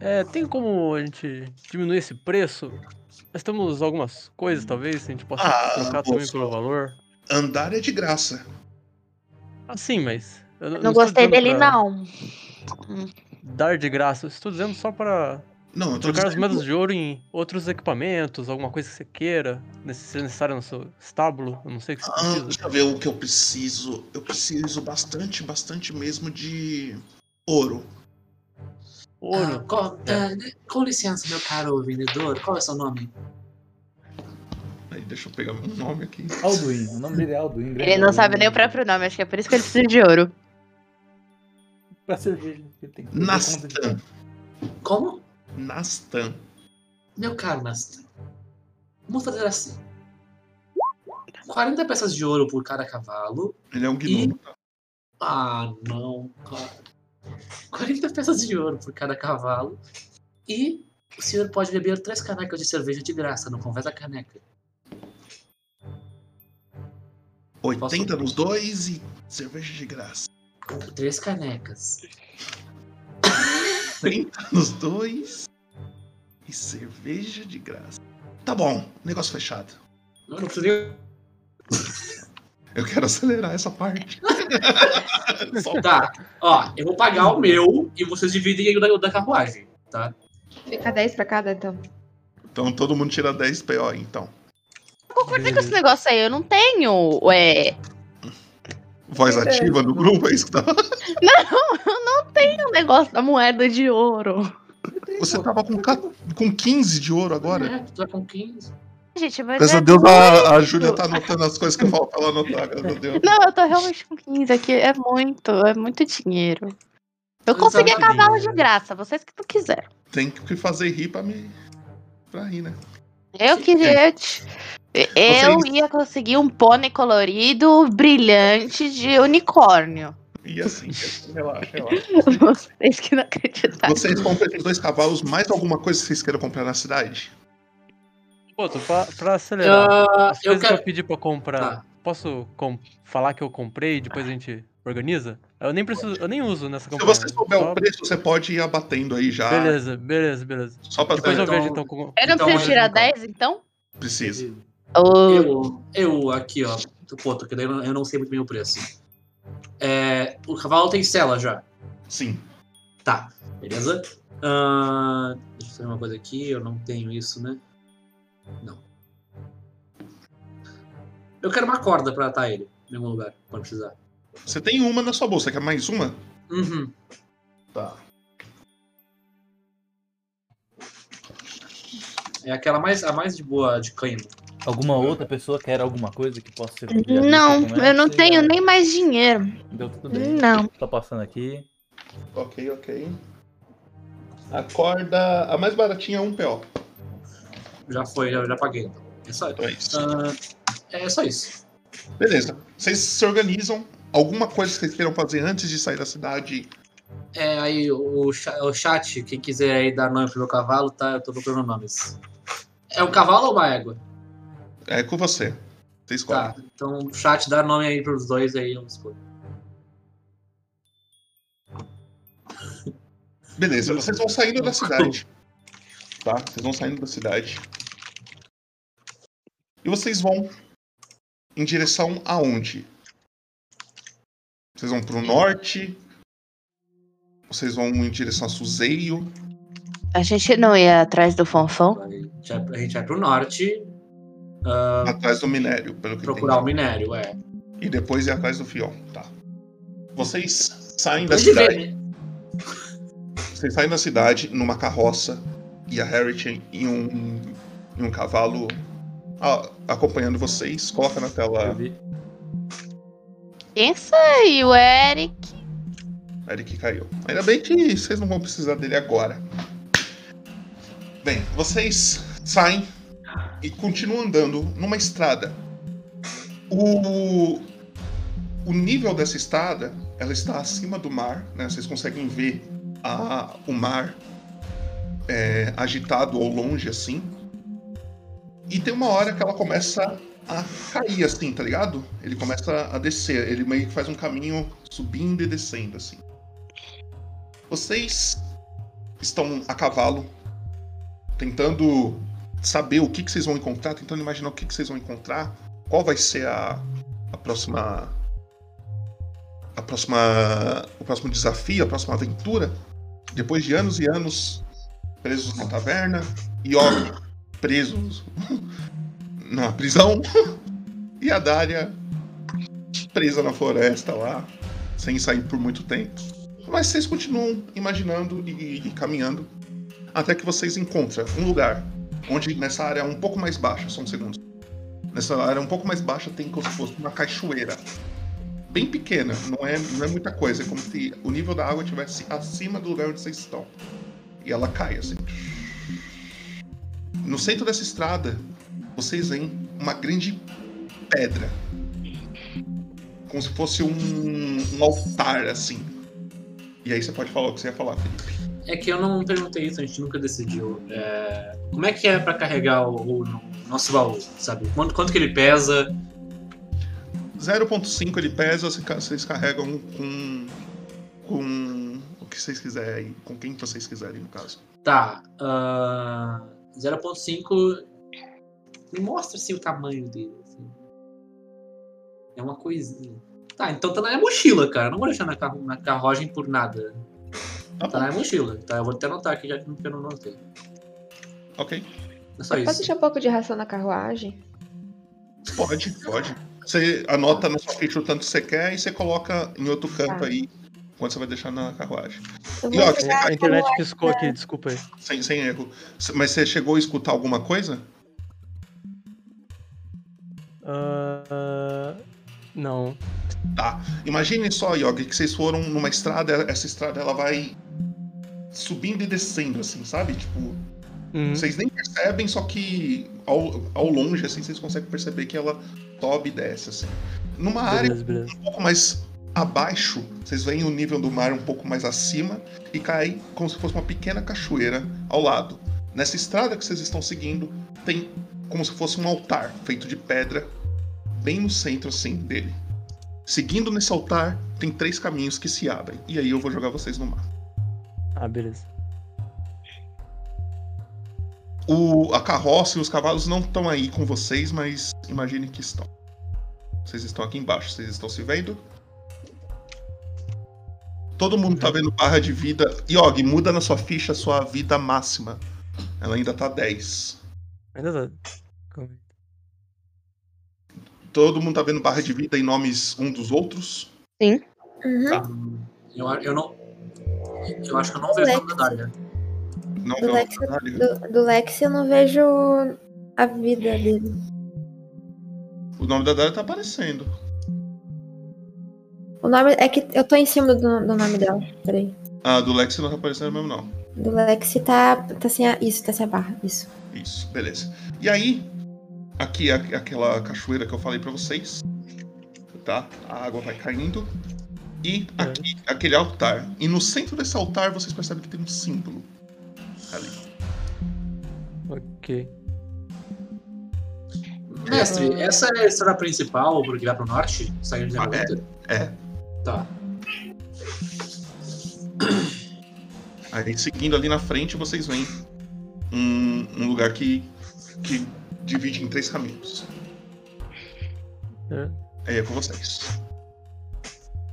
D: É, tem como a gente diminuir esse preço? Nós temos algumas coisas, talvez, que a gente possa
B: Ah,
D: trocar também
B: moço.
D: pelo valor.
B: Andar é de graça.
D: Ah, sim, mas. Eu
J: Não, gostei dele,
D: não.
J: não.
D: dar de graça. Eu estou dizendo só para
B: Não, eu tô
D: trocar as
B: dizendo-
D: moedas de ouro em outros equipamentos, alguma coisa que você queira, nesse- se necessário no seu estábulo, eu não sei o que você
B: Ah,
D: precisa.
B: deixa eu ver o que eu preciso. Eu preciso bastante, bastante mesmo de ouro.
G: Ah,
D: Ouro.
G: qual- ah, né? com licença, meu caro vendedor. Qual é o seu nome?
B: Aí, deixa eu pegar um nome aqui.
A: Alduin. O nome dele é Alduin. grande
J: Ele não
A: Alduin.
J: sabe nem o próprio nome, acho que é por isso que ele precisa de ouro. *laughs*
A: Pra cerveja. ele tem que-
B: Nastan.
G: Como?
B: Nastan.
G: Meu caro Nastan. Vamos fazer assim. 40 peças de ouro por cada cavalo.
B: Ele é um
G: E...
B: gnomo.
G: Ah, não, cara. 40 peças de ouro por cada cavalo. E o senhor pode beber três canecas de cerveja de graça, não conversa caneca.
B: 80 nos dois e cerveja de graça.
G: Três canecas.
B: 30 nos dois e cerveja de graça. Tá bom, negócio fechado.
G: Eu não preciso nem
B: Eu quero acelerar essa
J: *laughs*
B: parte. Só-
G: Tá, ó, eu vou pagar o meu e vocês dividem aí o da, o da carruagem, tá?
E: Fica 10 pra cada, então.
B: Então todo mundo tira 10 PO, então.
J: Eu concordei com esse negócio aí, eu não tenho. Ué.
B: Voz ativa no grupo, é isso que tá.
J: Não, eu não tenho o é um negócio da moeda de ouro.
B: Você tava com, ca- com 15 de ouro agora.
G: É, tu tá com 15.
J: Gente, mas.
B: Graças
J: é
B: a Deus
J: muito.
B: a, a Júlia tá anotando as coisas que eu falo pra ela anotar, graças a Deus.
J: *laughs* Não, eu tô realmente com 15 aqui. É muito, é muito dinheiro. Eu
G: Exatamente.
J: consegui a cavalo de graça, vocês que não quiseram.
B: Tem que fazer rir pra me. pra rir, né?
J: Eu queria. te- Eu
B: Vocês-
J: ia conseguir um pônei colorido, brilhante de *laughs* unicórnio.
B: E assim, relaxa, relaxa.
J: Vocês que não acreditaram.
B: Vocês compram esses dois cavalos, mais alguma coisa que vocês queiram comprar na cidade?
D: Outro, pra, pra acelerar.
G: Ah,
D: as
G: eu
D: coisas que
G: quero.
D: eu pedi pra comprar,
G: Tá.
D: posso com- falar que eu comprei e depois a gente organiza? Eu nem preciso, eu nem uso nessa
B: Se
D: campanha.
B: você souber
D: só-
B: o preço, você pode ir abatendo aí já.
D: Beleza, beleza, beleza.
B: Só pra
D: Depois
B: saber.
D: eu vejo
G: então-
D: então como.
J: Eu não
G: Então,
J: preciso
G: olha,
J: tirar
G: então.
J: 10, então?
B: Precisa.
J: Ou
G: Eu, eu aqui, ó. Pô, tô querendo, eu não sei muito bem o preço. É, o cavalo tem cela já.
B: Sim.
G: Tá, beleza? Ah, deixa eu fazer uma coisa aqui, eu não tenho isso, né? Não. Eu quero uma corda pra atar ele, em algum lugar, quando precisar.
B: Você tem uma na sua bolsa, quer mais uma?
G: Uhum.
B: Tá.
G: É aquela mais, a mais de boa de canho.
A: Alguma outra pessoa quer alguma coisa que possa ser.
J: Não, é assim, né? eu não tenho nem mais dinheiro.
A: Deu tudo bem.
J: Não.
A: Tô passando aqui.
B: Ok, ok. A corda. A mais baratinha é um PO.
G: Já foi, já, já paguei. É só
B: É isso.
G: Ah, é só isso.
B: Beleza. Vocês se organizam. Alguma coisa que vocês queiram fazer antes de sair da cidade?
G: É, aí o, cha- o chat, quem quiser aí dar nome pro meu cavalo, tá? Eu tô procurando nomes. É um cavalo ou uma égua?
B: É com você. Você escolhe.
G: Tá. Então, chat, dá nome aí pros dois aí, eu escolho.
B: Beleza, vocês vão saindo da cidade. Tá? Vocês vão saindo da cidade. E vocês vão em direção aonde? Vocês vão pro norte? Vocês vão em direção a Suzeio?
J: A gente não ia atrás do Fonfon?
G: A gente vai- a gente vai pro norte. ah,
B: Atrás do minério, pelo que
G: procurar o
B: entendi.
G: minério, é.
B: E depois ir atrás do fiol, tá? Vocês saem da
G: Depois de ver,
B: cidade. Vocês saem da cidade numa carroça e a Harriet em um, em um cavalo a- acompanhando vocês. Coloca na tela,
J: Pensa aí, o Eric.
B: Eric caiu. Ainda bem que vocês não vão precisar dele agora. Bem, vocês saem e continuam andando numa estrada. O, o nível dessa estrada, ela está acima do mar, né? Vocês conseguem ver a- o mar é, agitado ao longe, assim. E tem uma hora que ela começa a cair, assim, tá ligado? Ele começa a descer, ele meio que faz um caminho subindo e descendo, assim. Vocês estão a cavalo, tentando saber o que, que vocês vão encontrar, tentando imaginar o que, que vocês vão encontrar, qual vai ser a, a próxima. A próxima. O próximo desafio, a próxima aventura. Depois de anos e anos presos na taverna. E óbvio, presos *laughs* na prisão. *laughs* E a Dária presa na floresta lá, sem sair por muito tempo. Mas vocês continuam imaginando e, e caminhando até que vocês encontram um lugar onde nessa área um pouco mais baixa, só um segundo. Nessa área um pouco mais baixa tem como se fosse uma cachoeira. Bem pequena, não é, não é muita coisa, é como se o nível da água estivesse acima do lugar onde vocês estão. E ela cai assim. No centro dessa estrada, vocês veem uma grande pedra. Como se fosse um, um altar, assim. E aí você pode falar o que você ia falar, Felipe.
G: É que eu não perguntei isso, a gente nunca decidiu. É, como é que é pra carregar o, o nosso baú, sabe? Quanto, quanto que ele pesa?
B: 0.5 ele pesa, você ca- vocês carregam um, com. com. o que vocês quiserem, com quem vocês quiserem, no caso.
G: Tá. ah, 0.5. Me mostra assim, o tamanho dele. assim. É uma coisinha. Tá, então tá na minha mochila, cara. Não vou deixar na, carro, na carruagem por nada.
B: Tá
G: Tá na minha mochila. Tá, eu vou até anotar aqui já que eu não notei.
B: Ok.
G: É só
E: Pode
G: isso.
E: deixar um pouco de ração na carruagem?
B: Pode, pode. Você anota na sua ficha o tanto que você quer e você coloca em outro canto
E: Tá.
B: aí, quando você vai deixar na carruagem.
I: Eu
B: E ó,
I: vou
B: que você
I: pegar
B: cai
D: A internet piscou aqui, desculpa aí.
B: sem, sem erro. C- Mas você chegou a escutar alguma coisa?
D: Ah, não.
B: Tá. Imaginem só, Yogi, que vocês foram numa estrada, essa estrada ela vai subindo e descendo, assim, sabe? Tipo,
D: Uhum.
B: vocês nem percebem, só que ao, ao longe, assim, vocês conseguem perceber que ela sobe e desce, assim. Numa área
D: Beleza, beleza.
B: um pouco mais abaixo, vocês veem o nível do mar um pouco mais acima e cai como se fosse uma pequena cachoeira ao lado. Nessa estrada que vocês estão seguindo, tem como se fosse um altar feito de pedra, bem no centro assim dele. Seguindo nesse altar, tem três caminhos que se abrem. E aí eu vou jogar vocês no mar.
D: Ah, beleza.
B: O, a carroça e os cavalos não estão aí com vocês, mas imaginem que estão. Vocês estão aqui embaixo, vocês estão se vendo? Todo mundo tá vendo barra de vida. Yogi, muda na sua ficha a sua vida máxima. Ela ainda tá 10.
D: Ainda tá. Calma aí.
B: Todo mundo tá vendo barra de vida em nomes um dos outros?
I: Uhum.
G: Eu, eu não. Eu acho que eu não vejo o nome da Daria.
B: Não vê
I: do,
B: o
I: Lex,
B: cenário.
I: do, do Lex eu não vejo a vida dele.
B: O nome da Dália tá aparecendo.
I: O nome é que eu tô em cima do, do nome dela. Peraí.
B: Ah, do Lex não tá aparecendo mesmo, não.
I: Do Lex tá, tá sem a. Isso, tá sem a barra. Isso.
B: Isso, beleza. E aí, aqui a- aquela cachoeira que eu falei pra vocês, tá? A água vai caindo. E
G: É.
B: aqui, aquele altar. E no centro desse altar vocês percebem que tem um símbolo. Ali.
D: Ok.
G: Mestre, essa é a estrada principal porque vai pro norte? Saindo de Neverwinter?
B: É.
G: Tá.
B: Aí seguindo ali na frente vocês veem um, um lugar que, que divide em três caminhos. Aí é com vocês.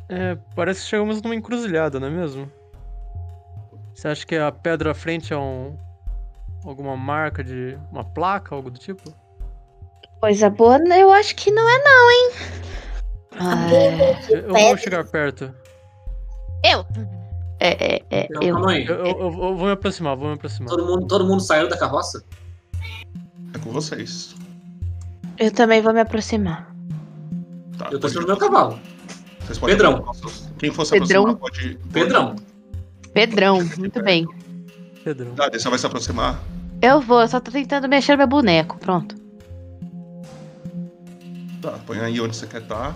D: É, parece que chegamos numa encruzilhada, não é mesmo? Você acha que a pedra à frente é um. alguma marca de. uma placa, algo do tipo?
J: Coisa boa, eu acho que não é não, hein? Ah,
D: Eu eu vou chegar perto.
J: Eu? É, é, é.
G: Então,
J: eu.
G: calma aí.
D: Eu, eu- eu vou me aproximar, vou me aproximar.
G: Todo mundo, todo mundo saiu da carroça?
B: Tá É com vocês.
J: Eu também vou me aproximar.
B: eu
G: tô sendo meu cavalo.
B: tá? Vocês podem
G: Pedrão.
B: aproximar. Quem for se
J: Pedrão.
B: aproximar pode. *laughs*
G: Pedrão.
J: Pedrão, muito bem.
D: Pedrão.
B: Dália, Tá, você vai se aproximar.
J: Eu vou, eu só tô tentando mexer meu boneco, pronto.
B: Tá, põe aí onde você quer tá. estar.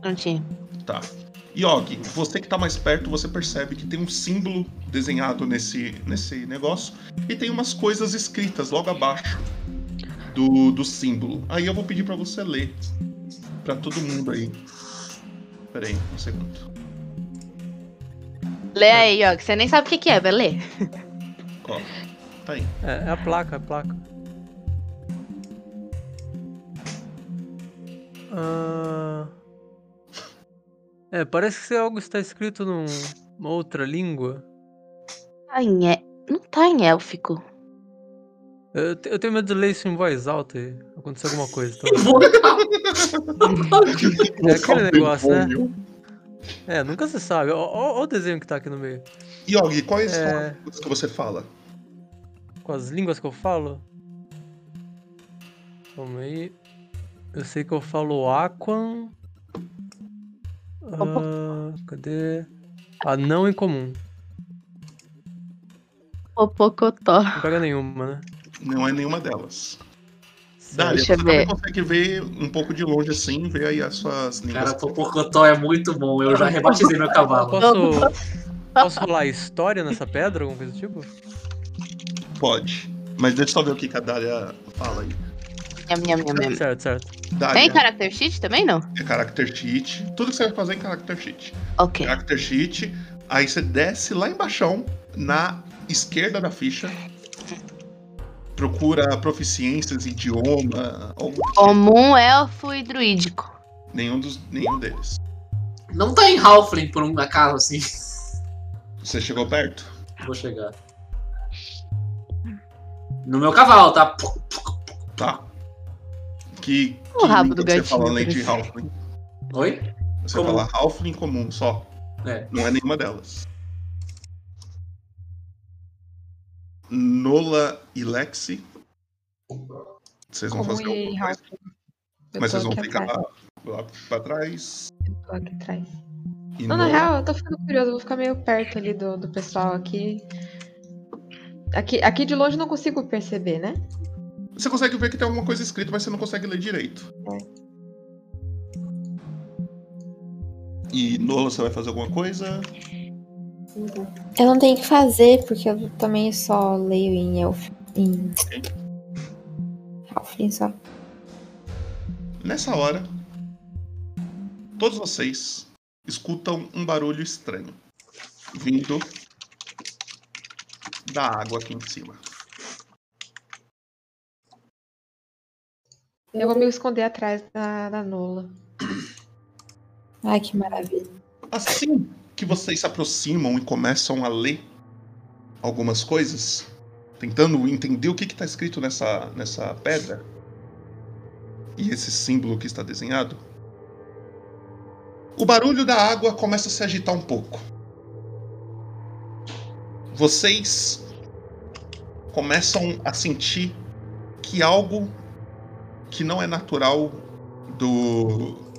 J: Prontinho.
B: Tá. E Og, você que tá mais perto, você percebe que tem um símbolo desenhado nesse, nesse negócio e tem umas coisas escritas logo abaixo do, do símbolo. Aí eu vou pedir pra você ler pra todo mundo aí. Pera aí, um segundo.
J: Lê aí, ó, que você nem sabe o que, que é, vai ler.
B: Ó, tá aí.
D: É, é a placa, é a placa. Ah. É, parece que algo está escrito num- numa outra língua.
J: Tá em é- Não tá em élfico.
D: Eu, te- eu tenho medo de ler isso em voz alta e acontecer alguma coisa. Então... é aquele negócio, né? É, nunca se sabe. Olha o desenho que tá aqui no meio.
B: E Og, quais são
D: É.
B: as coisas que você fala?
D: Com as línguas que eu falo? Calma aí. Eu sei que eu falo Aquan. Ah, cadê? Anão em comum.
J: Popocotó.
D: Não pega nenhuma, né?
B: Não é nenhuma delas. Dália,
J: Deixa
B: você
J: eu
B: também
J: ver.
B: consegue ver um pouco de longe assim, ver aí as suas línguas.
G: Cara, Popocotó é muito bom. Eu já rebatizei meu cavalo.
D: Posso, posso rolar história nessa pedra? Alguma coisa do tipo?
B: Pode. Mas deixa eu só ver o que que a Dália fala aí.
J: Nham, nham, nham, nham.
D: Certo, certo.
J: Tem
B: Dália,
J: character sheet também, não?
B: é character sheet. Tudo que você vai fazer é character sheet.
J: Ok.
B: Character sheet. Aí você desce lá embaixo, na esquerda da ficha. Procura proficiências, idioma, ou
J: Comum, um elfo e druídico.
B: nenhum, dos, nenhum deles.
G: Não tá em Halfling por um acaso assim.
B: Você chegou perto?
G: Vou chegar. No meu cavalo, tá?
B: Tá. Que,
J: O rabo do
B: língua que
J: gatinho.
B: você fala além de
J: parece.
B: Halfling?
G: Oi?
B: Você
G: Comum.
B: fala Halfling comum só.
G: É.
B: Não é nenhuma delas. Nola e Lexi. Vocês vão
E: Como
B: fazer alguma
E: e
B: coisa,
E: Ralph. Eu
B: mas
E: tô
B: vocês vão
E: aqui
B: ficar
E: atrás.
B: lá, lá pra trás.
E: Eu tô aqui atrás.
B: E
E: Não, na
B: Nola-
E: real, eu tô ficando curioso, eu vou ficar meio perto ali do, do pessoal aqui. aqui. Aqui de longe eu não consigo perceber, né?
B: Você consegue ver que tem alguma coisa escrita, mas você não consegue ler direito.
E: É.
B: E Nola, você vai fazer alguma coisa?
I: Eu não tenho o que fazer, porque eu também só leio em elf. Em. Halfling só.
B: Nessa hora, todos vocês escutam um barulho estranho vindo da água aqui em cima.
E: Eu vou me esconder atrás da, da Nola.
I: Ai, que maravilha.
B: Assim que vocês se aproximam e começam a ler algumas coisas, tentando entender o que está escrito nessa, nessa pedra e esse símbolo que está desenhado, o barulho da água começa a se agitar um pouco. Vocês começam a sentir que algo que não é natural do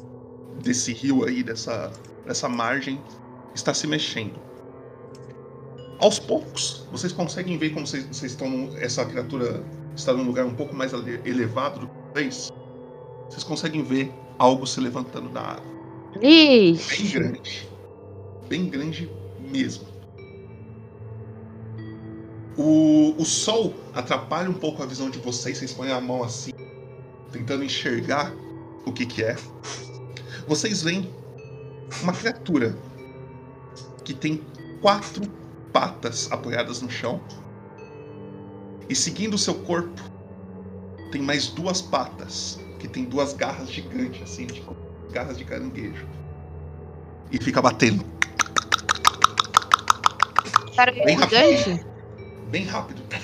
B: desse rio aí, dessa, dessa margem, está se mexendo. Aos poucos, vocês conseguem ver como vocês, vocês estão. num- Essa criatura está num lugar um pouco mais ele- elevado do que vocês. Vocês conseguem ver algo se levantando da água. Bem
J: Ixi.
B: grande. Bem grande mesmo. O, o sol atrapalha um pouco a visão de vocês, vocês põem a mão assim, tentando enxergar o que que é. Vocês veem uma criatura que tem quatro patas apoiadas no chão. E seguindo o seu corpo, tem mais duas patas, que tem duas garras gigantes, assim, tipo, garras de caranguejo e fica batendo
J: Cara, é
B: Bem
J: gigante?
B: bem rápido. Tá,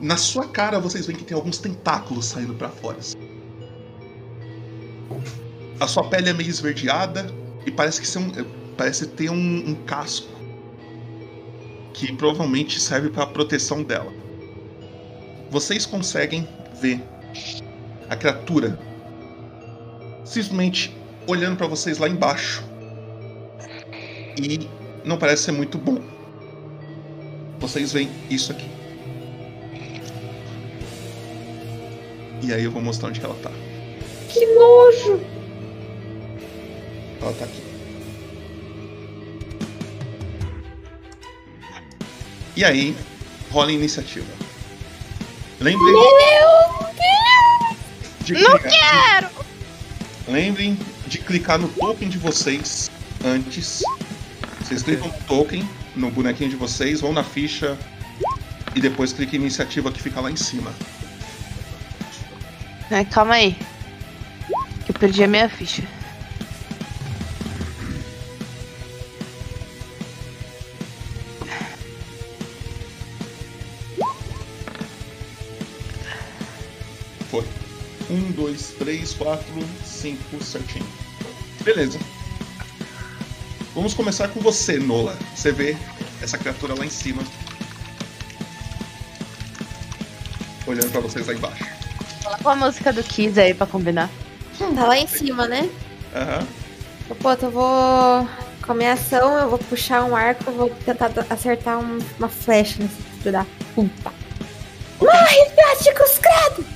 B: Na sua cara vocês veem que tem alguns tentáculos saindo pra fora. assim. A sua pele é meio esverdeada e parece que ser um- parece ter um, um casco que provavelmente serve pra proteção dela. Vocês conseguem ver a criatura simplesmente olhando pra vocês lá embaixo e não parece ser muito bom. Vocês veem isso aqui. E aí eu vou mostrar onde que ela tá.
F: Que nojo!
B: Ela tá aqui. E aí, rola a iniciativa. Lembrem de
J: Não
B: clicar-
J: quero!
B: Lembrem de clicar no token de vocês antes. Vocês clicam no token, no bonequinho de vocês, vão na ficha e depois clica em iniciativa que fica lá em cima.
C: É,
J: Ai, calma aí. Que eu perdi a minha ficha.
B: Foi. Um, dois, três, quatro, cinco, certinho. Beleza. Vamos começar com você, Nola. Você vê essa criatura lá em cima. Olhando pra vocês lá embaixo.
J: Coloca a música do Kiss aí pra combinar.
I: Tá lá em cima, né?
B: Aham.
I: Ô, Poto, eu vou. Com a minha ação, eu vou puxar um arco, eu vou tentar da- acertar um- uma flecha nesse filho da puta. Morre, plásticos credo!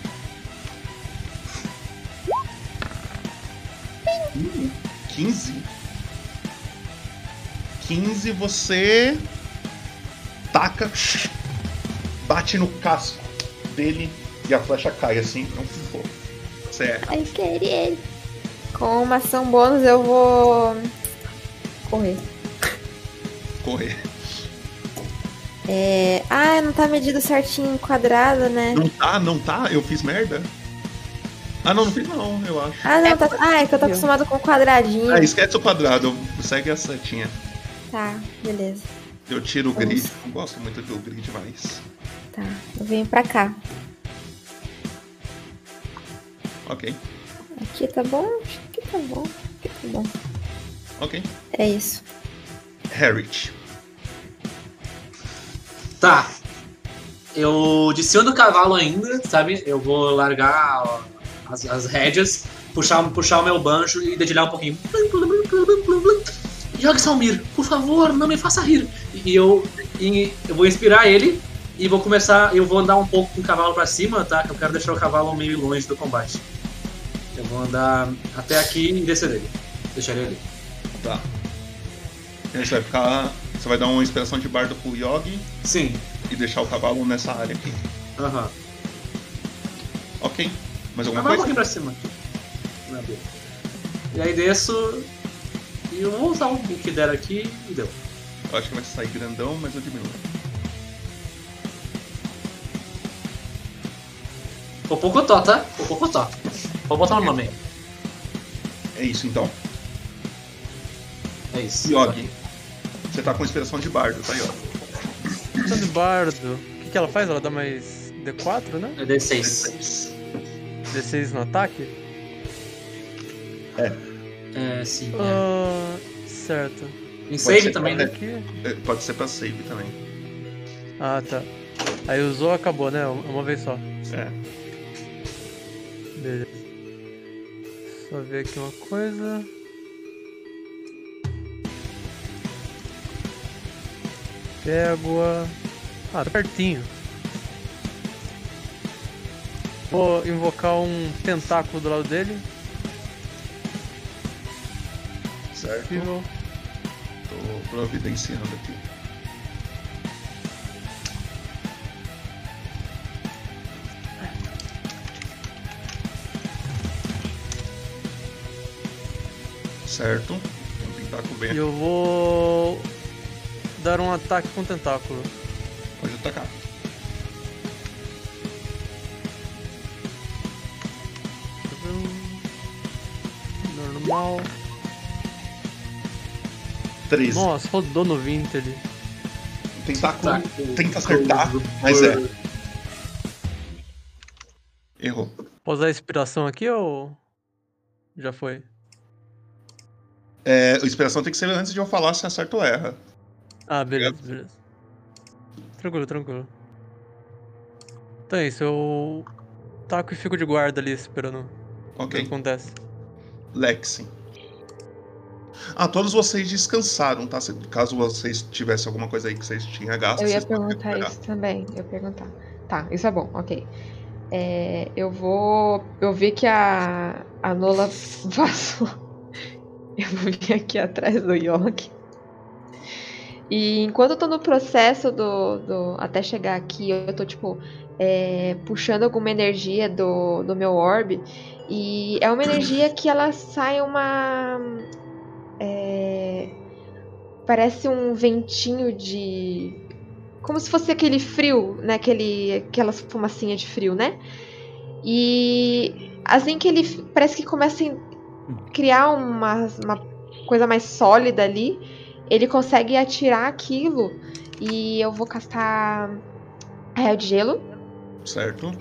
B: Hum, 15. 15 você taca, bate no casco dele e a flecha cai assim, não for. Você é erra.
I: Ai, querer ele. Com uma ação bônus, eu vou. correr.
B: correr.
I: É... Ah, não tá medido certinho o quadrado, né?
B: Não tá, não tá? Eu fiz merda? Ah, não, não fiz não, eu acho.
I: Ah, não, tá. Ah, é que eu tô acostumado com o quadradinho.
B: Ah, esquece o quadrado, segue a setinha.
I: Tá, beleza.
B: Eu tiro o grid, não gosto muito do grid, mas.
I: Tá, eu venho pra cá.
B: Ok,
I: Aqui tá bom? Acho que tá bom. Aqui tá bom.
B: ok.
I: É isso.
B: Harrit.
G: Tá. Eu descendo o cavalo ainda, sabe? Eu vou largar as, as rédeas, puxar, puxar o meu banjo e dedilhar um pouquinho. Jogue Salmir, por favor, não me faça rir. E eu, e eu vou inspirar ele e vou começar. Eu vou andar um pouco com o cavalo pra cima, tá? Que eu quero deixar o cavalo meio longe do combate. Eu vou andar até aqui e descer dele. Deixar ele ali.
B: Tá. Você vai ficar. Você vai dar uma inspiração de bardo pro Yogi.
G: Sim.
B: E deixar o cavalo nessa área aqui.
G: Aham.
B: Ok. Mais
G: Mas
B: alguma
G: vai um
B: coisa?
G: pouquinho pra cima. Na boa. E aí desço. E eu vou usar o que der aqui e deu.
B: Eu acho que vai sair grandão, mas eu diminuo.
G: Popocotó, tá? Popocotó. Vou botar o nome aí.
B: É isso então.
G: É isso.
B: Yogi. Você tá com inspiração de bardo, tá, Yogi?
D: Tá de bardo. O que, que ela faz? Ela dá mais D4, né?
G: É D6.
D: D6 no ataque?
G: É, sim.
M: Ah.
D: Ah, certo.
G: Em
B: Pode
G: save
B: ser
G: É. também,
B: pra-
G: né?
B: é, Pode ser pra save também.
D: Ah, tá. Aí usou, acabou, né? Uma vez só.
B: É.
D: Beleza. Só ver aqui uma coisa. Pégua. Ah, tá pertinho. Vou invocar um tentáculo do lado dele.
B: Certo?
D: Possível.
B: Tô providenciando aqui. Certo. Tem um tentáculo bem
D: E eu vou dar um ataque com o tentáculo.
B: Pode atacar.
D: Normal.
B: 13.
D: Nossa, rodou no 20 ali.
B: O tentáculo
G: Tá.
B: tenta acertar, mas é. Errou.
D: Posso usar a inspiração aqui ou. Já foi?
B: É, a inspiração tem que ser antes de eu falar se acerta ou erra.
D: Ah, beleza, beleza. Tranquilo, tranquilo. Então é isso, eu. Taco e fico de guarda ali esperando.
B: Ok.
D: O que acontece?
B: Lexi. Ah, todos vocês descansaram, tá? Se- Caso vocês tivessem alguma coisa aí que vocês tinham gasto.
E: Eu ia
B: vocês podem
E: perguntar
B: recuperar.
E: isso também. Eu ia perguntar. Tá, isso é bom, ok. É, eu vou. Eu vi que a, a Nola *laughs* vazou. Eu vou vir aqui atrás do Yogi. E enquanto eu tô no processo do, do- até chegar aqui, eu tô tipo é, puxando alguma energia do, do meu orbe. E é uma energia que ela sai uma. é, parece um ventinho de. Como se fosse aquele frio, né? Aquele, aquelas fumacinhas de frio, né? E assim que ele f- parece que começa a criar uma, uma coisa mais sólida ali, ele consegue atirar aquilo. E eu vou castar raio de gelo.
B: Certo?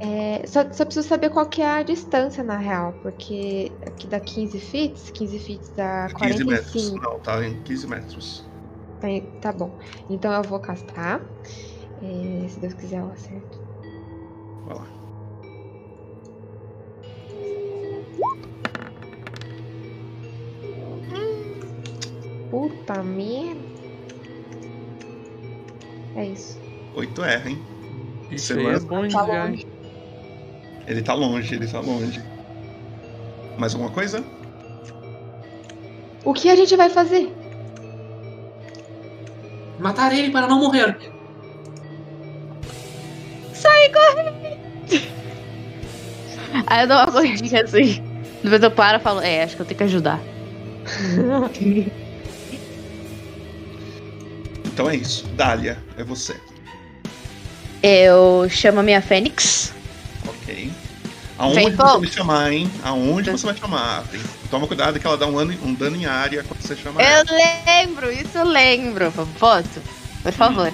E: É, só, só preciso saber qual que é a distância, na real, porque aqui dá 15 feet, 15 feet dá
B: 15
E: 45.
B: É metros. Não, tá em 15 metros.
E: Tá, tá bom. Então eu vou castar. É, se Deus quiser, eu acerto.
B: Vai lá.
E: Puta merda. É isso.
B: 8 erra, hein?
D: Isso
B: Você
D: aí é
B: lança-
D: bom desviar, hein?
B: Ele tá longe, ele tá longe. Mais alguma coisa?
E: O que a gente vai fazer?
G: Matar ele para não morrer.
C: Sai correndo! Aí eu dou uma corridinha assim. Depois eu paro e falo, é, acho que eu tenho que ajudar.
B: Então é isso. Dália, é você.
C: Eu chamo a minha Fênix.
B: Ok. Aonde
C: Vem,
B: você
C: Paul.
B: vai chamar, hein? Aonde você vai chamar? Tem- Toma cuidado que ela dá um, ano- um dano em área quando você chama
C: Eu
B: ela.
C: lembro, isso eu lembro. Posso? Por favor.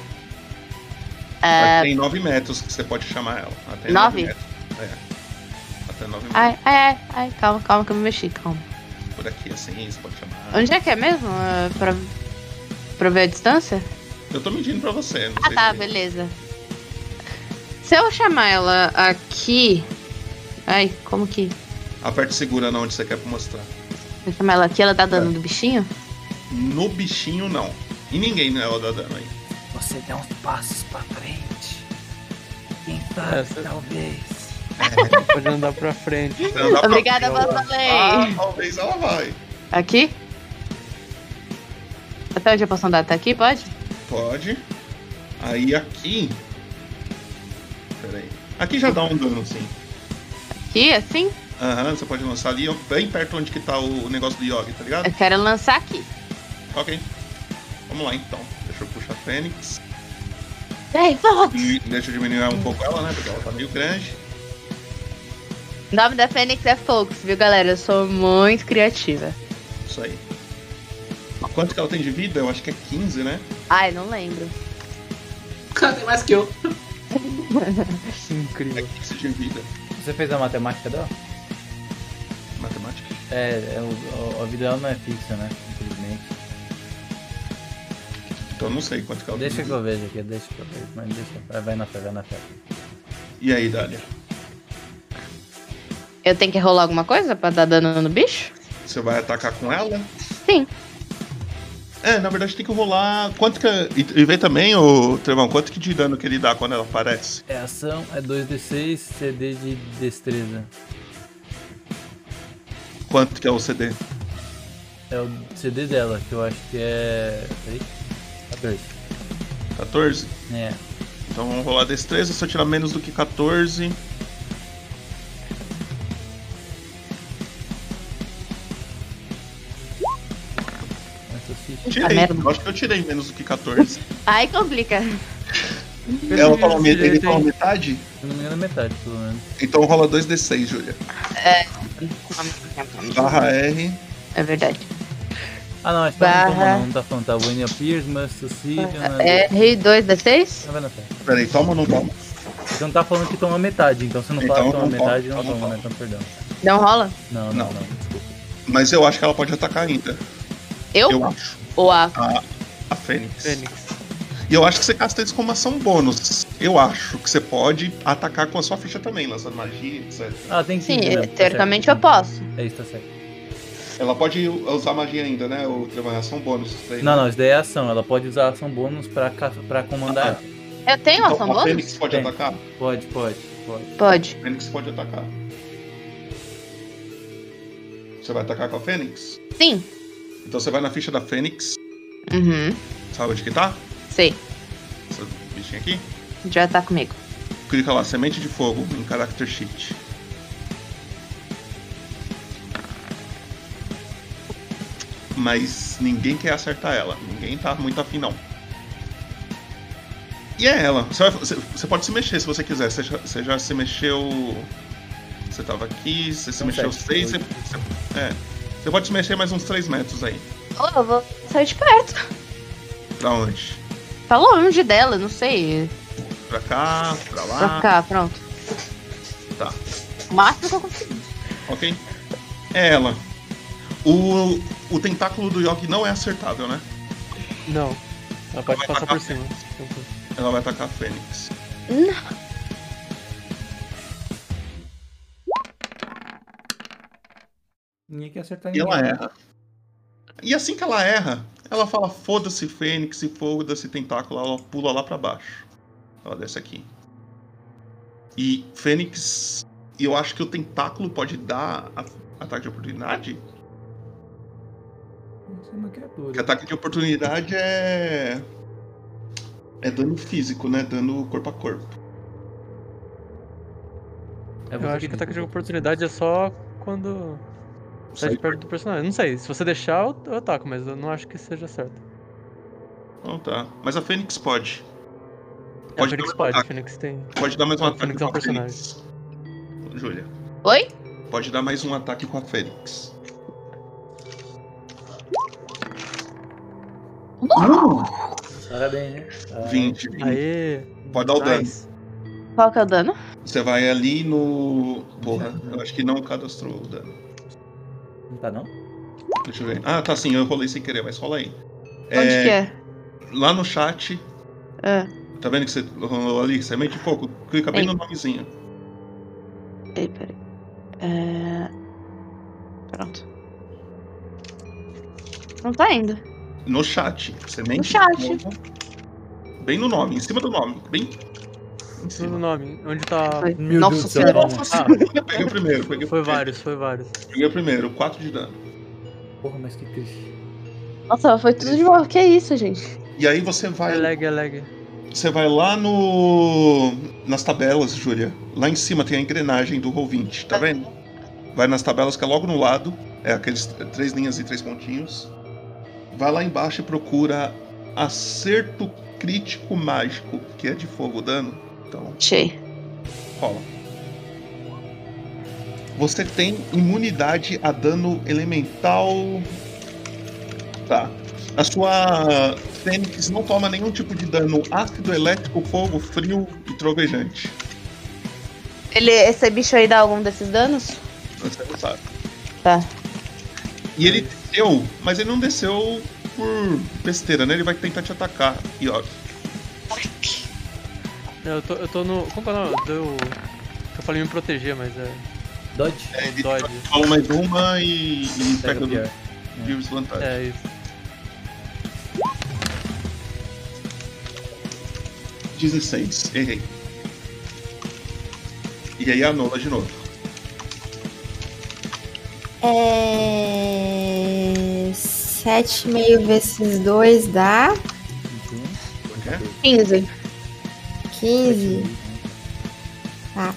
B: Ela
C: Ah,
B: Tem 9 metros que você pode chamar ela. Até 9
C: Nove?
B: metros. É. Até 9 metros
C: ai, ai, ai, ai, calma, calma que eu me mexi, calma.
B: por aqui, assim, você pode chamar.
C: Onde é que é mesmo? Ah, pra, pra ver a distância?
B: Eu tô medindo pra você, não
C: Ah
B: sei
C: tá,
B: se-
C: beleza. Se eu chamar ela aqui. Ai, como que.
B: Aperte e segura na onde você quer mostrar.
C: Se eu chamar ela aqui, ela dá dano do bichinho?
B: No bichinho, não. E ninguém nela dá dano aí.
M: Você dá uns passos pra frente. Quem
D: É,
M: sabe,
D: você-
M: talvez.
D: Pode andar pra frente.
B: Andar pra
C: Obrigada,
B: frente, Tá ela-
C: Vanderlei.
B: Ah, talvez ela vai.
C: Aqui? Até onde eu posso andar? Tá aqui? Pode?
B: Pode. Aí aqui. Peraí. Aqui já dá um dano, sim.
C: Aqui, assim?
B: Aham, você pode lançar ali, ó, bem perto onde que tá o o negócio do Yogi, tá ligado?
C: Eu quero lançar aqui. É.
B: Ok. Vamos lá então. Deixa eu puxar a Fênix.
C: Ei, volta!
B: E deixa eu diminuir um pouco ela, né? Porque ela tá meio grande.
C: O nome da Fênix é Fox, viu, galera? Eu sou muito criativa.
B: Isso aí. Quanto que ela tem de vida? Eu acho que é 15, né?
C: Ai, não lembro.
G: Cara, *laughs* tem mais que eu.
D: Incrível.
B: É 15 de vida.
A: Você fez a matemática dela?
B: Matemática?
A: É, é o- o- a vida dela não é fixa, né? Infelizmente.
B: Então eu não sei quanto que é o
A: Deixa que eu vejo aqui, deixa que eu vejo. Mas deixa. Vai, vai na fé, vai na fé.
B: E aí, Dália?
C: Eu tenho que rolar alguma coisa pra dar dano no bicho?
B: Você vai atacar com ela?
C: Sim.
B: É, na verdade tem que rolar. Quanto que. é- E, e vê também, o Trevão, quanto que de dano que ele dá quando ela aparece?
A: É ação, é 2d6, CD de destreza.
B: Quanto que é o CD?
A: É o CD dela, que eu acho que é. Peraí. 14.
B: 14?
A: É.
B: Então vamos rolar destreza, se eu tirar menos do que 14. Tirei,
C: merda.
B: eu acho que eu tirei menos do
A: *laughs*
B: que 14.
C: Ai, complica.
B: Ela falou, me- ele falou metade?
A: Se não me engano, é metade, pelo menos.
B: Então rola 2d6, Júlia.
C: É.
B: Barra R.
C: É verdade.
A: Ah, não, acho que ela não toma,
C: Barra. É.
A: não, não tá falando. Tá Winnie Pierce, né? mas Sucídio.
C: R2D6?
A: Vai na fé.
B: Peraí, toma ou não toma?
A: Você não tá falando que toma metade, então você não fala que
B: Então,
A: toma
B: não toma,
A: metade, não toma, né? Então, perdão.
C: Não rola?
A: Não,
B: não, não. Mas eu acho que ela pode atacar ainda.
C: Eu?
B: Eu acho.
C: Ou a.
B: A, a Fênix. E eu acho que você gasta isso como ação bônus. Eu acho que você pode atacar com a sua ficha também, lançando magia, etc.
A: Ah, tem que
C: Sim,
B: né?
C: teoricamente eu posso.
A: É isso, tá certo.
B: Ela pode usar magia ainda, né? Ou trabalhar ação bônus. isso daí,
A: Não,
B: né?
A: não, isso daí é ação. Ela pode usar ação bônus pra, ca- pra comandar.
C: Eu tenho
B: Então,
C: ação
B: a
C: bônus?
B: Fênix pode atacar?
A: Pode, pode, pode.
C: Pode.
B: A Fênix pode atacar. Você vai atacar com a Fênix?
C: Sim.
B: Então você vai na ficha da Fênix.
C: Uhum.
B: Sabe onde que tá?
C: Sei.
B: Essa bichinha aqui.
C: Já tá comigo.
B: Clica lá, semente de fogo, em character sheet. Mas ninguém quer acertar ela. Ninguém tá muito afim, não. E é ela. Você, vai- você- você pode se mexer se você quiser. Você já, você já se mexeu. Você tava aqui, você se
A: São
B: mexeu
A: sete,
B: 6. Você, você- é. Você pode se mexer mais uns 3 metros aí.
C: Oh, eu vou sair de perto.
B: Pra onde?
C: Tá longe dela, não sei.
B: Pra cá, pra lá.
C: Pra cá, pronto.
B: Ah. Tá.
C: O máximo que eu consigo.
B: Ok. É ela. O, o tentáculo do Yogi não é acertável, né?
D: Não. Ela pode passar
B: atacar
D: por cima.
A: É
B: Ela vai atacar a Fênix.
A: Ninguém quer acertar
B: E
A: ninguém.
B: ela erra. E assim que ela erra, ela fala: foda-se Fênix, e foda-se tentáculo. Ela pula lá pra baixo. Ela desce aqui. E Fênix. E eu acho que o tentáculo pode dar a- ataque de oportunidade?
A: Isso é uma criatura.
B: Porque ataque de oportunidade é. É dano físico, né? Dano corpo a corpo.
A: É
D: eu
A: você
D: acho
A: que
M: tá
D: que ataque de oportunidade é só quando. Tá
B: Sai
D: de perto do personagem. Não sei, se você deixar, eu, eu ataco, mas eu não acho que seja certo.
B: Então tá. Mas a Fênix pode.
D: É, a Fênix
B: dar mais um
D: pode, a
B: ataque.
D: Fênix tem.
B: Pode dar mais um
D: a
B: ataque
D: Fênix
B: com
D: é
B: a
D: um personagem.
B: Fênix. Júlia.
C: Oi?
B: Pode dar mais um ataque com a Fênix.
A: Parabéns, né?
B: 20, 20.
D: Aê!
B: Pode dar o dano.
C: Qual que é o dano?
B: Você vai ali no. Porra, eu acho que não cadastrou o dano.
A: Não tá, não?
B: Deixa eu ver. Ah, tá sim, eu rolei sem querer, mas rola aí. Onde
C: Onde que é?
B: Lá no chat,
C: Ah,
B: tá vendo que você rolou ali? Você mete pouco, clica bem
C: Sim.
B: no nomezinho.
C: ei, peraí. É... Pronto. Não tá indo.
B: No chat. Você mente
C: No chat.
B: de novo. Bem no nome, em cima do nome. Bem. Em
D: Tudo no
B: cima.
D: nome. Onde tá. Ah,
C: Foi. Meu Nossa Deus do céu, Senhora. calma.
B: Eu peguei o primeiro, peguei o
D: Foi
B: primeiro.
D: vários, foi vários.
B: Peguei o primeiro, 4 de dano.
A: Porra, mas que triste.
C: Nossa, foi tudo de boa. Que isso, gente?
B: E aí você
D: É
B: vai,
D: lag, é lag.
B: você vai lá no nas tabelas, Júlia. Lá em cima tem a engrenagem do Roll20, tá vendo? Vai nas tabelas que é logo no lado, é aqueles três linhas e três pontinhos. Vai lá embaixo e procura acerto crítico mágico, que é de fogo o dano. Então,
C: Achei.
B: rola. Você tem imunidade a dano elemental. Tá. A sua Fênix não toma nenhum tipo de dano ácido, elétrico, fogo, frio e trovejante.
C: Ele, esse bicho aí dá algum desses danos?
B: Você não sabe.
C: Tá.
B: E ele desceu, mas ele não desceu por besteira, né? Ele vai tentar te atacar. E ó,
D: Eu tô, eu tô no. Como que é o nome? Deu. Eu falei me proteger, mas é.
A: Dodge?
D: É, Dodge.
B: rola mais uma e, e É, pega
D: pior.
B: do Views vantagem.
D: É isso.
B: 16, errei. E aí anula de novo.
I: É. 7,5 vezes 2 dá. 15. 15. Tá.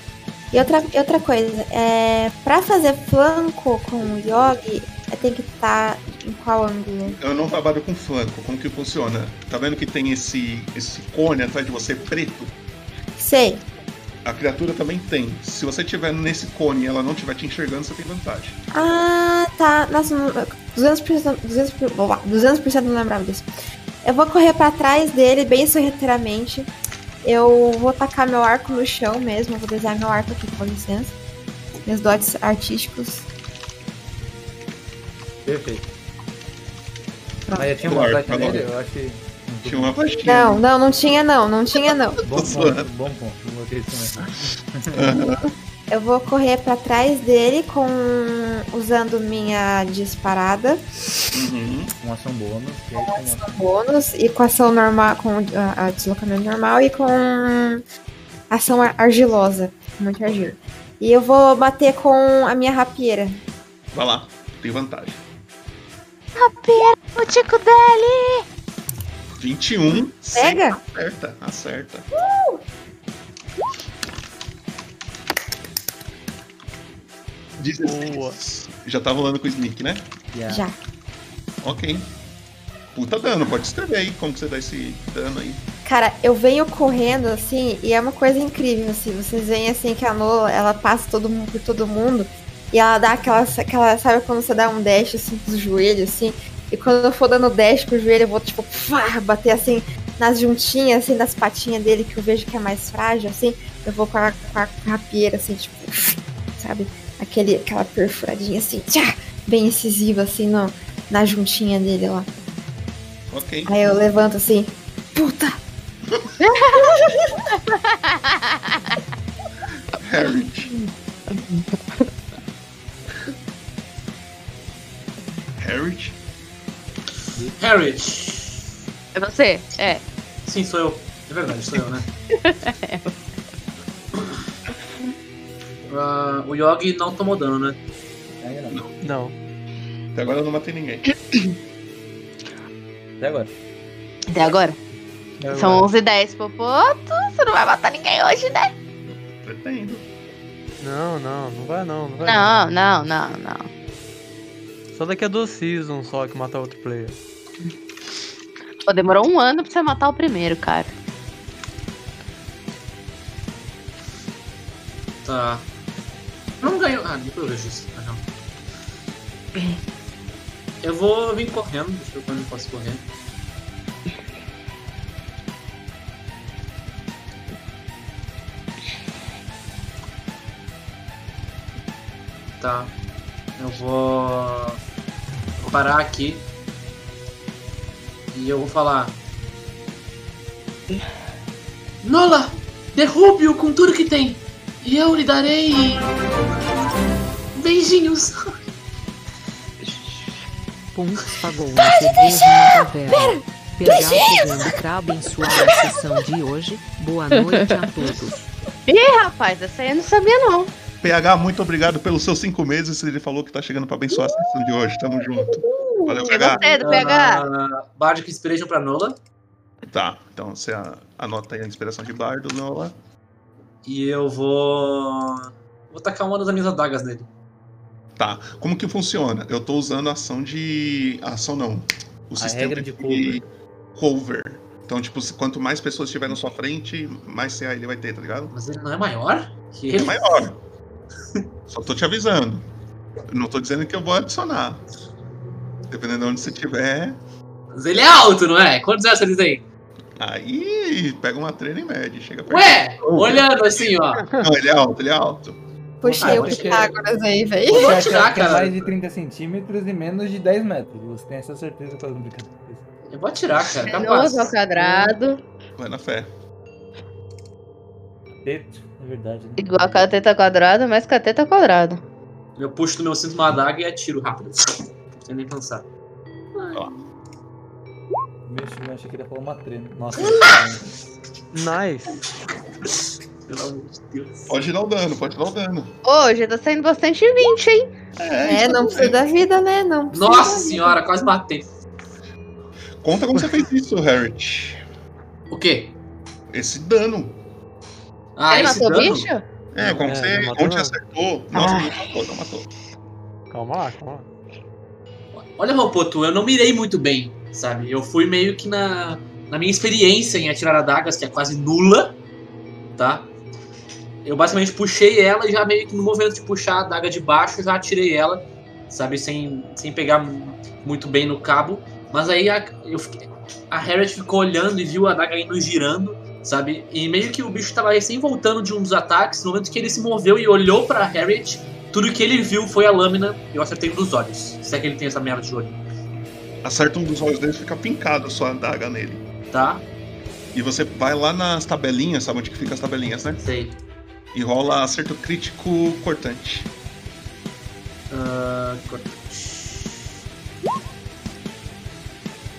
I: E outra, e outra coisa, é, pra fazer flanco com o Yogi, é, tem que estar em qual ângulo?
B: Eu não trabalho com flanco, como que funciona? Tá vendo que tem esse, esse cone atrás de você preto?
I: Sei.
B: A criatura também tem. Se você tiver nesse cone e ela não estiver te enxergando, você tem vantagem.
I: Ah, tá. Nossa, não- 200%, 200%, blá, 200 não lembrava disso. Eu vou correr pra trás dele, bem sorrateiramente. Eu vou tacar meu arco no chão mesmo. eu Vou desenhar meu arco aqui, com licença. Meus dotes artísticos.
A: Perfeito. Mas tinha uma
B: Claro,
A: flecha
B: tá bom.
A: nele? Eu um acho que.
B: Tinha uma flechinha.
I: Não, não, não tinha não, não tinha não.
A: Bom ponto, bom ponto. Não botei isso mais.
I: Eu vou correr pra trás dele com usando minha disparada.
B: Uhum.
A: Com ação bônus. que aí tem uma-
I: bônus e com ação normal, com ah, a, a deslocamento normal e com ação ar- argilosa, muito argila. E eu vou bater com a minha rapieira.
B: Vai lá, tem vantagem.
I: Rapieira, o tico dele!
B: 21.
I: Pega?
B: sempre um, Acerta, acerta.
I: Uh!
B: 16. Já tá rolando com o sneak, né?
I: Já.
B: Ok. Puta dano, pode escrever aí como que você dá esse dano aí.
I: Cara, eu venho correndo assim e é uma coisa incrível, assim. Vocês veem assim que a Nola, ela passa todo mundo por todo mundo e ela dá aquela, aquela. Sabe quando você dá um dash assim com os joelhos, assim? E quando eu for dando dash com o joelho, eu vou, tipo, pfá, bater assim nas juntinhas, assim, nas patinhas dele, que eu vejo que é mais frágil, assim. Eu vou com a, com a rapieira, assim, tipo, sabe? Aquele, aquela perfuradinha assim, tchá, bem incisiva, assim, no, na juntinha dele lá.
B: Ok.
I: Aí eu levanto assim, puta!
B: Harriet. Harriet?
G: Harriet.
C: É você? É.
G: Sim, sou eu. É verdade, sou eu, né? Ah, o Yogi não tomou dano, né?
D: Não.
B: Até agora eu não matei ninguém.
A: Até agora.
J: Até agora.
A: Até
J: São
A: agora.
J: 11 e 10, Popoto. Você não vai matar ninguém hoje, né?
B: Pretendo.
D: Não, não, não vai não, não vai
J: Não, não, não, não.
D: Só daqui a duas seasons só que matar outro player.
J: Pô, demorou um ano pra você matar o primeiro, cara.
G: Tá. Não ganhou. Ah, depois eu vejo isso. Ah, não. Eu vou vir correndo, deixa eu ver quando eu posso correr. Tá. Eu vou parar aqui. E eu vou falar. Nola! Derrube-o com tudo que tem! E eu lhe darei. Beijinhos!
H: Pontos pagou uma
M: Pode
H: cerveja
M: deixar!
H: na taverna.
M: Pera!
H: Pegar
M: beijinhos!
H: o segundo crabo
E: *laughs*
H: em sua sessão de hoje. Boa noite a todos.
J: Ih, rapaz, essa aí eu não sabia, não.
B: PH, muito obrigado pelos seus cinco meses. Ele falou que tá chegando pra abençoar a sessão de hoje. Tamo junto. Valeu, PH.
G: Ah, Bardic Inspiration pra Nola.
B: Tá, então você a- anota aí a inspiração de Bardo, Nola.
G: E eu vou. Vou tacar uma das minhas adagas nele.
B: Tá. Como que funciona? Eu tô usando a ação de. A ação não. O
A: A
B: sistema
A: regra de
B: cover. cover. Então, tipo, se- quanto mais pessoas estiver na sua frente, mais CA ele vai ter, tá ligado?
G: Mas ele não é maior? Que
B: Ele
G: ele?
B: é maior. *laughs* Só tô te avisando. Eu Não tô dizendo que eu vou adicionar. Dependendo de onde você tiver.
G: Mas ele é alto, não é? Quantos anos eles têm?
B: Aí pega uma treina e mede, chega perto.
G: Ué!
C: Um.
G: Olhando assim, ó.
B: Não, ele é alto, ele é alto.
I: Puxei
A: Ah,
I: o
A: mas que-
I: Pitágoras aí, velho.
A: Você acha que é
G: cara.
A: mais de 30 centímetros e menos de 10 metros. Você tem essa certeza com as brincadeira.
G: Eu vou atirar, cara. Capaz.
C: É Nossa, ao quadrado.
B: Vai na fé.
A: Teto, é verdade. Né?
C: Igual cateta ao quadrado, mais cateta ao quadrado.
G: Eu puxo do meu cinto uma adaga e atiro rápido. Sem nem pensar.
A: Mexe, mexe aqui, dá pra é uma treina. Nossa.
D: Nice.
G: Pelo amor de Deus.
B: Pode dar o dano, pode dar o dano.
C: Hoje tá saindo bastante 20, hein?
B: É,
F: não precisa da vida, né? Não precisa da
G: Nossa
F: vida.
G: senhora, quase matei.
B: Conta como você fez isso, Harriet.
G: O quê?
B: Esse dano.
G: Ah,
C: Ele
G: esse
C: matou o
G: dano?
C: bicho?
B: É, como
D: é,
B: você.
D: não matou
B: Onde
D: nada.
B: acertou. Nossa, não matou, não matou.
D: Calma lá, calma lá.
G: Olha, Rompoto, eu não mirei muito bem, sabe? Eu fui meio que na, na minha experiência em atirar adagas, que é quase nula, tá? Eu basicamente puxei ela e já meio que no movimento de puxar a adaga de baixo, já atirei ela, sabe? Sem, sem pegar mu- muito bem no cabo. Mas aí a, eu fiquei- a Harriet ficou olhando e viu a adaga indo girando, sabe? E meio que o bicho tava recém voltando de um dos ataques. No momento que ele se moveu e olhou pra Harriet, tudo que ele viu foi a lâmina e eu acertei um dos olhos. Se é que ele tem essa merda de olho.
B: Acerta um dos olhos dele fica pincado a sua adaga nele.
G: Tá?
B: E você vai lá nas tabelinhas, sabe onde que ficam as tabelinhas, né?
G: Sei.
B: E rola acerto crítico cortante.
G: Ah, corta.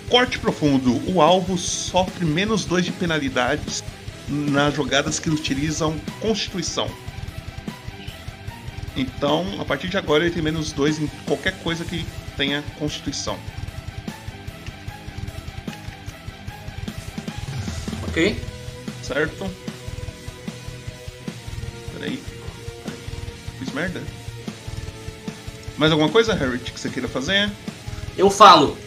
B: Corte profundo. O alvo sofre menos dois de penalidades nas jogadas que utilizam Constituição. Então, a partir de agora, ele tem menos dois em qualquer coisa que tenha Constituição.
G: ok.
B: Certo? Peraí. Fiz merda? Mais alguma coisa, Harriet, que você queira fazer?
G: Eu falo.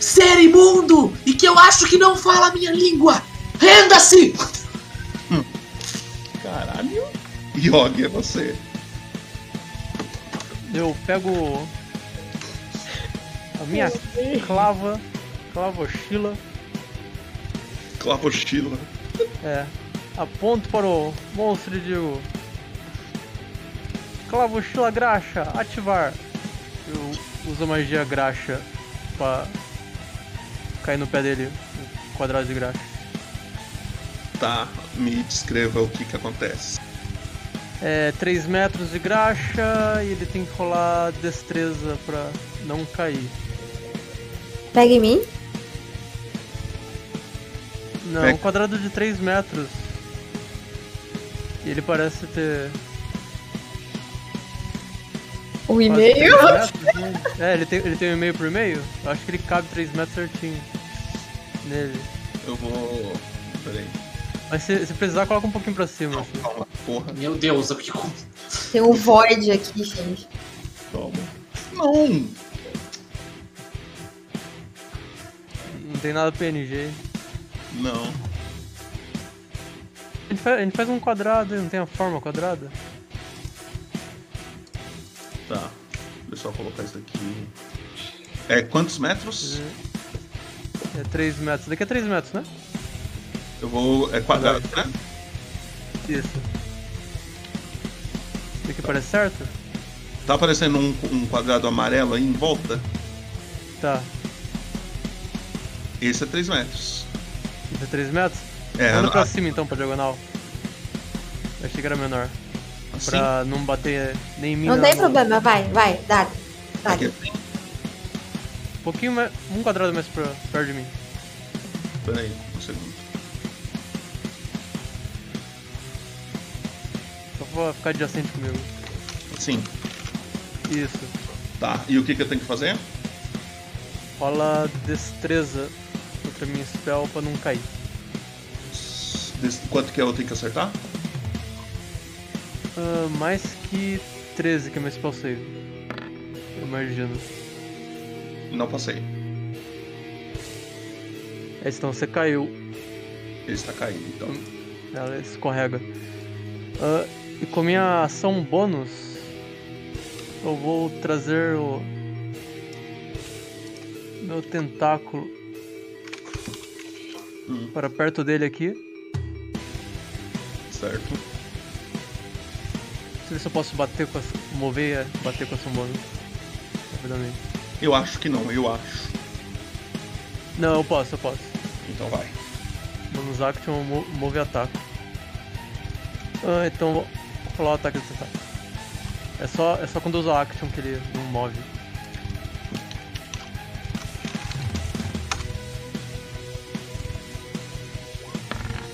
G: Ser imundo e que eu acho que não fala a minha língua. Renda-se!
B: Caralho! Yogi, é você.
D: Eu pego a minha clava, clava mochila,
B: Clava hostila.
D: é, aponto para o monstro e digo: Clava mochila graxa, ativar. Eu uso a magia graxa para cair no pé dele, o quadrado de graxa.
B: Tá, me descreva o que que acontece.
D: É 3 metros de graxa e ele tem que rolar destreza pra não cair.
I: Pega em mim.
D: Não,
B: É.
D: um quadrado de 3 metros. E ele parece ter.
F: O
D: quase três
F: e-mail?
D: metros, né? É, ele tem, ele tem um e-mail por e-mail? Eu acho que ele cabe 3 metros certinho nele.
B: Eu vou. Peraí.
D: Mas se, se precisar, coloca um pouquinho pra cima. assim.
B: Calma, porra.
G: Meu Deus, eu fiquei com.
F: Tem um void aqui, gente.
B: Toma. Não!
D: Não tem nada PNG.
B: Não.
D: A gente, faz, a gente faz um quadrado, não tem a forma quadrada?
B: Tá. Deixa eu só colocar isso aqui. É quantos metros?
D: É 3 metros. Daqui é 3 metros, né?
B: Eu vou. É quadrado, né?
D: Isso. Isso aqui parece certo?
B: Tá aparecendo um, um quadrado amarelo aí em volta?
D: Tá.
B: Esse é 3 metros.
D: Isso é 3 metros?
B: É,
D: Manda pra
B: a-
D: cima então, pra diagonal. Eu achei que era menor.
B: assim.
D: Pra não bater nem em mim.
I: Não
D: nem
I: tem
D: na mão.
I: problema, vai, vai, dá. Dá.
B: Aqui.
D: Um pouquinho mais. Um quadrado mais pra, perto de mim.
B: Peraí, um segundo.
D: Só pra ficar adjacente comigo.
B: Sim.
D: Isso.
B: Tá. E o que, que eu tenho que fazer?
D: Rola destreza contra minha spell pra não cair.
B: Des- Quanto que eu tenho que acertar?
D: Ah, mais que 13, que é meu spell save. Eu imagino.
B: Não passei.
D: É, Então você caiu.
B: Ele está caindo, então.
D: Ela escorrega. Ah, e com minha ação bônus, eu vou trazer o. Meu tentáculo.
B: Hum.
D: Para perto dele aqui.
B: Certo.
D: Deixa eu ver se eu posso bater com essa. mover e bater com a ação bônus. Rapidamente.
B: Eu acho que não, eu acho.
D: Não, eu posso, eu posso.
B: Então vai.
D: Bonus action, um mo- move ataque. Ah, então vou rolar o ataque desse ataque. É só, é só quando usa action que ele não move.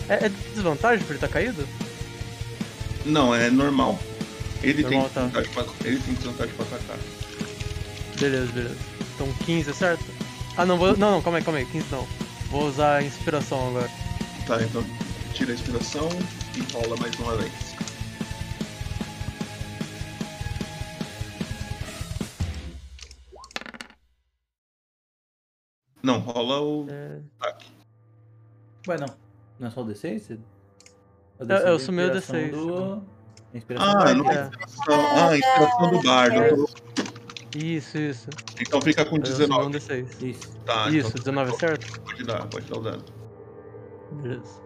D: É, é desvantagem por ele tá caído?
B: Não, é normal. Ele, tem,
D: Normal, tá.
B: desvantagem pra, ele tem desvantagem pra tá. atacar.
D: Beleza, beleza. Então 15, certo? Ah, não, vou. Não, não, calma aí, calma aí. 15 não. Vou usar a inspiração agora.
B: Tá, então tira a inspiração e rola mais uma vez. Não, rola o.
D: É,
A: Ué, não. Não é só o D6? Você-
D: Eu-
A: D6
D: eu
A: da
D: sumi É, o
A: inspiração
D: D6.
A: do- a inspiração
B: Ah,
A: do
B: não tem
A: bardo.
B: inspiração. Ah, a inspiração do bardo. Eu tô-
D: Isso, isso.
B: Então fica com
D: Eu sou
B: 19.
D: um D6.
A: Isso.
B: Tá,
D: Isso,
B: então-
D: 19 é certo?
B: Pode dar, pode dar o dano.
D: Beleza.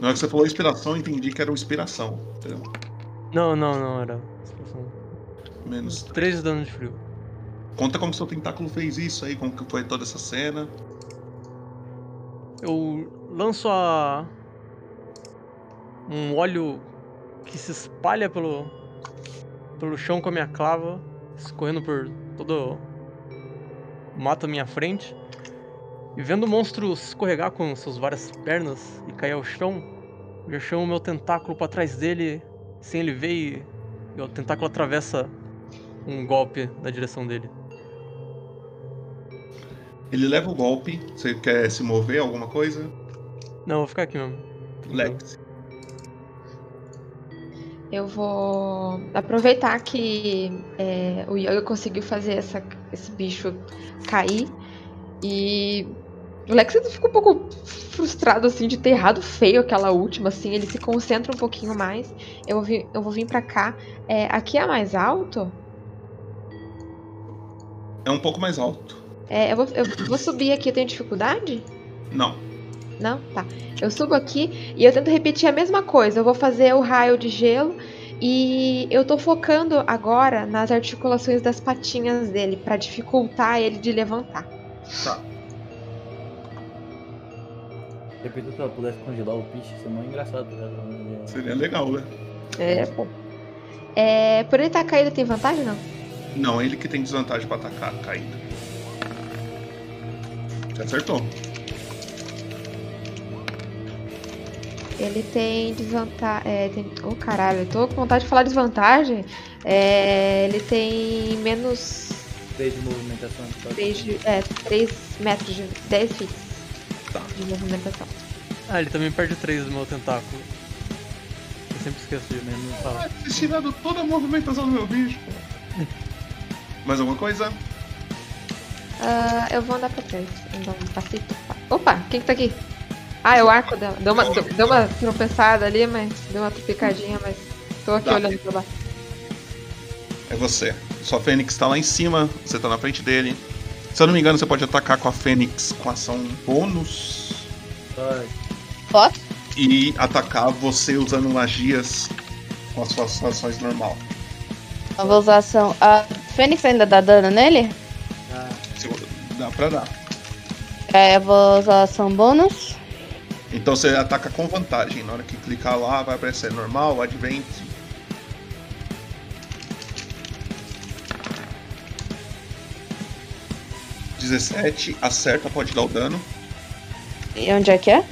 B: Na hora que você falou inspiração, eu entendi que era uma inspiração. Entendeu?
D: Não, não, não, era.
B: Menos
D: 3 de dano de frio.
B: Conta como seu tentáculo fez isso aí, como que foi toda essa cena.
D: Eu lanço a. Um óleo que se espalha pelo. pelo chão com a minha clava, escorrendo por todo o mato à minha frente. E vendo o monstro escorregar com suas várias pernas e cair ao chão, eu já chamo o meu tentáculo pra trás dele, sem ele ver, e, e o tentáculo atravessa um golpe na direção dele.
B: Ele leva o golpe. Você quer se mover alguma coisa?
D: Não, eu vou ficar aqui mesmo.
B: Lex.
E: Eu vou aproveitar que é, o Yoga conseguiu fazer essa- esse bicho cair. E o Lex ficou um pouco frustrado assim de ter errado feio aquela última, assim, ele se concentra um pouquinho mais. Eu vou vir, eu vou vir pra cá. É, aqui é mais alto?
B: É um pouco mais alto.
E: É, eu, vou, eu vou subir aqui, eu tenho dificuldade?
B: Não.
E: Não? Tá. Eu subo aqui e eu tento repetir a mesma coisa. Eu vou fazer o raio de gelo e eu tô focando agora nas articulações das patinhas dele pra dificultar ele de levantar.
A: De repente, se ela pudesse congelar o piche, seria muito engraçado. né?
B: Seria legal, né?
E: É, pô. É, por ele estar caído tem vantagem não?
B: Não, ele que tem desvantagem pra atacar caído. Você acertou.
E: Ele tem desvantagem. É, tem... Oh, caralho, eu tô com vontade de falar desvantagem. É, ele tem menos
A: Três de movimentação. de toque.
E: 3, de... é, 3 metros de 10 feet de movimentação.
D: Ah, ele também perde 3 do meu tentáculo. Eu sempre esqueço de menos falar.
B: Vocês tiraram toda a movimentação do meu bicho. Mais alguma coisa?
E: Ah, eu vou andar pra trás. Então, passei. Opa, quem que tá aqui? Ah, é o arco. Deu, deu, uma, deu uma tropeçada ali, mas deu uma tropicadinha, mas tô aqui
B: Dá.
E: olhando pra baixo.
B: É você. Sua Fênix tá lá em cima, você tá na frente dele. Se eu não me engano, você pode atacar com a Fênix com ação bônus.
C: Posso?
B: E atacar você usando magias com as suas ações normal.
C: Eu vou usar ação. A Fênix ainda dá dano nele?
B: Se- Dá pra dar.
C: É, eu vou usar ação bônus.
B: Então você ataca com vantagem. Na hora que clicar lá, vai aparecer normal, advent. Dezessete, acerta, pode dar o dano.
C: E onde é que é?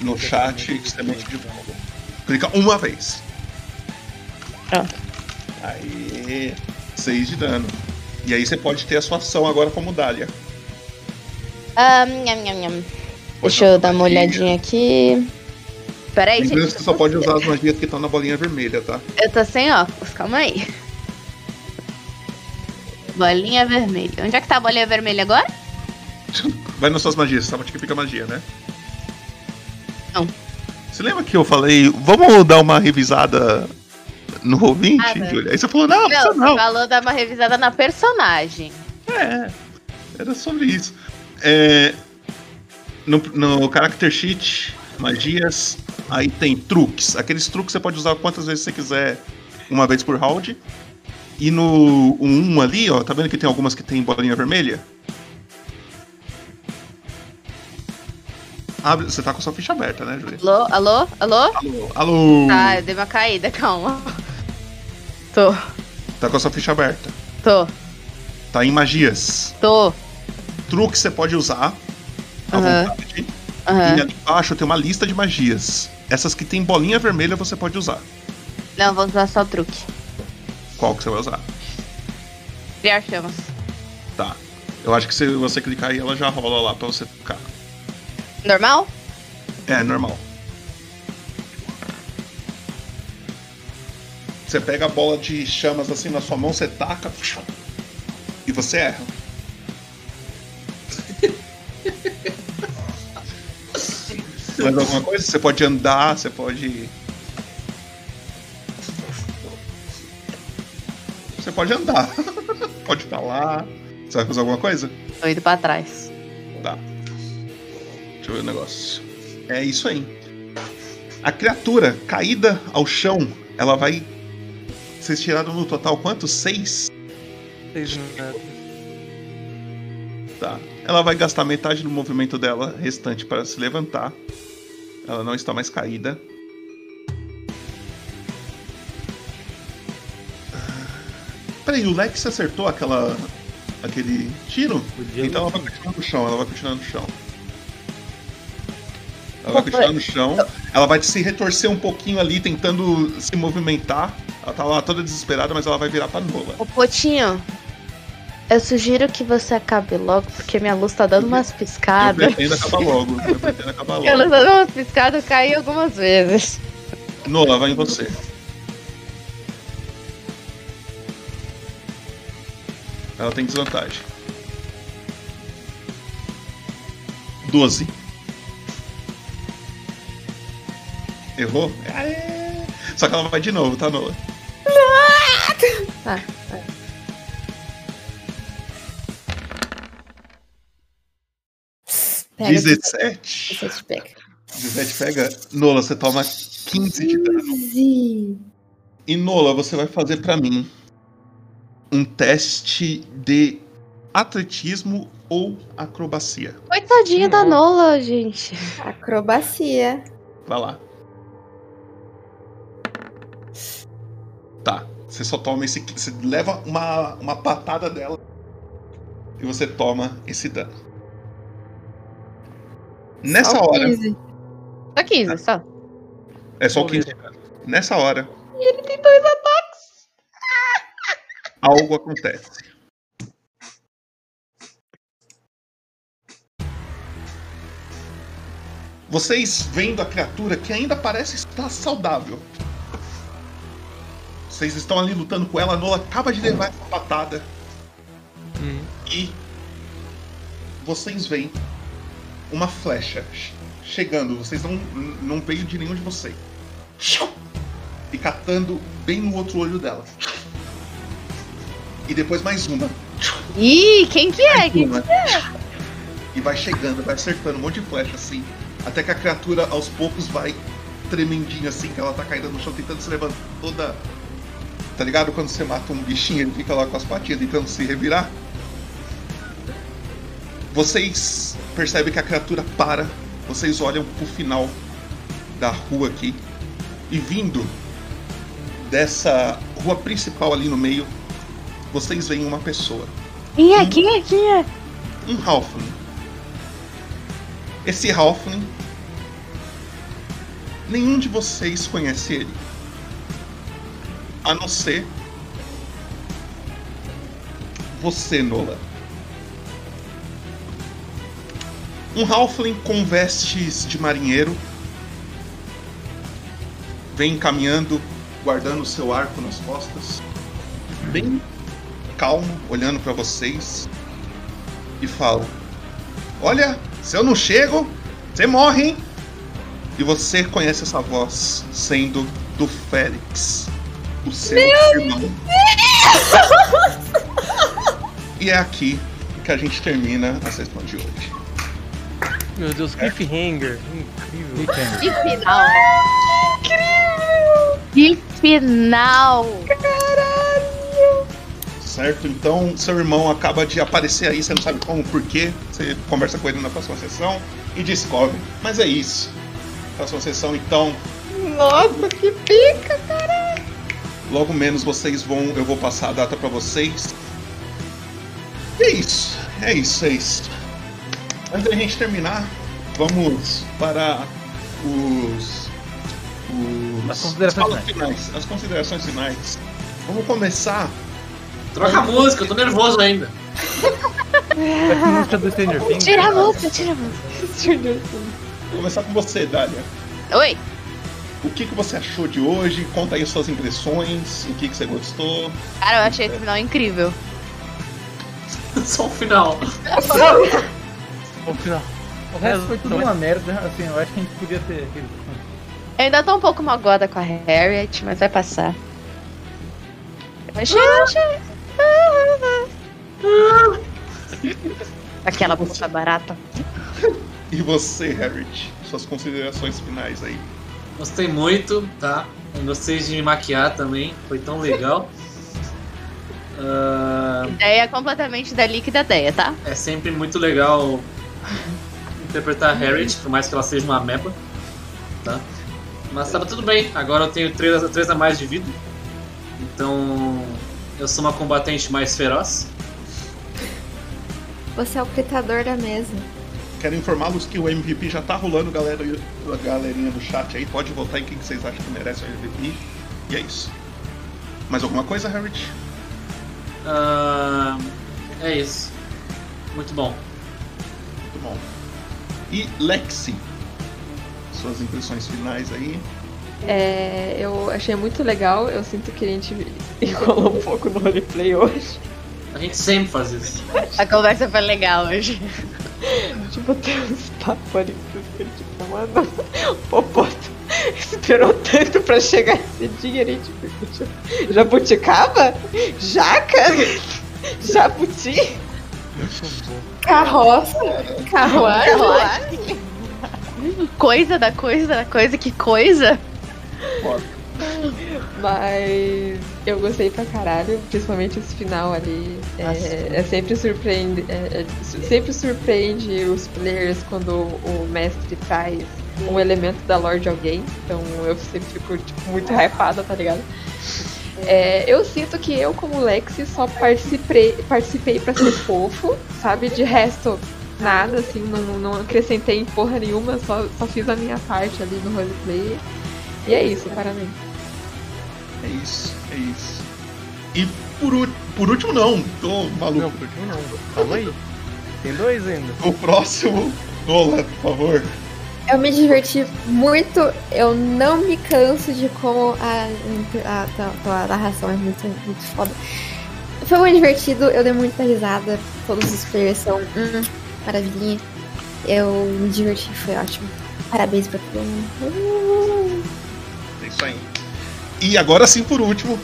B: No chat, extremamente de fogo. Clica uma vez.
C: Pronto.
B: Aí, 6 de dano. E aí você pode ter a sua ação agora como Dália.
C: Ah, nham, nham, nham. Deixa eu dar uma olhadinha aqui. Peraí,
B: Lembrando que
C: gente.
B: você só pode usar as magias que estão na bolinha vermelha, tá?
C: Eu tô sem óculos, calma aí. Bolinha vermelha. Onde é que tá a bolinha vermelha agora?
B: Vai nas suas magias, sabe onde que fica a magia, né?
C: Não.
B: Você lembra que eu falei, vamos dar uma revisada no Roll20,
C: Ah, tá.
B: Júlia? Aí você falou, não, precisa não.
C: Você falou dar uma revisada na personagem.
B: É. Era sobre isso. É, no, no character sheet, magias, aí tem truques. Aqueles truques você pode usar quantas vezes você quiser, uma vez por round. E no 1 ali, ó, tá vendo que tem algumas que tem bolinha vermelha? Abre, você tá com sua ficha aberta, né, Julia?
C: Alô, alô, alô?
B: Alô, alô.
C: Tá, eu dei uma caída, calma. Tô,
B: Tá com a sua ficha aberta.
C: tô,
B: Tá em magias.
C: tô.
B: Truque você pode usar. à
C: Aham.
B: vontade.
C: Aham.
B: E ali embaixo tem uma lista de magias. Essas que tem bolinha vermelha você pode usar.
C: Não, vou usar só o truque.
B: Qual que você vai usar?
C: Criar chamas.
B: Tá. Eu acho que se você clicar aí, ela já rola lá pra você tocar.
C: Normal?
B: É, normal. Você pega a bola de chamas assim na sua mão, você taca. E você erra. *laughs* Mais alguma coisa? Você pode andar, você pode. Você pode andar. *laughs* pode falar. Você vai fazer alguma coisa?
C: Tô indo pra trás.
B: Tá. Deixa eu ver o negócio. É isso aí. A criatura caída ao chão, ela vai. Vocês tiraram no total quanto? Seis?
D: Seis metros.
B: Tá. Ela vai gastar metade do movimento dela restante para se levantar. Ela não está mais caída. Ah, Peraí, o Lex acertou aquela. aquele tiro? Então ela vai continuar no chão, ela vai continuar no chão. Ela vai continuar no chão. Ela vai se retorcer um pouquinho ali, tentando se movimentar. Ela tá lá toda desesperada, mas ela vai virar pra Nola.
J: Ô Potinho, eu sugiro que você acabe logo, porque minha luz tá dando umas
B: Eu
J: piscadas.
B: pretendo acabar logo. Eu pretendo acabar
C: Minha luz
B: logo.
C: tá dando umas piscadas, eu caí algumas vezes.
B: Nola, vai em você. Ela tem desvantagem. 12. Errou? Aê! Só que ela vai de novo, tá, Nola?
E: Tá,
I: Pega
B: 17.
I: 17 pega.
B: 17 pega. Nola, você toma 15 de dano. E Nola, você vai fazer pra mim um teste de atletismo ou acrobacia.
J: Coitadinha da Nola, gente.
I: Acrobacia.
B: Vai lá. Tá. Você só toma esse. Você leva uma, uma patada dela. E você toma esse dano. Nessa
C: Só
B: hora.
C: 15. Só 15, só.
B: É só o 15 de dano. Nessa hora,
C: E ele tem dois ataques.
B: algo acontece. Vocês vendo a criatura que ainda parece estar saudável. Vocês estão ali lutando com ela, a Nola acaba de levar essa patada. E vocês veem uma flecha che- chegando. Vocês não, não veio de nenhum de vocês. E catando bem no outro olho dela. E depois mais uma.
C: Ih, quem que é? Quem
B: Uma.
C: que é?
B: E vai chegando, vai acertando um monte de flecha assim. Até que a criatura aos poucos vai tremendinho assim, que ela tá caindo no chão, tentando se levantar toda. Tá ligado? Quando você mata um bichinho, ele fica lá com as patinhas tentando se revirar. Vocês percebem que a criatura para, vocês olham pro final da rua aqui. E vindo dessa rua principal ali no meio, vocês veem uma pessoa
J: Quem é? Quem é? Quem é?
B: um Halfling. Esse Halfling. Nenhum de vocês conhece ele. A não ser. Você, Nola. Um Halfling com vestes de marinheiro. Vem caminhando, guardando seu arco nas costas. Bem calmo, olhando para vocês e fala: Olha, se eu não chego, você morre, hein? E você conhece essa voz sendo do Félix, o seu irmão. E é aqui que a gente termina a sessão de hoje.
D: Meu Deus, cliffhanger. Incrível.
C: Que final. Incrível! Que final.
B: Certo? Então, seu irmão acaba de aparecer aí, você não sabe como, por quê. Você conversa com ele na próxima sessão. e descobre. Mas é isso. Próxima sessão, então,
E: Nossa, que pica, caralho.
B: logo menos vocês vão. Eu vou passar a data pra vocês. E é isso. É isso, é isso. Antes da gente terminar, vamos para os. os
A: As considerações
B: falas finais. As considerações finais. Vamos começar.
G: *laughs* Troca a música, eu tô nervoso ainda. *laughs*
A: música do Stranger Things.
N: Tira a música, tira a música.
B: Vou começar com você, Dália.
C: Oi.
B: O que, que você achou de hoje? Conta aí suas impressões, o que, que você gostou.
C: Cara, eu achei esse final incrível.
G: Só o final.
A: O final. O resto foi tudo uma merda, assim, eu acho que a gente podia ter.
C: Eu ainda tô um pouco magoada com a Harriet, mas vai passar. Eu achei, eu achei. Aquela bolsa barata.
B: E você, Harriet, suas considerações finais aí.
G: Gostei muito, tá? Gostei de me maquiar também, foi tão legal. Ah,
C: Ideia completamente da líquida ideia, tá?
G: é sempre muito legal interpretar a Harriet, por mais que ela seja uma mepa, tá? Mas tava tudo bem, agora eu tenho 3 a, três a mais de vida, então eu sou uma combatente mais feroz.
I: Você é o gritador da mesa.
B: Quero informá-los que o MVP já tá rolando, galera, a galerinha do chat aí. Pode votar em quem que vocês acham que merece o MVP. E é isso. Mais alguma coisa, Harriet?
G: Ah, é isso. Muito bom.
B: Muito bom. E Lexi, suas impressões finais aí.
E: É, eu achei muito legal, eu sinto que a gente *laughs* enrolou um pouco no roleplay hoje.
G: A gente sempre faz isso.
C: A conversa foi legal hoje.
E: Tipo, tem uns papos ali que eu fiquei, tipo, mano, *laughs* o Popoto esperou tanto pra chegar esse dia, né? Tipo, jabuticaba? Jaca? Jabuti?
C: Carroça?
E: Carruagem?
C: Coisa da coisa da coisa, que coisa?
E: Mas eu gostei pra caralho, principalmente esse final ali. É, é sempre surpreende, é- é- su- sempre surpreende os players quando o mestre traz um elemento da lore de alguém. Então eu sempre fico tipo, muito hypada, tá ligado? É, eu sinto que eu, como Lexi, só participei, participei pra ser fofo, sabe? De resto, nada, assim, não, não acrescentei em porra nenhuma, só, só fiz a minha parte ali no roleplay. E é isso, parabéns.
B: É isso, é isso. E por, ú- por último não, tô maluco. Não, por último não. Calma aí. Tem dois ainda. O próximo, Nola, por favor.
I: Eu me diverti muito, eu não me canso de como a, a, tua- tua narração é muito, muito foda. Foi muito divertido, eu dei muita risada, todos os players são hum, maravilhinha. Eu me diverti, foi ótimo. Parabéns pra todo mundo.
B: É isso aí. E agora sim, por último,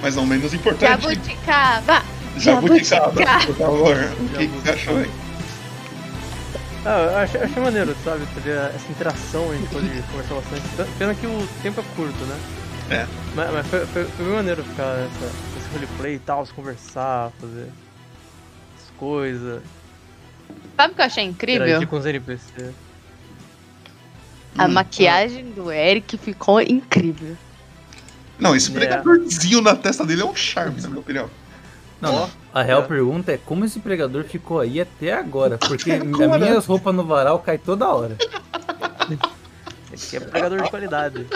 B: mas não menos importante,
C: Jabuticaba!
B: Jabuticaba, por favor. O que que você achou aí?
D: Ah, eu achei, achei maneiro, sabe? Teve essa interação, a gente pode conversar bastante. P- Pena que o tempo é curto, né?
B: É.
D: Mas, mas foi, foi, foi bem maneiro ficar essa, esse roleplay e tal, se conversar, fazer as coisas,
C: Sabe o que eu achei incrível?
D: interagir com os NPC.
C: A maquiagem do Eric ficou incrível.
B: Não, esse pregadorzinho na testa dele é um charme, na minha opinião.
A: Não, a real pergunta é como esse pregador ficou aí até agora, porque as
B: Agora.
A: minhas roupas no varal caem toda hora.
D: Esse aqui é pregador de qualidade.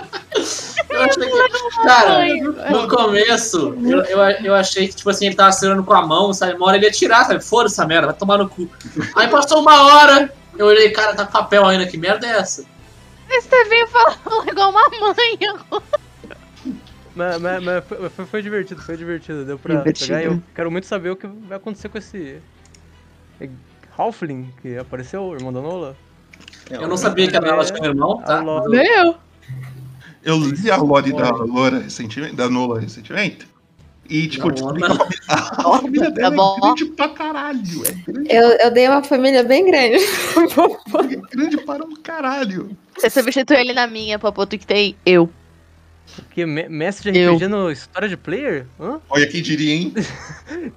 G: Eu achei que. Cara, no começo, eu, eu, eu achei que, tipo assim, ele tava segurando com a mão, sabe? Uma hora ele ia tirar, sabe? Fora essa merda, vai tomar no cu. Aí passou uma hora, eu olhei, cara, tá com papel ainda, que merda é essa?
C: Esse TV *laughs* falou igual um uma mãe agora.
D: Mas, mas- mas foi, foi- foi divertido, foi divertido. Deu pra
O: Divertido.
D: pegar. e Eu quero muito saber o que vai acontecer com esse. é, Halfling, que apareceu, o irmão da Nola.
G: Eu não sabia que a Nala tinha um irmão, tá?
C: Meu!
B: Eu li a lore da Lola recentemente, da Nola recentemente. E, tipo,
I: Da
B: descobri que a família- a família dela é grande pra caralho. É grande,
I: Eu, eu dei uma família bem grande.
B: grande para um caralho.
C: Você substitui ele na minha, Popoto, que tem eu.
D: Porque me- mestre de RPG no História de Player? Hã?
B: Olha quem diria, hein?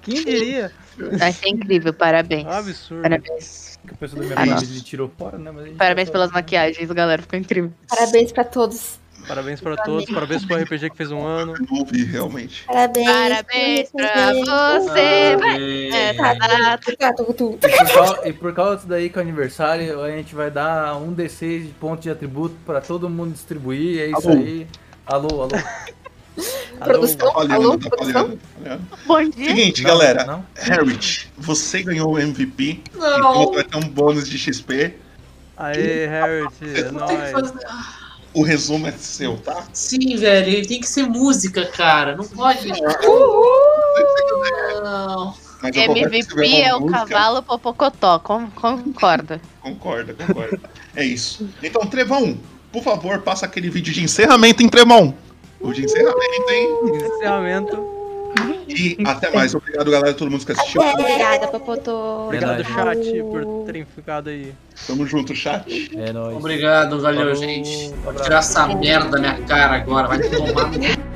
D: Quem diria?
C: Mas é incrível, parabéns.
D: Absurdo.
C: Parabéns.
A: Que a pessoa da minha
C: Ah,
A: família
C: nossa.
A: ele tirou fora, né? Mas a gente
C: Parabéns
A: tá-
C: pelas maquiagens, galera. Ficou incrível.
P: Parabéns pra todos.
D: Parabéns pra todos, parabéns pro RPG que fez um ano.
B: Ouvi, realmente.
P: Parabéns.
C: Parabéns pra você. Vai. É, tá, tá, tá.
A: E por, causa, e por causa disso daí que é o aniversário, a gente vai dar um D6 de ponto de atributo pra todo mundo distribuir. É isso
B: Alô.
A: aí. Alô, alô.
B: Produção?
A: Alô.
B: Alô, Tá produção? falhando,
C: Bom
B: Seguinte,
A: Não,
B: galera.
A: não.
B: Harriet, você ganhou o MVP.
G: Não.
B: Então você vai ter um bônus de XP.
D: Aê, Harriet, é nóis.
B: O resumo é seu, tá?
G: Sim, velho, ele tem que ser música, cara. Não pode.
C: É.
G: Não.
B: Mas eu confesso que você
C: MVP
B: ganhou
C: é o
B: música.
C: cavalo popocotó. con- Concorda.
B: Concorda, concorda. é isso. Então, Trevão, por favor, passa aquele vídeo de encerramento, hein, Trevão? O de encerramento, hein?
D: Encerramento.
B: E até mais. Obrigado, galera, todo mundo que assistiu.
P: Obrigada, Popotô.
D: Obrigado, chat, por terem ficado aí.
B: Tamo junto, chat.
A: É nóis.
G: Obrigado, valeu, gente. Vou tirar essa merda da minha cara agora. Vai tomar. no cu.